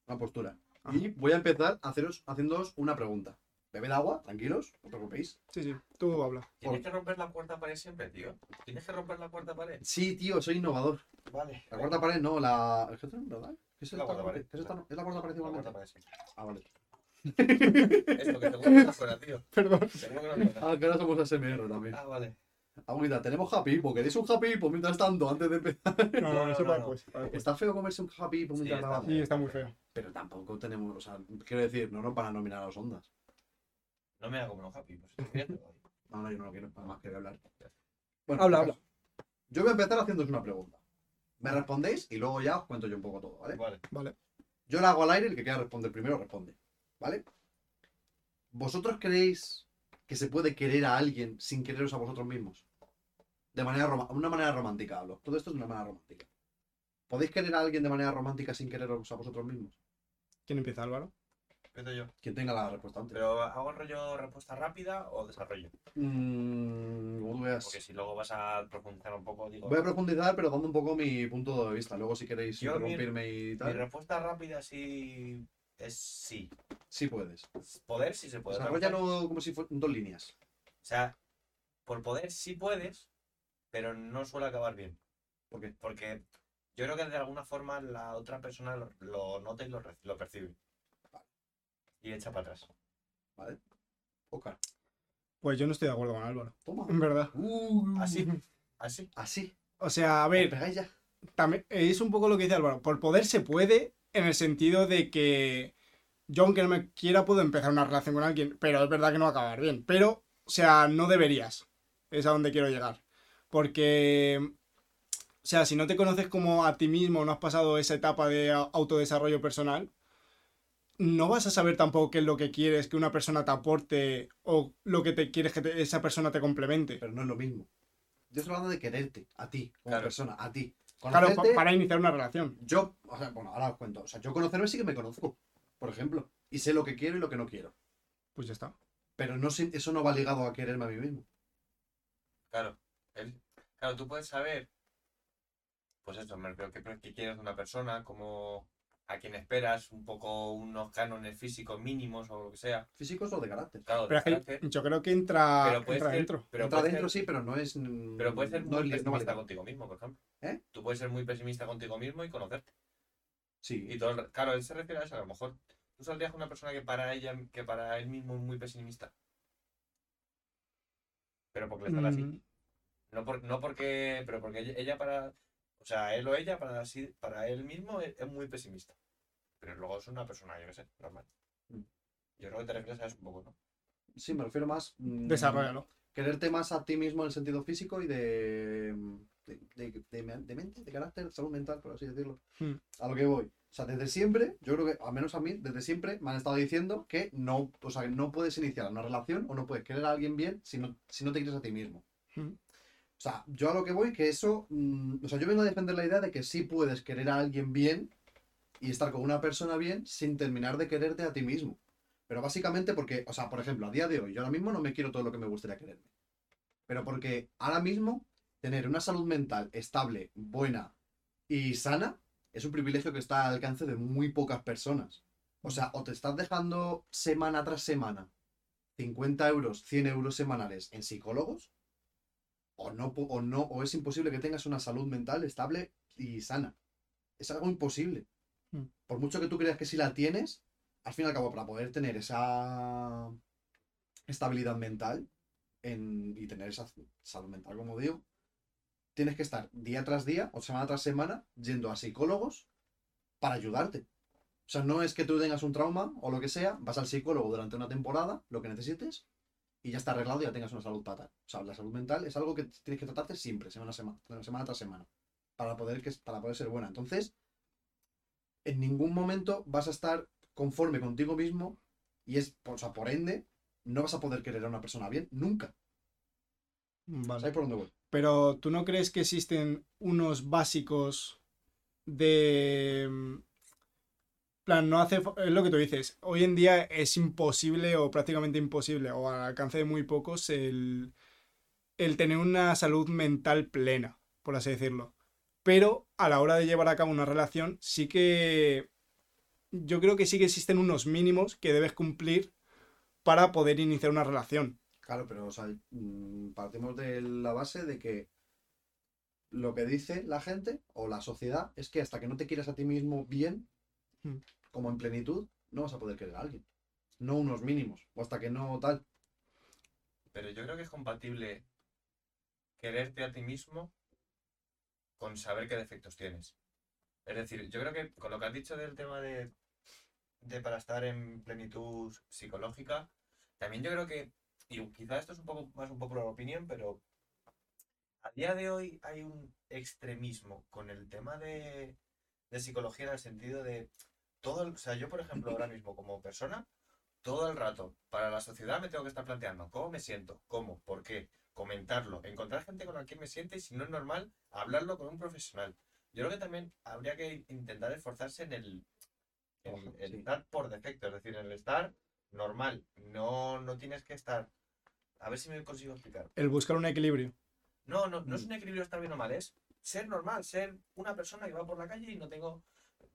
C: una postura. Y voy a empezar a haceros, haciéndoos una pregunta. Bebed agua, tranquilos, no os preocupéis.
A: Sí, sí, tú habla.
B: Tienes que romper la cuarta pared siempre, tío. Tienes que romper la cuarta pared.
C: Sí, tío, soy innovador.
B: Vale.
C: La cuarta pared no, la... ¿Es que esto es verdad? ¿Qué es
B: La
C: esta
B: cuarta
C: parte?
B: pared.
C: ¿Es esta no? ¿Es la cuarta pared
B: La
C: igualmente?
B: cuarta pared siempre.
C: Ah, vale.
B: Esto que te gusta fuera, tío.
A: Perdón.
B: Seguro que no me da.
C: Ah, que ahora somos ASMR también.
B: Ah, vale.
C: Agüita, tenemos happy hippo. ¿Queréis un happy hippo mientras tanto, antes de empezar?
A: No, no,
B: no,
A: eso para
B: no, no.
A: después. para después.
C: Está feo comerse un happy hippo
B: Sí,
C: mientras
B: está
C: grabamos.
B: feo.
A: Sí, está muy feo.
C: Pero tampoco tenemos, o sea, quiero decir, no, no para nominar a los ondas.
B: No me hago menos happy. Pues, estoy riendo.
C: No, no, yo no lo quiero, nada más quería hablar. Bueno,
A: Habla,
C: en
A: habla.
C: caso, Yo voy a empezar haciéndoos una pregunta. Me respondéis y luego ya os cuento yo un poco todo, ¿vale?
B: Vale.
C: Yo la hago al aire y el que quiera responder primero responde, ¿vale? ¿Vosotros creéis que se puede querer a alguien sin quereros a vosotros mismos? De manera roma- una manera romántica hablo. Todo esto es de una manera romántica. ¿Podéis querer a alguien de manera romántica sin quereros a vosotros mismos?
A: ¿Quién empieza, Álvaro?
B: Empiezo yo.
C: Quien tenga la respuesta antes.
B: Pero hago el rollo respuesta rápida o desarrollo.
C: Mm, como tú veas.
B: Porque si luego vas a profundizar un poco, digo.
C: Voy a profundizar, pero dando un poco mi punto de vista. Luego, si queréis
B: Yo, mi-
C: interrumpirme y
B: Mi
C: tal,
B: respuesta rápida sí es sí.
C: sí puedes.
B: Poder sí se puede. Otra cosa-
C: Desarrollalo como si fueran dos líneas.
B: O sea, por poder sí puedes, pero no suele acabar bien.
C: ¿Por qué?
B: Porque yo creo que de alguna forma la otra persona lo, lo nota y lo, re- lo percibe. Y echa para atrás.
C: Ocar.
A: Pues yo no estoy de acuerdo con Álvaro,
C: Toma.
A: en verdad.
C: Uh,
A: (laughs)
B: Así, así.
C: Así.
A: O sea, a
C: ¿Me
A: ver,
C: pegáis ya?
A: también- eh, es un poco lo que dice Álvaro. Por poder se puede, en el sentido de que yo, aunque no me quiera, puedo empezar una relación con alguien, pero es verdad que no va a acabar bien. Pero, o sea, no deberías. Es a donde quiero llegar. Porque, o sea, si no te conoces como a ti mismo, no has pasado esa etapa de au- autodesarrollo personal, no vas a saber tampoco qué es lo que quieres que una persona te aporte o lo que te quieres que te- esa persona te complemente.
C: Pero no es lo mismo. Yo estoy hablando de quererte, a ti, como
B: Claro.
C: persona, a ti.
A: Claro, pa-
C: Conocerte-
A: para iniciar una relación.
C: Yo, o sea, bueno, ahora os cuento. O sea, yo conocerme sí que me conozco, por ejemplo. Y sé lo que quiero y lo que no quiero.
A: Pues ya está.
C: Pero no sé- eso no va ligado a quererme a mí mismo.
B: Claro. El- claro, tú puedes saber. Pues eso, me refiero, qué, qué quieres de una persona, cómo, a quién esperas, un poco unos cánones físicos mínimos o lo que sea.
C: Físicos o de carácter.
B: Claro,
A: Pero
B: de
A: es que
B: carácter.
A: yo creo que entra,
B: pero puedes
A: entra
B: ser,
A: dentro.
B: Pero
C: Entra
B: puedes
C: dentro
B: ser-
C: sí, pero no es. mm,
B: Pero puedes ser muy
C: no es- no vale
B: pesimista
C: tanto.
B: contigo mismo, por ejemplo.
C: ¿Eh?
B: Tú puedes ser muy pesimista contigo mismo y conocerte.
C: Sí.
B: Y todo, el- claro, él se refiere a eso. A lo mejor tú saldrías con una persona que para ella, que para él mismo es muy pesimista. Pero porque le sale así.
A: Mm,
B: No, por- no porque. Pero porque ella, ella para. O sea, él o ella para, sí- para él mismo e-, es, es muy pesimista. Pero luego es una persona, yo qué sé, normal.
C: Mm.
B: Yo creo que te refieres a eso un poco, ¿no?
C: Sí, me refiero más. mm,
A: Desarrollalo.
C: Quererte más a ti mismo en el sentido físico y de. de, de- de- de mente, de carácter, salud mental, por así decirlo.
A: Hmm.
C: A lo que voy. O sea, desde siempre, yo creo que, al menos a mí, desde siempre me han estado diciendo que no, o sea, que no puedes iniciar una relación o no puedes querer a alguien bien si no, si no te quieres a ti mismo.
A: Hmm.
C: O sea, yo a lo que voy, que eso. mm, o sea, yo vengo a defender la idea de que sí puedes querer a alguien bien y estar con una persona bien sin terminar de quererte a ti mismo. Pero básicamente porque, o sea, por ejemplo, a día de hoy, yo ahora mismo no me quiero todo lo que me gustaría quererme. Pero porque ahora mismo tener una salud mental estable, buena y sana es un privilegio que está al alcance de muy pocas personas. O sea, o te estás dejando semana tras semana 50 euros, 100 euros semanales en psicólogos, o no, pu- o no, o es imposible que tengas una salud mental estable y sana. Es algo imposible.
A: Mm.
C: Por mucho que tú creas que si la tienes, al fin y al cabo, para poder tener esa estabilidad mental en- y tener esa salud mental, como digo, tienes que estar día tras día o semana tras semana yendo a psicólogos para ayudarte. O sea, no es que tú tengas un trauma o lo que sea, vas al psicólogo durante una temporada, lo que necesites, y ya está arreglado y ya tengas una salud fatal. O sea, la salud mental es algo que tienes que tratarte siempre, semana, a semana, semana tras semana, para poder, que, para poder ser buena. Entonces, en ningún momento vas a estar conforme contigo mismo y es, o sea, por ende, no vas a poder querer a una persona bien nunca.
B: Mm,
A: Vale.
C: ¿Sabes por dónde voy?
A: Pero ¿tú no crees que existen unos básicos de... mm, plan, no hace... fa- Es lo que tú dices. Hoy en día es imposible o prácticamente imposible o al alcance de muy pocos el, el tener una salud mental plena, por así decirlo. Pero a la hora de llevar a cabo una relación sí que... Yo creo que sí que existen unos mínimos que debes cumplir para poder iniciar una relación.
C: Claro, pero o sea, mm, partimos de la base de que lo que dice la gente o la sociedad es que hasta que no te quieras a ti mismo bien, Hmm.
A: Mm.
C: como en plenitud, no vas a poder querer a alguien. No unos mínimos, o hasta que no tal.
B: Pero yo creo que es compatible quererte a ti mismo con saber qué defectos tienes. Es decir, yo creo que con lo que has dicho del tema de, de para estar en plenitud psicológica, también yo creo que, y quizás esto es un poco más un poco la opinión, pero a día de hoy hay un extremismo con el tema de, de psicología en el sentido de todo, el- o sea, yo por ejemplo ahora mismo como persona, todo el rato para la sociedad me tengo que estar planteando cómo me siento, cómo, por qué, comentarlo, encontrar gente con la que me siente y si no es normal, hablarlo con un profesional. Yo creo que también habría que intentar esforzarse en el El, el
C: Sí.
B: estar por defecto, es decir, el estar normal. No, no tienes que estar. A ver si me consigo explicar.
A: El buscar un equilibrio.
B: No, no, no es
C: Mm.
B: un equilibrio estar bien o mal, es ser normal, ser una persona que va por la calle y no tengo.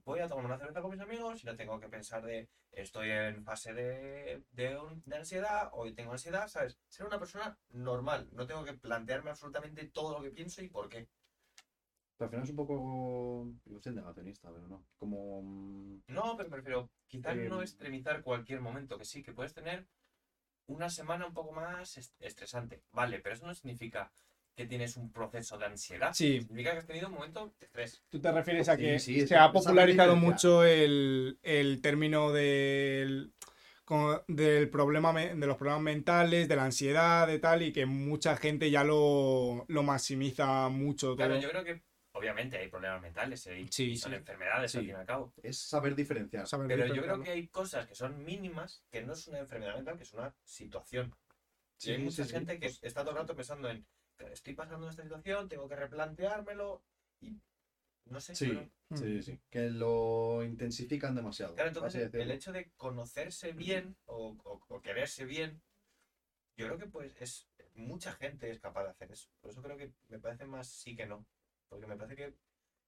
B: Voy a tomar una cerveza con mis amigos y no tengo que pensar de estoy en fase de, de, un- de ansiedad, hoy tengo ansiedad, ¿sabes? Ser una persona normal, no tengo que plantearme absolutamente todo lo que pienso y por qué.
C: Pero al final es un poco. Iba a ser negacionista, pero no. Como. mm,
B: No, pero prefiero quizás
C: Eh,
B: no extremizar cualquier momento, que sí, que puedes tener una semana un poco más est- estresante, vale, pero eso no significa que tienes un proceso de ansiedad,
A: Sí,
B: significa que has tenido un momento de estrés.
A: tú te refieres a
C: Sí,
A: que
C: sí,
A: se
C: esa-
A: ha
C: esa
A: popularizado
C: diferencia.
A: mucho el, el término del, como del problema, me- de los problemas mentales, de la ansiedad, de tal, y que mucha gente ya lo, lo maximiza mucho todo.
B: Claro, yo creo que obviamente hay problemas mentales, hay-
A: Sí,
B: y son
A: sí.
B: enfermedades al
A: Sí.
B: fin y al cabo.
C: Es saber diferenciar.
A: Saber
B: Pero yo creo
A: diferenciarlo.
B: que hay cosas que son mínimas, que no es una enfermedad mental, que es una situación. y hay
C: Sí,
B: mucha
C: sí, sí.
B: gente que está todo el rato pensando en, estoy pasando esta situación, tengo que replanteármelo, y no sé.
C: Sí.
B: creo-
A: Mm.
C: Sí, Hmm. sí. Que lo intensifican demasiado.
B: Claro,
C: así
B: entonces el
C: decirlo.
B: hecho de conocerse bien o, o- o quererse bien, yo creo que pues es mucha gente es capaz de hacer eso. Por eso creo que me parece más sí que no. Porque me parece que,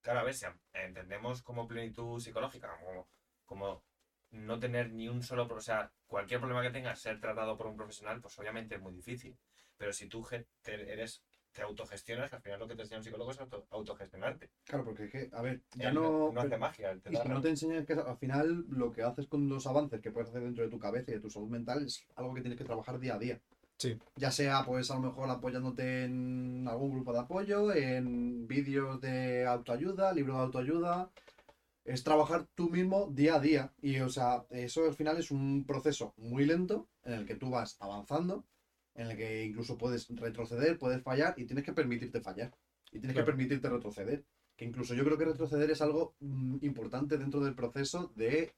B: claro, a ver, si a- entendemos como plenitud psicológica, como, como no tener ni un solo, pro- o sea, cualquier problema que tengas, ser tratado por un profesional, pues obviamente es muy difícil. Pero si tú ge- te, eres, te autogestionas, al final lo que te enseña un psicólogo es auto- autogestionarte.
C: Claro, porque es que, a ver, ya
B: Él
C: no.
B: no hace magia, él te
C: Y
B: da
C: si no te enseñan que al final lo que haces con los avances que puedes hacer dentro de tu cabeza y de tu salud mental es algo que tienes que trabajar día a día.
A: Sí.
C: Ya sea pues a lo mejor apoyándote en algún grupo de apoyo, en vídeos de autoayuda, libros de autoayuda. Es trabajar tú mismo día a día. Y o sea, eso al final es un proceso muy lento en el que tú vas avanzando, en el que incluso puedes retroceder, puedes fallar y tienes que permitirte fallar. Y tienes
A: Claro.
C: que permitirte retroceder que incluso yo creo que retroceder es algo mm, importante dentro del proceso de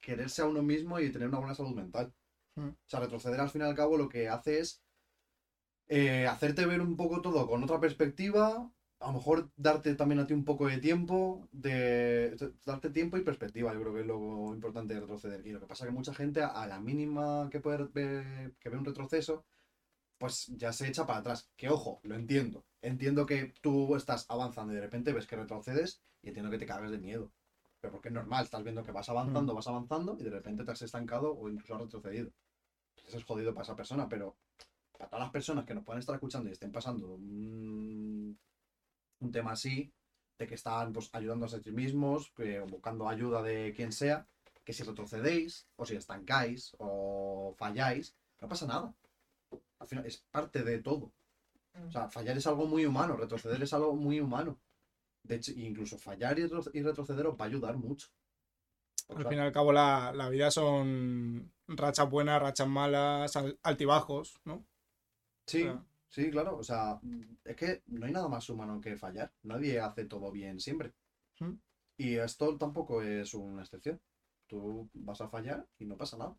C: quererse a uno mismo y tener una buena salud mental.
A: Mm.
C: O sea, retroceder al fin y al cabo lo que hace es eh, hacerte ver un poco todo con otra perspectiva, a lo mejor darte también a ti un poco de tiempo, de darte tiempo y perspectiva, yo creo que es lo importante de retroceder. Y lo que pasa es que mucha gente a la mínima que puede ver- que ve un retroceso, pues ya se echa para atrás. Que ojo, lo entiendo. Entiendo que tú estás avanzando y de repente ves que retrocedes y entiendo que te cagas de miedo. Pero porque es normal, estás viendo que vas avanzando, vas avanzando y de repente te has estancado o incluso has retrocedido. Eso es jodido para esa persona, pero para todas las personas que nos puedan estar escuchando y estén pasando un, un tema así, de que están pues, ayudándose a sí mismos, que- o buscando ayuda de quien sea, que si retrocedéis o si estancáis o falláis, no pasa nada al final es parte de todo. O sea, fallar es algo muy humano, retroceder es algo muy humano. De hecho, incluso fallar y, retro- y retroceder os va a ayudar mucho. O
A: Al
C: sea,
A: fin y al cabo, la, la vida son rachas buenas, rachas malas, al- altibajos, ¿no?
C: sí,
A: claro.
C: sí, claro. O sea, es que no hay nada más humano que fallar. Nadie hace todo bien siempre.
A: Ujú.
C: Y esto tampoco es una excepción. Tú vas a fallar y no pasa nada.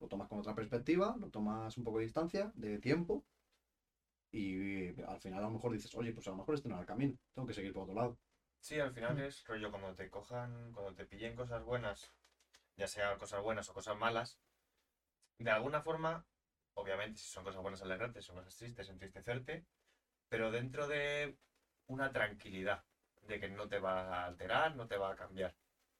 C: Lo tomas con otra perspectiva, lo tomas un poco de distancia, de tiempo. Y al final a lo mejor dices, oye, pues a lo mejor este no era el camino, tengo que seguir por otro lado.
B: Sí, al final
A: Mm.
B: es rollo cuando te cojan, cuando te pillen cosas buenas, ya sea cosas buenas o cosas malas, de alguna forma, obviamente si son cosas buenas alegrarte, si son cosas tristes, entristecerte, pero dentro de una tranquilidad, de que no te va a alterar, no te va a cambiar.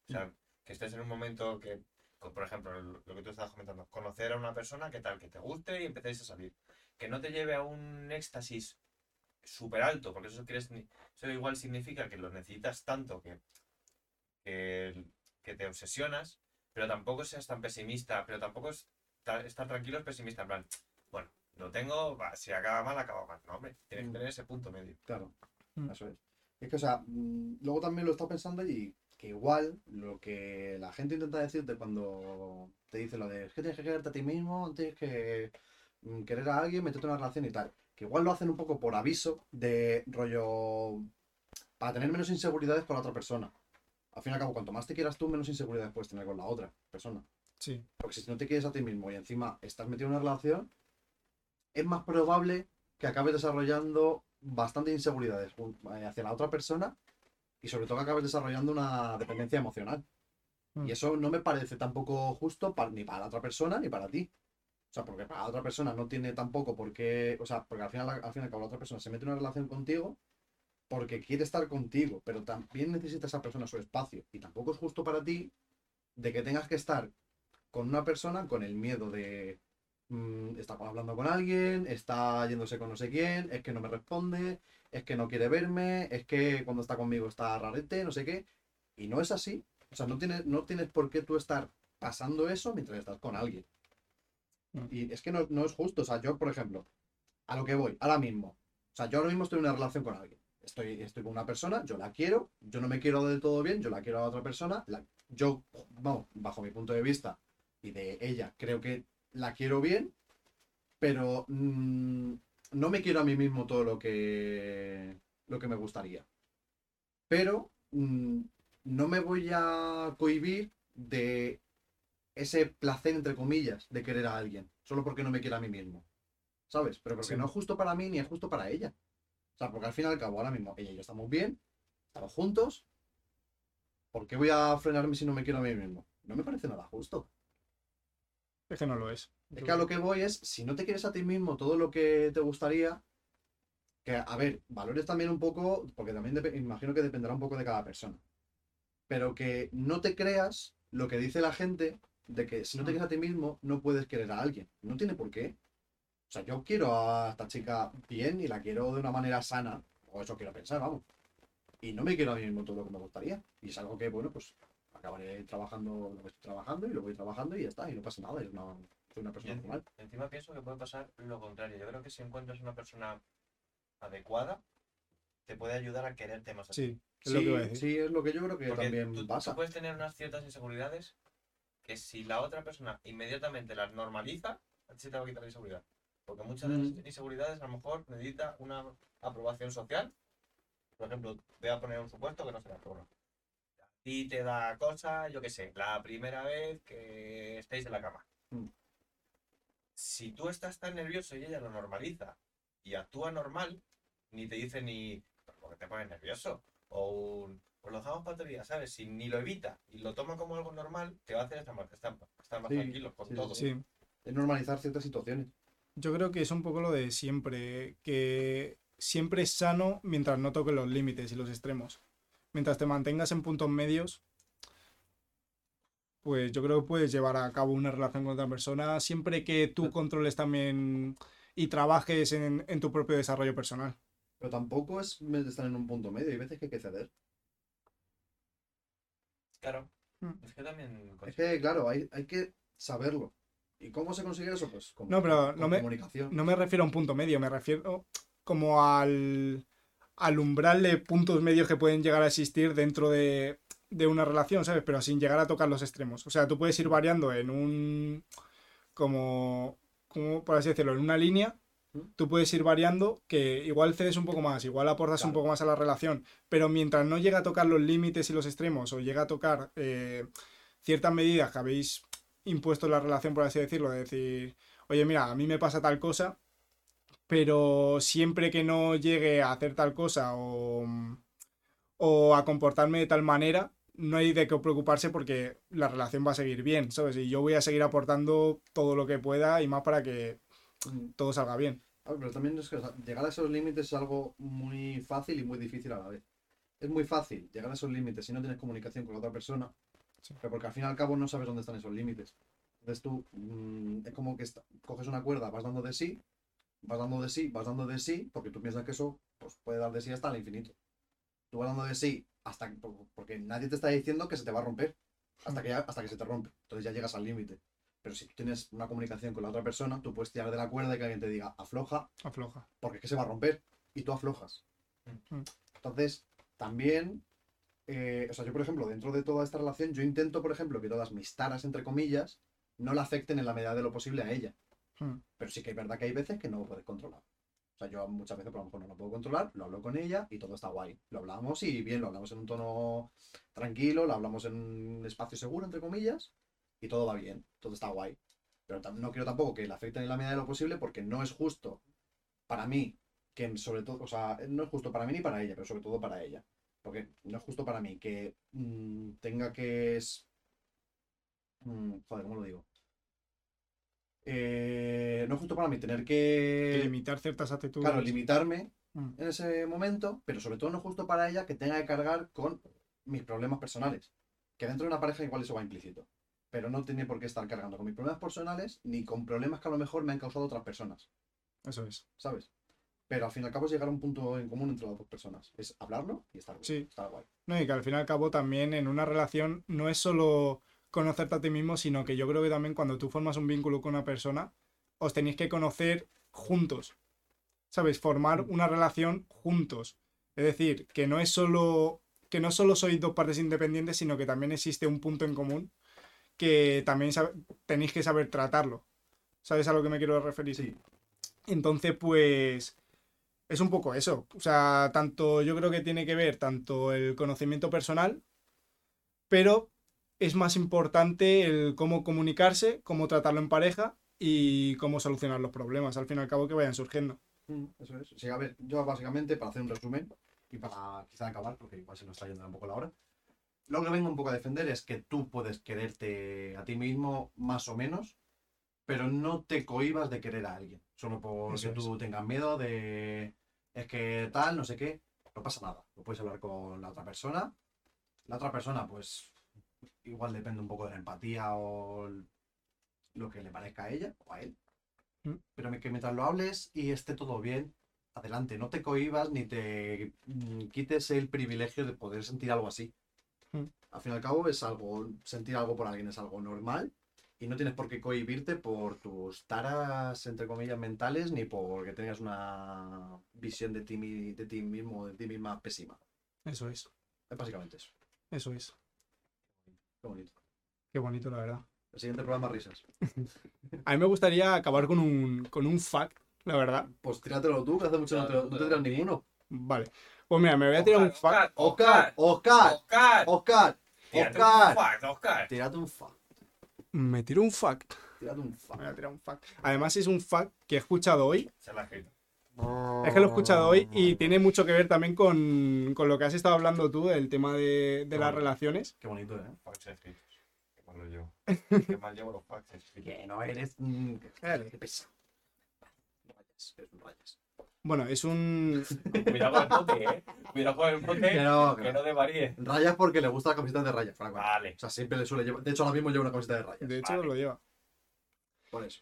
B: O sea, que estés en un momento que, co- por ejemplo, lo lo que tú estabas comentando, conocer a una persona que tal, que te guste y empecéis a salir. Que no te lleve a un éxtasis súper alto, porque eso quieres ni- eso igual significa que lo necesitas tanto que, que, que te obsesionas, pero tampoco seas tan pesimista, pero tampoco es ta- estar tranquilo es pesimista, en plan, bueno, lo tengo, va, si acaba mal, acaba mal, no, hombre, tienes que
C: Mm.
B: tener ese punto medio.
C: Claro,
A: Mm.
C: eso es. Es que, o sea, mm, luego también lo he estado pensando y que igual lo que la gente intenta decirte cuando te dice lo de es que tienes que quererte a ti mismo, tienes que mm, querer a alguien, meterte en una relación y tal, que igual lo hacen un poco por aviso de rollo para tener menos inseguridades con la otra persona. Al fin y al cabo, cuanto más te quieras tú, menos inseguridades puedes tener con la otra persona.
A: Sí.
C: Porque si no te quieres a ti mismo y encima estás metido en una relación, es más probable que acabes desarrollando bastante inseguridades jun- eh, hacia la otra persona y sobre todo que acabes desarrollando una dependencia emocional. Y eso no me parece tampoco justo para, ni para la otra persona ni para ti. O sea, porque para la otra persona no tiene tampoco por qué. O sea, porque al final, al fin y al cabo, la otra persona se mete en una relación contigo porque quiere estar contigo, pero también necesita esa persona su espacio. Y tampoco es justo para ti de que tengas que estar con una persona con el miedo de. mm, está hablando con alguien, está yéndose con no sé quién, es que no me responde, es que no quiere verme, es que cuando está conmigo está rarete, no sé qué. Y no es así. O sea, no tienes, no tienes por qué tú estar pasando eso mientras estás con alguien.
D: Mm.
C: Y es que no, no es justo. O sea, yo, por ejemplo, a lo que voy, ahora mismo. O sea, yo ahora mismo estoy en una relación con alguien. Estoy, estoy con una persona, yo la quiero, yo no me quiero del todo bien, yo la quiero a la otra persona. la- yo, vamos, bajo mi punto de vista y de ella, creo que la quiero bien, pero mm, no me quiero a mí mismo todo lo que, lo que me gustaría. Pero mm, no me voy a cohibir de ese placer, entre comillas, de querer a alguien, solo porque no me quiera a mí mismo. ¿Sabes? Pero porque
A: Sí.
C: no es justo para mí ni es justo para ella. O sea, porque al fin y al cabo, ahora mismo ella y yo estamos bien, estamos juntos. ¿Por qué voy a frenarme si no me quiero a mí mismo? No me parece nada justo.
A: Es que no lo es.
C: Es que a lo que voy es, si no te quieres a ti mismo todo lo que te gustaría, que, a ver, valores también un poco, porque también depe- imagino que dependerá un poco de cada persona, pero que no te creas lo que dice la gente de que si no te quieres a ti mismo no puedes querer a alguien. No tiene por qué. O sea, yo quiero a esta chica bien y la quiero de una manera sana, o eso quiero pensar, vamos. Y no me quiero a mí mismo todo lo que me gustaría. Y es algo que, bueno, pues acabaré trabajando lo que estoy trabajando y lo voy trabajando y ya está, y no pasa nada, es una, soy una persona
B: Bien.
C: normal.
B: Encima pienso que puede pasar lo contrario. Yo creo que si encuentras una persona adecuada, te puede ayudar a quererte más a ti.
A: Sí, es lo que iba a decir.
C: sí, es lo que yo creo que
B: Porque
C: también
B: tú, tú
C: pasa.
B: puedes tener unas ciertas inseguridades que si la otra persona inmediatamente las normaliza, a ti se te va a quitar la inseguridad. Porque muchas de
D: Mm.
B: esas inseguridades a lo mejor necesita una aprobación social. Por ejemplo, te voy a poner un supuesto que no será bueno. A ti te da cosa, yo qué sé, la primera vez que estéis en la cama.
C: Mm.
B: Si tú estás tan nervioso y ella lo normaliza y actúa normal, ni te dice ni porque te pones nervioso o un pues lo dejamos para otro día, ¿sabes? Si ni lo evita y lo toma como algo normal, te va a hacer estar más, estar, estar más
C: Sí,
B: tranquilo con
C: sí,
B: todo.
A: Sí.
C: Es normalizar ciertas situaciones.
A: Yo creo que es un poco lo de siempre, que siempre es sano mientras no toques los límites y los extremos. Mientras te mantengas en puntos medios, pues yo creo que puedes llevar a cabo una relación con otra persona siempre que tú controles también y trabajes en, en tu propio desarrollo personal.
C: Pero tampoco es estar en un punto medio, hay veces que hay que ceder.
B: Claro.
A: Mm.
B: Es que también.
C: Es que, claro, hay, hay que saberlo. ¿Y cómo se consigue eso? Pues con,
A: No, pero
C: con
A: no me-
C: comunicación.
A: No me refiero a un punto medio, me refiero como al, al umbral de puntos medios que pueden llegar a existir dentro de, de una relación, ¿sabes? Pero sin llegar a tocar los extremos. O sea, tú puedes ir variando en un... como... como por así decirlo, en una línea.
C: ¿Mm?
A: Tú puedes ir variando, que igual cedes un poco más, igual aportas un
C: Claro.
A: poco más a la relación, pero mientras no llega a tocar los límites y los extremos o llega a tocar eh, ciertas medidas que habéis impuesto en la relación, por así decirlo, de decir, oye, mira, a mí me pasa tal cosa, pero siempre que no llegue a hacer tal cosa o, o a comportarme de tal manera, no hay de qué preocuparse porque la relación va a seguir bien, ¿sabes? Y yo voy a seguir aportando todo lo que pueda y más para que
C: Mm.
A: todo salga bien.
C: A ver, pero también es que o sea, llegar a esos límites es algo muy fácil y muy difícil a la vez. Es muy fácil llegar a esos límites si no tienes comunicación con la otra persona,
A: Sí.
C: pero porque al fin y al cabo no sabes dónde están esos límites. Entonces tú mm, es como que esta- coges una cuerda, vas dando de sí, vas dando de sí, vas dando de sí, porque tú piensas que eso pues, puede dar de sí hasta el infinito. Tú vas dando de sí hasta por- porque nadie te está diciendo que se te va a romper, hasta que, ya- hasta que se te rompe. Entonces ya llegas al límite. Pero si tú tienes una comunicación con la otra persona, tú puedes tirar de la cuerda y que alguien te diga afloja,
A: Afloja.
C: porque es que se va a romper y tú aflojas.
A: Mm.
C: Entonces, también, eh, o sea, yo por ejemplo, dentro de toda esta relación, yo intento, por ejemplo, que todas mis taras, entre comillas, no la afecten en la medida de lo posible a ella.
A: Mm.
C: Pero sí que es verdad que hay veces que no lo puedes controlar. O sea, yo muchas veces por lo mejor no lo puedo controlar, lo hablo con ella y todo está guay. Lo hablamos y bien, lo hablamos en un tono tranquilo, lo hablamos en un espacio seguro, entre comillas, y todo va bien, todo está guay. Pero tam- no quiero tampoco que la afecten en la medida de lo posible porque no es justo para mí, que sobre todo, o sea, no es justo para mí ni para ella, pero sobre todo para ella. Porque no es justo para mí que mm, tenga que es- mm, joder, ¿cómo lo digo? Eh, no es justo para mí tener que,
A: limitar ciertas actitudes.
C: claro, limitarme
A: Mm.
C: en ese momento, pero sobre todo no es justo para ella que tenga que cargar con mis problemas personales. Que dentro de una pareja igual eso va implícito. Pero no tiene por qué estar cargando con mis problemas personales ni con problemas que a lo mejor me han causado otras personas.
A: Eso es.
C: ¿sabes? Pero al fin y al cabo es llegar a un punto en común entre las dos personas. Es hablarlo y estar,
A: Sí.
C: estar guay.
A: No, y que al fin y al cabo también en una relación no es solo conocerte a ti mismo, sino que yo creo que también cuando tú formas un vínculo con una persona, os tenéis que conocer juntos. ¿Sabes? Formar una relación juntos. Es decir, que no es solo que no solo sois dos partes independientes, sino que también existe un punto en común que también sab- tenéis que saber tratarlo. ¿Sabes a lo que me quiero referir?
C: Sí.
A: Entonces, pues es un poco eso. O sea, tanto yo creo que tiene que ver tanto el conocimiento personal, pero es más importante el cómo comunicarse, cómo tratarlo en pareja y cómo solucionar los problemas, al fin y al cabo, que vayan surgiendo.
C: Mm, Eso es. Sí, a ver, yo básicamente, para hacer un resumen y para quizá acabar, porque igual se nos está yendo un poco la hora, lo que vengo un poco a defender es que tú puedes quererte a ti mismo más o menos, pero no te cohibas de querer a alguien. Solo porque
A: Eso
C: tú tengas miedo de. Es que tal, no sé qué. No pasa nada. Lo puedes hablar con la otra persona. La otra persona, pues. Igual depende un poco de la empatía o el- lo que le parezca a ella o a él.
A: Mm.
C: Pero que mientras lo hables y esté todo bien, adelante. No te cohibas ni te mm, quites el privilegio de poder sentir algo así.
A: Mm.
C: Al fin y al cabo, es algo. Sentir algo por alguien es algo normal. Y no tienes por qué cohibirte por tus taras, entre comillas, mentales, ni porque tengas una visión de ti, mi- de ti mismo, de ti misma pésima.
A: Eso es,
C: Es básicamente eso.
A: eso es.
C: Qué bonito.
A: Qué bonito, la verdad.
C: El siguiente programa, risas.
A: A mí me gustaría acabar con un, con un fact, la verdad.
C: Pues tíratelo tú, que hace mucho no te, no te tiras ninguno.
A: Vale. Pues mira, me voy a tirar un fact.
B: Oscar,
C: Oscar,
B: Oscar,
C: Oscar,
B: Oscar.
C: Oscar,
B: Tírate un
C: Oscar.
B: fact, Oscar.
C: Tírate un fa.
A: Me tiro un fact.
C: Tírate un
A: Me voy
C: fa.
A: a tirar un fact. Además, es un fact que he escuchado hoy
B: Se la ha escrito.
A: Es que lo he escuchado hoy y tiene mucho que ver también con, con lo que has estado hablando tú, el tema de, de las
C: Vale.
A: relaciones.
C: Qué bonito, ¿eh?
B: Facts escritos. Qué mal lo llevo. Qué mal llevo los facts escritos.
C: Que no eres... mm,
A: Dale.
C: Qué pesado. Rayas, eres un rayas.
A: Bueno, es un...
B: Cuidado con el bote, eh. Cuidado con el
C: Que
B: bote.
C: no, que
B: Que
C: no.
B: no desvaríe.
C: Rayas porque le gusta la camiseta de rayas, Franco.
B: Vale.
C: O sea, siempre le suele llevar. De hecho, ahora mismo lleva una camiseta de rayas.
A: Ah. De hecho,
B: Vale.
A: lo lleva.
C: Por eso.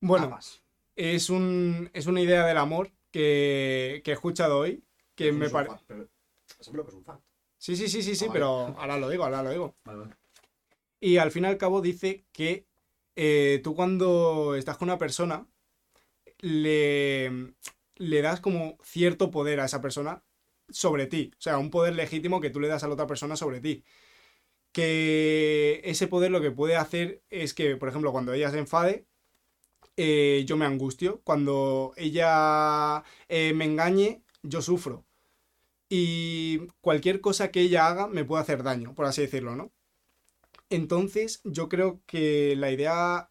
A: Bueno,
C: Tapas.
A: es, un, es una idea del amor que, que he escuchado hoy, que
C: Eso no
A: me
C: es un
A: parece...
C: fact, pero- Eso creo que es un fact.
A: Sí, sí, sí, sí, sí,
C: Ah, vale.
A: pero ahora lo digo, ahora lo digo.
C: Vale, vale.
A: Y al fin y al cabo dice que eh, tú cuando estás con una persona, le, le das como cierto poder a esa persona sobre ti. O sea, un poder legítimo que tú le das a la otra persona sobre ti. Que ese poder lo que puede hacer es que, por ejemplo, cuando ella se enfade, eh, yo me angustio. Cuando ella eh, me engañe, yo sufro. Y cualquier cosa que ella haga me puede hacer daño, por así decirlo, ¿no? Entonces, yo creo que la idea,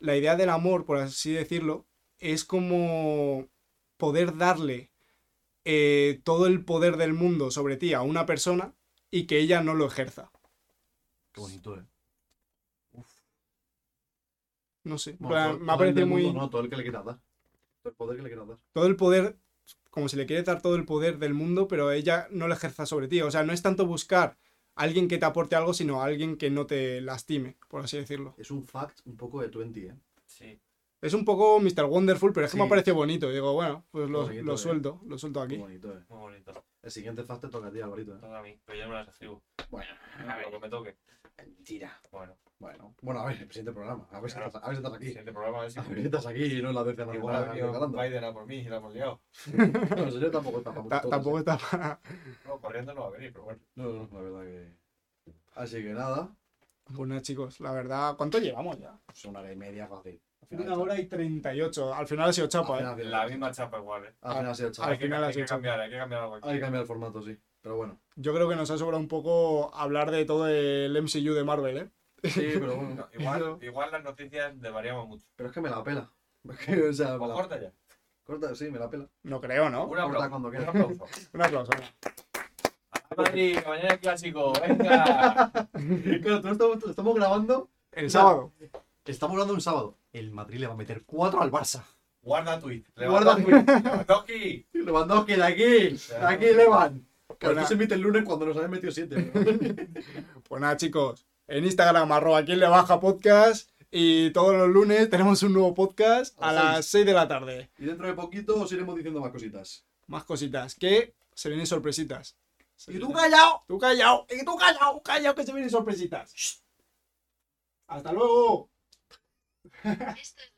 A: la idea del amor, por así decirlo, es como poder darle eh, todo el poder del mundo sobre ti a una persona y que ella no lo ejerza.
C: Qué bonito, eh.
A: No sé,
C: Bueno,
A: plan,
C: todo-
A: me ha
C: todo el
A: parecido
C: mundo,
A: muy...
C: No, todo el que le quieras dar. Todo el poder que le quieras dar.
A: Todo el poder, como si le quieres dar todo el poder del mundo, pero ella no lo ejerza sobre ti. O sea, no es tanto buscar a alguien que te aporte algo, sino a alguien que no te lastime, por así decirlo.
C: Es un fact un poco de 20, eh.
B: Sí.
A: Es un poco Mr. Wonderful, pero es que me
C: Sí.
A: ha parecido bonito. Digo, bueno, pues lo,
C: Bonito,
A: lo
C: eh.
A: suelto, lo suelto
C: Qué
A: aquí.
C: bonito, eh.
B: Muy bonito.
C: El siguiente fact te toca a ti, Alvarito, eh.
B: Todo a mí. Pero yo no las escribo.
C: Bueno, a
B: Lo que
C: ver.
B: me toque.
C: Mentira.
B: Bueno.
C: Bueno, bueno, a ver, el siguiente programa. A ver si estás, a ver si estás aquí.
B: Siguiente programa. a
C: (laughs)
B: ver si-
C: A ver si estás aquí y no en la décima
B: Igual ha
C: temporada que
B: venido
C: ganando.
B: Biden a por mí y la hemos liado.
C: (laughs) No, en serio tampoco está
A: Ta- tampoco está para. (laughs)
B: No, corriendo no va a venir, pero bueno.
C: No, no, la verdad que. Así que nada.
A: Pues nada, chicos, la verdad, ¿cuánto llevamos ya?
C: Pues una hora y media fácil. Al final
A: Una hora y 38. Al final ha sido
C: Al
A: chapa, ¿eh?
C: final,
B: pues, La misma chapa igual, eh.
C: Al final ha sido chaval.
A: Al
B: Hay que-
A: final
B: hay
A: has
B: que
A: hecho-
B: cambiar, hay que cambiar algo aquí.
C: Hay que cambiar el formato, sí.
B: (laughs)
C: Pero bueno.
A: Yo creo que nos ha sobrado un poco hablar de todo el MCU de Marvel, ¿eh?
C: Sí, pero bueno.
B: No, igual, igual las noticias devaríamos mucho.
C: Pero es que me la pela. (laughs) Es que, o sea, me
B: Pues
C: la-
B: corta ya.
C: corta, sí, me la pela.
B: (laughs)
A: No creo, ¿no?
B: Un
C: Corta
B: aplauso.
C: (laughs) cuando
B: Un
C: quieras.
B: aplauso.
A: Un aplauso.
B: Ah, Madrid, que mañana es clásico,
C: (laughs)
B: venga.
C: Claro, todo esto lo estamos grabando.
A: El sábado.
C: Estamos grabando un sábado. El Madrid le va a meter 4 al Barça.
B: Guarda tweet.
C: Guarda
B: Lewandowski. Lewandowski.
C: Y Lewandowski de aquí. De aquí, Levan. Que
A: Hola.
C: se emite el lunes cuando nos hayan metido 7.
A: Pues nada, chicos. En Instagram, arroba quien le baja podcast. Y todos los lunes tenemos un nuevo podcast a
C: A las
A: las 6 de la tarde.
C: (laughs) Y dentro de poquito os iremos diciendo más cositas.
A: Más cositas. Que se vienen sorpresitas. Se
D: Y tú
A: vienen-
D: callao,
A: Tú callao. Y tú callao. Callao que se vienen sorpresitas.
D: hasta luego.
E: Esto es